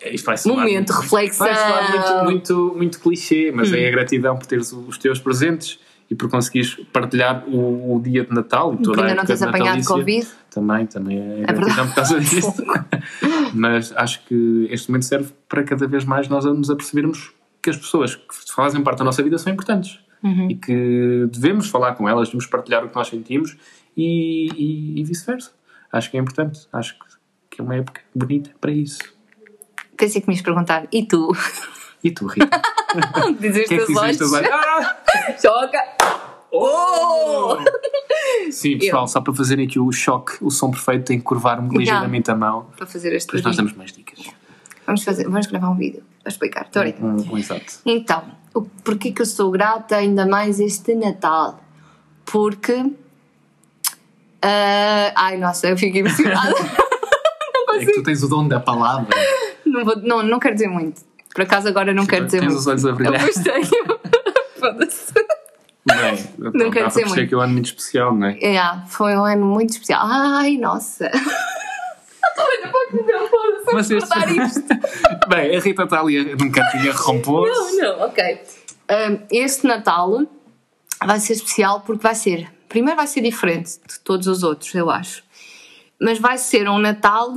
Speaker 1: Isto vai soar
Speaker 2: Momento,
Speaker 1: muito-
Speaker 2: reflexão.
Speaker 1: Vai soar muito, muito, muito clichê, mas
Speaker 2: Hum.
Speaker 1: é a gratidão por teres os teus presentes e por conseguires partilhar o, o dia de Natal e toda a
Speaker 2: ainda não
Speaker 1: época
Speaker 2: tens apanhado
Speaker 1: natalícia.
Speaker 2: Covid.
Speaker 1: Também, também é,
Speaker 2: É
Speaker 1: gratidão por causa disso. mas acho que este momento serve para cada vez mais nós nos apercebermos que as pessoas que fazem parte da nossa vida são importantes
Speaker 2: Uhum.
Speaker 1: e que devemos falar com elas, devemos partilhar o que nós sentimos e, e- e vice-versa. Acho que é importante, acho que, que é uma época bonita para isso.
Speaker 2: Pensei que me ias perguntar, e tu?
Speaker 1: E tu, Rita?
Speaker 2: Dizes
Speaker 1: O que é que
Speaker 2: olhos,
Speaker 1: dizeste agora? Ah!
Speaker 2: choca. Oh!
Speaker 1: Sim, pessoal, só para fazerem aqui o choque, o som perfeito tem que curvar ligeiramente a mão.
Speaker 2: Para fazer este
Speaker 1: Depois
Speaker 2: vídeo.
Speaker 1: nós damos mais dicas.
Speaker 2: vamos, fazer, vamos gravar um vídeo a explicar. Estou a brincar.
Speaker 1: Um, um exato.
Speaker 2: Então, o- porquê que eu sou grata ainda mais este Natal? Porque. ah, ai, nossa, eu fico emocionada.
Speaker 1: É que tu tens o dom da palavra.
Speaker 2: não, vou, não, não quero dizer muito. Por acaso agora não quero dizer
Speaker 1: tens
Speaker 2: muito.
Speaker 1: os olhos a brilhar.
Speaker 2: Mas tenho. Foda-se.
Speaker 1: Bem, então,
Speaker 2: quero
Speaker 1: dá
Speaker 2: dizer
Speaker 1: para perceber
Speaker 2: muito.
Speaker 1: que é um ano muito especial, não é?
Speaker 2: Yeah, foi um ano muito especial. Ai, nossa. Olha, para que não
Speaker 1: Mas
Speaker 2: posso
Speaker 1: este-
Speaker 2: recordar isto.
Speaker 1: Bem, a Rita está ali num cantinho a recompor.
Speaker 2: Não, não, ok. Hum, este Natal vai ser especial porque vai ser. Primeiro, vai ser diferente de todos os outros, eu acho. Mas vai ser um Natal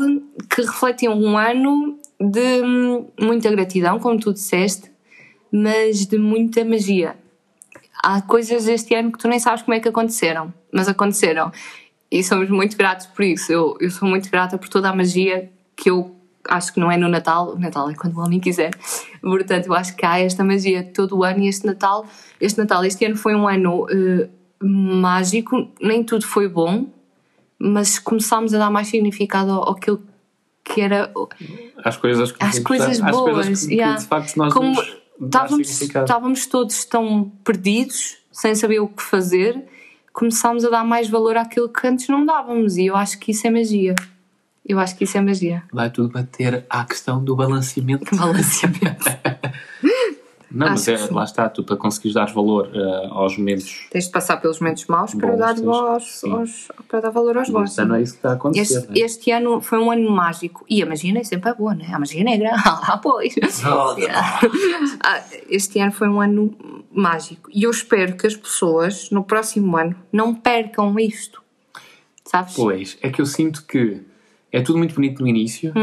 Speaker 2: que reflete um ano de hum, muita gratidão, como tu disseste, mas de muita magia. Há coisas este ano que tu nem sabes como é que aconteceram, mas aconteceram. E somos muito gratos por isso. Eu, eu sou muito grata por toda a magia que eu acho que não é no Natal. O Natal é quando o homem quiser. Portanto, eu acho que há esta magia todo o ano e este Natal, este Natal, este ano foi um ano eh, mágico. Nem tudo foi bom, mas começámos a dar mais significado ao, àquilo que era
Speaker 1: Às coisas é que tá-
Speaker 2: às coisas
Speaker 1: às
Speaker 2: boas.
Speaker 1: coisas que, que,
Speaker 2: yeah.
Speaker 1: de facto nós
Speaker 2: Como
Speaker 1: vamos dar
Speaker 2: estávamos,
Speaker 1: significado.
Speaker 2: estávamos todos tão perdidos, sem saber o que fazer, começámos a dar mais valor àquilo que antes não dávamos. E eu acho que isso é magia. Eu acho que isso é magia.
Speaker 1: Vai tudo bater à questão do balanceamento.
Speaker 2: Balanceamento.
Speaker 1: Não, mas
Speaker 2: Acho
Speaker 1: é,
Speaker 2: que Ah, sim.
Speaker 1: lá está, tu para conseguires dar valor eh, aos momentos.
Speaker 2: Tens de passar pelos momentos maus para,
Speaker 1: Bons,
Speaker 2: dar,
Speaker 1: tens-
Speaker 2: voos,
Speaker 1: sim.
Speaker 2: aos- para dar valor aos bons.
Speaker 1: Este ano é isso que está a acontecer.
Speaker 2: Este,
Speaker 1: não é?
Speaker 2: este ano foi um ano mágico. E a magia nem sempre é boa, né? A magia negra. Ah, pois. é- Ah, Este ano foi um ano mágico. E eu espero que as pessoas, no próximo ano, não percam isto. Sabes?
Speaker 1: Pois, é que eu sinto que é tudo muito bonito no início,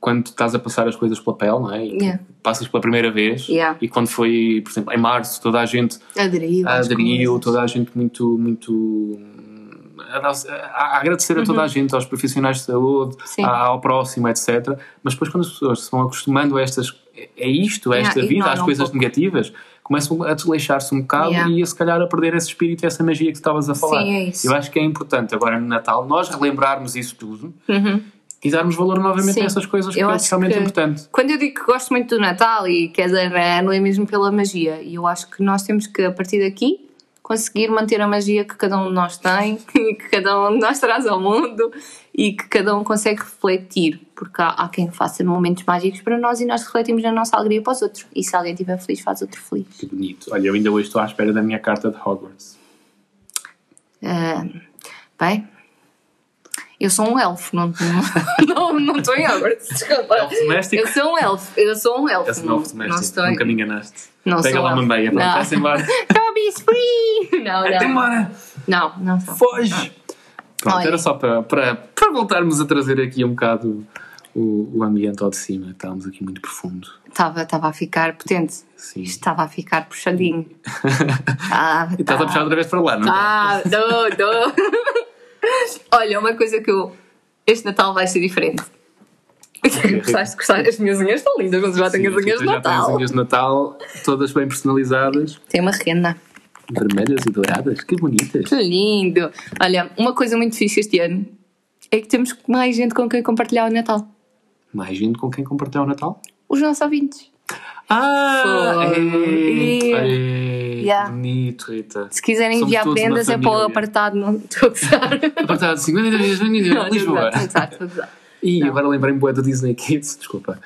Speaker 1: quando tu estás a passar as coisas pela pele, não é? E tu
Speaker 2: Uhum. Yeah.
Speaker 1: Passas pela primeira vez,
Speaker 2: Yeah.
Speaker 1: e quando foi, por exemplo, em março, toda a gente
Speaker 2: Aderiu. às
Speaker 1: aderiu,
Speaker 2: coisas.
Speaker 1: toda a gente muito, muito. hum, a dar- a- a agradecer a toda a gente, aos profissionais de saúde,
Speaker 2: Uhum. Sim.
Speaker 1: a- ao próximo, etc. Mas depois, quando as pessoas se vão acostumando a, estas, a isto, a
Speaker 2: Yeah,
Speaker 1: esta vida,
Speaker 2: ignoram
Speaker 1: às
Speaker 2: um
Speaker 1: coisas
Speaker 2: pouco.
Speaker 1: negativas, começam a desleixar-se um bocado
Speaker 2: Yeah.
Speaker 1: e a se calhar a perder esse espírito e essa magia que estavas a falar.
Speaker 2: Sim, é isso.
Speaker 1: Eu acho que é importante agora no Natal nós relembrarmos isso tudo e darmos valor novamente
Speaker 2: Uhum. Sim.
Speaker 1: a essas coisas,
Speaker 2: Eu
Speaker 1: porque é
Speaker 2: acho
Speaker 1: especialmente
Speaker 2: que-
Speaker 1: importante.
Speaker 2: Quando eu digo que gosto muito do Natal e quer dizer, é, não é mesmo pela magia. E eu acho que nós temos que, a partir daqui, conseguir manter a magia que cada um de nós tem, e que cada um de nós traz ao mundo e que cada um consegue refletir. Porque há, há quem faça momentos mágicos para nós e nós refletimos na nossa alegria para os outros. E se alguém estiver feliz, faz outro feliz.
Speaker 1: Que bonito. Olha, eu ainda hoje estou à espera da minha carta de Hogwarts.
Speaker 2: Ah, bem, eu sou um elfo, não não, não, não estou em Hogwarts, desculpa.
Speaker 1: Elfo doméstico?
Speaker 2: Eu sou um elfo, eu sou um elfo.
Speaker 1: Esse novo
Speaker 2: não,
Speaker 1: semestre.
Speaker 2: não estou em...
Speaker 1: Nunca me enganaste.
Speaker 2: Não
Speaker 1: Pega
Speaker 2: sou
Speaker 1: lá
Speaker 2: eu.
Speaker 1: uma meia,
Speaker 2: Não.
Speaker 1: pronto, vai-se embora.
Speaker 2: Toby's free! Não,
Speaker 1: Até
Speaker 2: não.
Speaker 1: embora.
Speaker 2: Não, não sou.
Speaker 1: Foge. Pronto,
Speaker 2: Ah. Olha.
Speaker 1: era só para, para, para voltarmos a trazer aqui um bocado o, o ambiente ao de cima. Estávamos aqui muito profundo.
Speaker 2: Estava, estava a ficar potente.
Speaker 1: Sim.
Speaker 2: Estava a ficar puxadinho. Estava,
Speaker 1: E estás a puxar outra vez para lá, não é?
Speaker 2: Ah, dou, dou. Olha, uma coisa que eu. Este Natal vai ser diferente. gostaste, gostaste? As minhas unhas estão lindas, mas eu já
Speaker 1: Sim,
Speaker 2: tenho as unhas de
Speaker 1: tu já tens
Speaker 2: Natal.
Speaker 1: unhas de Natal, todas bem personalizadas,
Speaker 2: Tem uma renda.
Speaker 1: vermelhas e douradas, que bonitas.
Speaker 2: Que lindo! Olha, uma coisa muito fixe este ano é que temos mais gente com quem compartilhar o Natal.
Speaker 1: Mais gente com quem compartilhar o Natal.
Speaker 2: Os nossos ouvintes.
Speaker 1: Ah!
Speaker 2: Foi.
Speaker 1: ei,
Speaker 2: Yeah.
Speaker 1: ei,
Speaker 2: Yeah
Speaker 1: Que bonito, Rita.
Speaker 2: Se quiserem
Speaker 1: Somos
Speaker 2: enviar
Speaker 1: todos uma
Speaker 2: prendas é para o
Speaker 1: família.
Speaker 2: apartado, não estou a gozar.
Speaker 1: Apartado 53,
Speaker 2: Não, estou a
Speaker 1: Lisboa.
Speaker 2: gozar, estou a gozar, estou a gozar.
Speaker 1: E agora lembrei-me bué do Disney Kids, desculpa.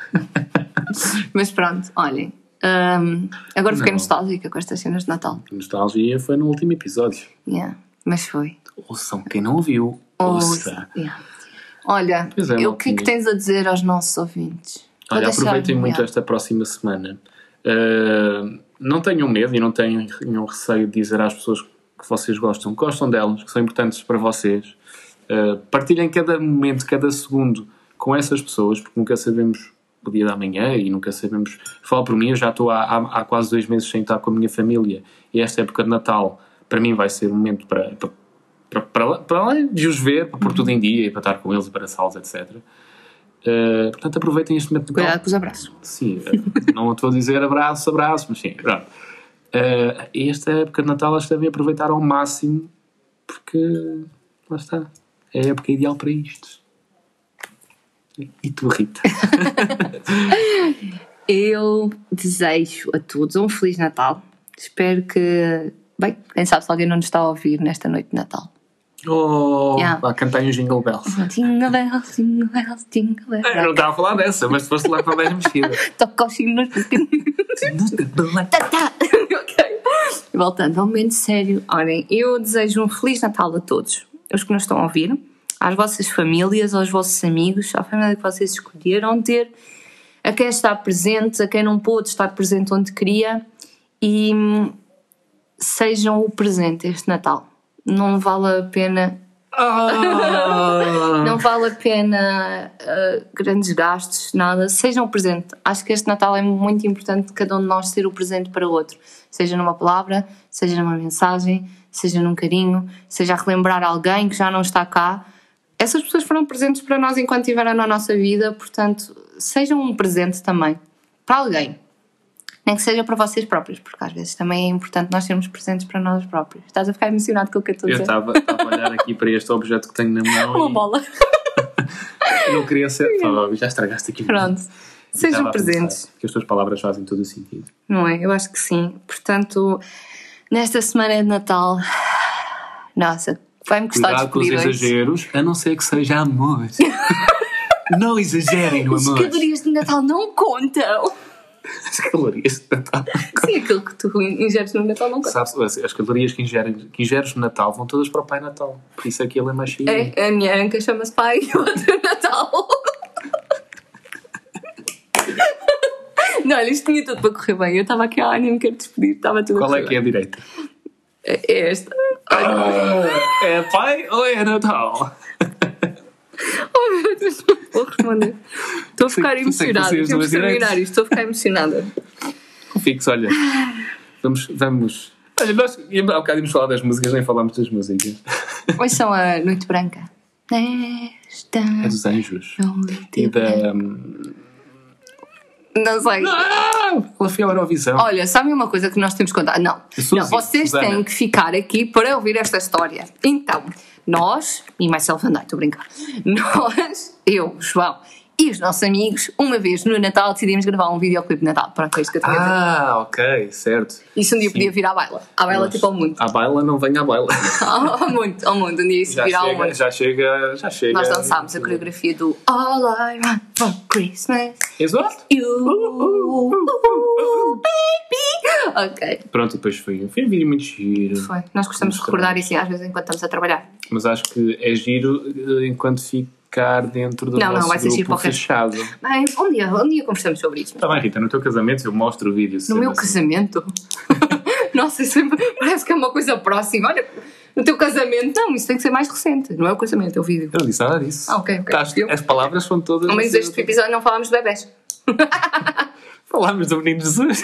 Speaker 2: Mas pronto, olhem. hum, agora fiquei
Speaker 1: Não.
Speaker 2: nostálgica com estas cenas de Natal.
Speaker 1: Nostalgia foi no último episódio.
Speaker 2: Yeah, Mas foi. Oh,
Speaker 1: Ouçam, quem não ouviu, ouça.
Speaker 2: Yeah. Olha,
Speaker 1: Pois é,
Speaker 2: eu- o que é que
Speaker 1: maltinha.
Speaker 2: tens a dizer aos nossos ouvintes? Vou
Speaker 1: Olha,
Speaker 2: deixar-
Speaker 1: aproveitem muito
Speaker 2: yeah.
Speaker 1: esta próxima semana. Uh, não tenham medo e não tenham receio de dizer às pessoas que vocês gostam, que gostam delas, que são importantes para vocês. Uh, partilhem cada momento, cada segundo com essas pessoas, porque nunca sabemos o dia da manhã e nunca sabemos. Falo por mim, eu já estou há, há, há quase dois meses sem estar com a minha família e esta época de Natal, para mim, vai ser um momento para, para, para, para, lá- para além de os ver, para pôr tudo em dia e para estar com eles e para los etc. Uh, portanto, aproveitem este momento de Natal.
Speaker 2: Cuidado com os abraços.
Speaker 1: Sim, eh, não estou a dizer abraço, abraço, mas sim, pronto. Eh, esta época de Natal elas devem aproveitar ao máximo porque lá está. É a época ideal para isto. E tu, Rita?
Speaker 2: Eu desejo a todos um Feliz Natal. Espero que. Bem, quem sabe se alguém não nos está a ouvir nesta noite de Natal.
Speaker 1: Oh,
Speaker 2: Yeah.
Speaker 1: lá cantar um jingle bells.
Speaker 2: Jingle bells, jingle bells, jingle bells.
Speaker 1: Eu não estava a falar dessa, mas foste lá com a mesma mexida.
Speaker 2: Toca os sinos. Tá, tá. ok. Voltando ao momento sério. Olhem, eu desejo um Feliz Natal a todos. Os que nos estão a ouvir. Às vossas famílias, aos vossos amigos, à família que vocês escolheram ter. A quem está presente, a quem não pôde estar presente onde queria. E hum, sejam o presente este Natal. Não vale a pena
Speaker 1: Ah!
Speaker 2: não vale a pena uh, grandes gastos, nada. Sejam o presente. Acho que este Natal é muito importante cada um de nós ser o presente para o outro. Seja numa palavra, seja numa mensagem, seja num carinho, seja a relembrar alguém que já não está cá. Essas pessoas foram presentes para nós enquanto estiveram na nossa vida, portanto, sejam um presente também para alguém. Nem que seja para vocês próprios, porque às vezes também é importante nós sermos presentes para nós próprios. Estás a ficar emocionado com o que eu estou a
Speaker 1: Eu
Speaker 2: dizer?
Speaker 1: estava estava a olhar aqui para este objeto que tenho na
Speaker 2: é. Uma
Speaker 1: mão
Speaker 2: bola.
Speaker 1: e não queria ser. Oh, já estragaste aqui.
Speaker 2: Pronto. Sejam
Speaker 1: Estava a pensar
Speaker 2: presentes.
Speaker 1: Que as tuas palavras fazem todo o sentido.
Speaker 2: Não é? Eu acho que sim. Portanto, nesta semana de Natal, nossa, vai-me gostar
Speaker 1: Cuidado
Speaker 2: de
Speaker 1: com os
Speaker 2: pedir hoje.
Speaker 1: exageros, a não ser que seja amor. não exagerem no
Speaker 2: As
Speaker 1: amor.
Speaker 2: calorias de Natal não contam.
Speaker 1: As calorias de Natal.
Speaker 2: Sim, aquilo que tu ingeres no Natal não conta.
Speaker 1: Sabes, as- as calorias que ingeres, que ingeres no Natal vão todas para o Pai Natal. Por isso é que ele é mais chique.
Speaker 2: É, a minha anca chama-se pai e o outro é Natal. Não, olha, isto tinha tudo para correr bem. Eu estava aqui, ai, nem me quero despedir, estava tudo
Speaker 1: Qual
Speaker 2: a
Speaker 1: é que é
Speaker 2: correr
Speaker 1: a direita?
Speaker 2: bem. É esta. Olha,
Speaker 1: É Pai ou é Natal?
Speaker 2: oh, meu Deus, não vou responder. Estou a ficar
Speaker 1: Sei- sei que
Speaker 2: emocionada.
Speaker 1: vocês
Speaker 2: Temos de
Speaker 1: duas
Speaker 2: terminar
Speaker 1: direitas.
Speaker 2: isto, estou a ficar emocionada.
Speaker 1: Fixo, olha. Vamos, vamos. Olha, nós íamos- há bocado íamos falar das músicas, nem falámos das músicas.
Speaker 2: Hoje são a Noite Branca. Nesta.
Speaker 1: É dos anjos.
Speaker 2: noite
Speaker 1: E da. hum,
Speaker 2: Não sei.
Speaker 1: Ah! Ela foi à Eurovisão.
Speaker 2: Olha, sabem uma coisa que nós temos que contar? Não,
Speaker 1: Suzy,
Speaker 2: não vocês
Speaker 1: É Susana.
Speaker 2: têm que ficar aqui para ouvir esta história. Então, nós, e myself and I, estou a brincar, nós, eu, João e os nossos amigos, uma vez no Natal decidimos gravar um videoclipe de Natal. Pronto, é isto que eu tinha a dizer.
Speaker 1: Ah, ok, certo.
Speaker 2: Isso um dia
Speaker 1: sim.
Speaker 2: podia vir à baila. À baila,
Speaker 1: Mas
Speaker 2: tipo ao mundo.
Speaker 1: À baila não vem à baila.
Speaker 2: Ao ao mundo, ao mundo. Um dia isso
Speaker 1: Já
Speaker 2: virá ao
Speaker 1: chega,
Speaker 2: mundo.
Speaker 1: já chega, já chega.
Speaker 2: Nós dançámos a coreografia do All I Want for Christmas.
Speaker 1: Exato.
Speaker 2: You, baby. Ok.
Speaker 1: Pronto, e depois foi, foi um vídeo muito giro.
Speaker 2: uh. Foi. Nós gostamos de
Speaker 1: Muito
Speaker 2: recordar isso às vezes enquanto estamos a trabalhar.
Speaker 1: Mas acho que é giro eh, enquanto ficar dentro do
Speaker 2: Não, não,
Speaker 1: nosso
Speaker 2: vai ser giro
Speaker 1: grupo
Speaker 2: para o resto.
Speaker 1: fechado.
Speaker 2: Bem, um dia, um dia conversamos sobre isso.
Speaker 1: Está Tá bem, Rita, no teu casamento eu mostro o vídeo. assim.
Speaker 2: No meu
Speaker 1: casamento.
Speaker 2: casamento? Nossa, isso é- parece que é uma coisa próxima. Olha, no teu casamento. Não, isso tem que ser mais recente. Não é o casamento, é o vídeo.
Speaker 1: Eu não disse nada disso.
Speaker 2: Ah, ok, ok.
Speaker 1: Estás-
Speaker 2: Eu-
Speaker 1: As palavras são todas.
Speaker 2: Ao menos este episódio não falámos de bebés.
Speaker 1: Falámos do menino Jesus.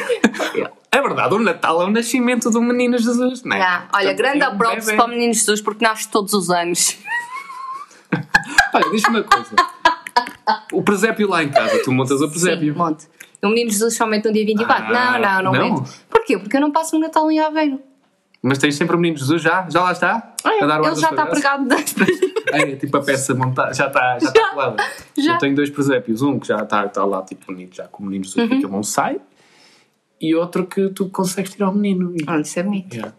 Speaker 1: é verdade, o Natal é o nascimento do menino Jesus, não é?
Speaker 2: Ah, olha,
Speaker 1: Portanto,
Speaker 2: grande
Speaker 1: é um
Speaker 2: aplauso
Speaker 1: bebé.
Speaker 2: para o Menino Jesus porque nasce todos os anos.
Speaker 1: Olha, diz-me uma coisa. O presépio lá em casa, tu montas o
Speaker 2: Sim,
Speaker 1: presépio.
Speaker 2: monte. O Menino Jesus somente no dia 24.
Speaker 1: Ah,
Speaker 2: não, não, não,
Speaker 1: não?
Speaker 2: não. Porquê? Porque eu não passo o Natal em Aveiro.
Speaker 1: Mas tens sempre o menino Jesus já? Já lá está?
Speaker 2: Ah,
Speaker 1: A dar o ar
Speaker 2: ele
Speaker 1: das
Speaker 2: já está
Speaker 1: palhaças?
Speaker 2: pregado das
Speaker 1: Ai, É tipo a peça montada, já está já está
Speaker 2: Já,
Speaker 1: colada.
Speaker 2: já.
Speaker 1: Eu tenho dois presépios, um que já está está lá tipo bonito, já com o menino Jesus, que
Speaker 2: Uhum.
Speaker 1: aquilo não sai, e outro que tu consegues tirar o menino. E-
Speaker 2: Ah, isso é bonito.
Speaker 1: Yeah.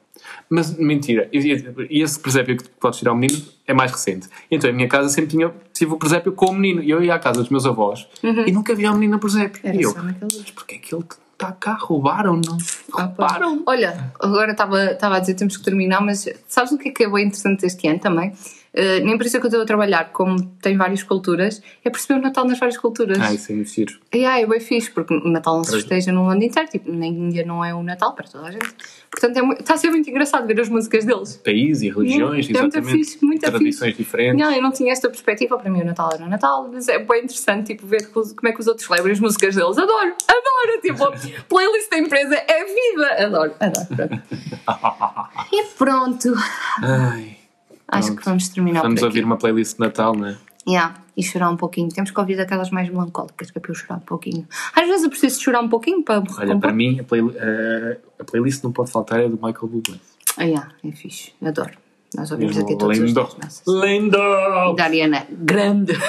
Speaker 1: Mas mentira, e e- e esse presépio que tu podes tirar ao menino é mais recente. Então, em minha casa sempre tinha, tive o presépio com o menino. E eu ia à casa dos meus avós e nunca via o menino no presépio.
Speaker 2: Uhum. Era
Speaker 1: e eu,
Speaker 2: só naquela luz.
Speaker 1: mas porquê é que ele está cá? Roubaram-no.
Speaker 2: Ah, pois.
Speaker 1: Roubaram-no.
Speaker 2: Olha, agora estava estava a dizer temos que terminar, mas sabes o que é que é bem interessante este ano também? Eh, na empresa que eu estou a trabalhar, como tem várias culturas, é perceber o Natal nas várias culturas.
Speaker 1: Ah, isso é muito giro.
Speaker 2: E ah, é bem fixe, porque o Natal não se
Speaker 1: Pois.
Speaker 2: festeja no mundo inteiro, tipo, na Índia não é o Natal para toda a gente. Portanto, é mu- está a ser muito engraçado ver as músicas deles.
Speaker 1: País e religiões,
Speaker 2: é muito
Speaker 1: exatamente.
Speaker 2: fixe, muito
Speaker 1: tradições diferentes.
Speaker 2: Não, eu não tinha esta perspectiva, para mim o Natal era o Natal, mas é bem interessante tipo, ver co- como é que os outros celebram as músicas deles. Adoro, adoro! Tipo, a playlist da empresa é viva! Adoro, adoro. Pronto. e pronto,
Speaker 1: Ai,
Speaker 2: acho
Speaker 1: Pronto.
Speaker 2: que vamos terminar
Speaker 1: vamos
Speaker 2: por aqui.
Speaker 1: ouvir uma playlist de Natal, não é?
Speaker 2: Yeah, e chorar um pouquinho. Temos que ouvir daquelas mais melancólicas, que é para eu chorar um pouquinho. Às vezes eu preciso chorar um pouquinho para me
Speaker 1: Olha, para
Speaker 2: recompor.
Speaker 1: mim, a, play- eh, a playlist não pode faltar é do Michael Bublé.
Speaker 2: Ah, yeah, é fixe, adoro. Nós ouvimos aqui todos os
Speaker 1: Lindo.
Speaker 2: dias. nossa.
Speaker 1: Lindo!
Speaker 2: da Ariana Grande.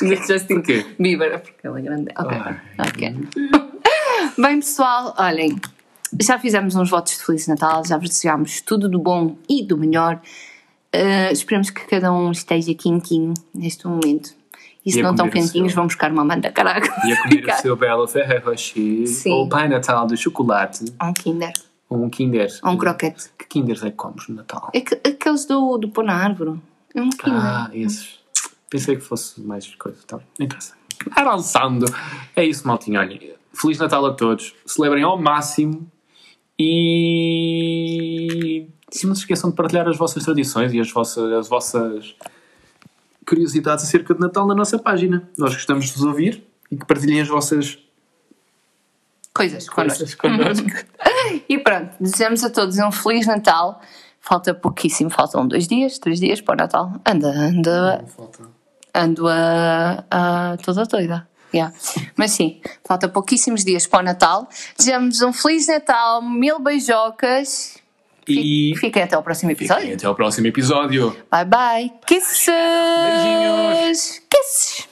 Speaker 2: Mas Justin
Speaker 1: Porquê?
Speaker 2: Bieber, porque ela é grande. Ok.
Speaker 1: Ai.
Speaker 2: ok. Bem, pessoal, olhem, já fizemos uns votos de Feliz Natal, já vos desejámos tudo do bom e do melhor. Ah, esperamos que cada um esteja quentinho neste momento. E se
Speaker 1: E a
Speaker 2: não estão
Speaker 1: comer o
Speaker 2: quentinhos,
Speaker 1: seu.
Speaker 2: vão buscar uma manda caraca.
Speaker 1: E a comer o seu belo Ferrero Rocher,
Speaker 2: Sim.
Speaker 1: ou o Pai Natal de chocolate,
Speaker 2: Um Kinder,
Speaker 1: ou um Kinder.
Speaker 2: ou um croquete.
Speaker 1: Que Kinders é que comes no Natal?
Speaker 2: É que- Aqueles do, do pão na árvore. É um Kinder.
Speaker 1: Ah, esses. Pensei que fosse mais coisa. Tá, bem, não interessa. Avançando. É isso, maltinho. Olha, Feliz Natal a todos. Celebrem ao máximo e. se Não se esqueçam de partilhar as vossas tradições e as vossas, as vossas curiosidades acerca de Natal na nossa página. Nós gostamos de vos ouvir e que partilhem as vossas
Speaker 2: Coisas, connosco.
Speaker 1: coisas
Speaker 2: Uhum.
Speaker 1: connosco.
Speaker 2: E pronto, desejamos a todos um Feliz Natal. Falta pouquíssimo, faltam dois dias, três dias para o Natal. Anda, anda,
Speaker 1: Não falta.
Speaker 2: ando a, a toda doida. Yeah. Mas sim, falta pouquíssimos dias para o Natal. Desejamos um Feliz Natal, mil beijocas.
Speaker 1: E
Speaker 2: Fiquem até ao próximo
Speaker 1: fiquem
Speaker 2: episódio.
Speaker 1: até ao próximo episódio.
Speaker 2: Bye bye. Kisses.
Speaker 1: Beijinhos.
Speaker 2: Kisses.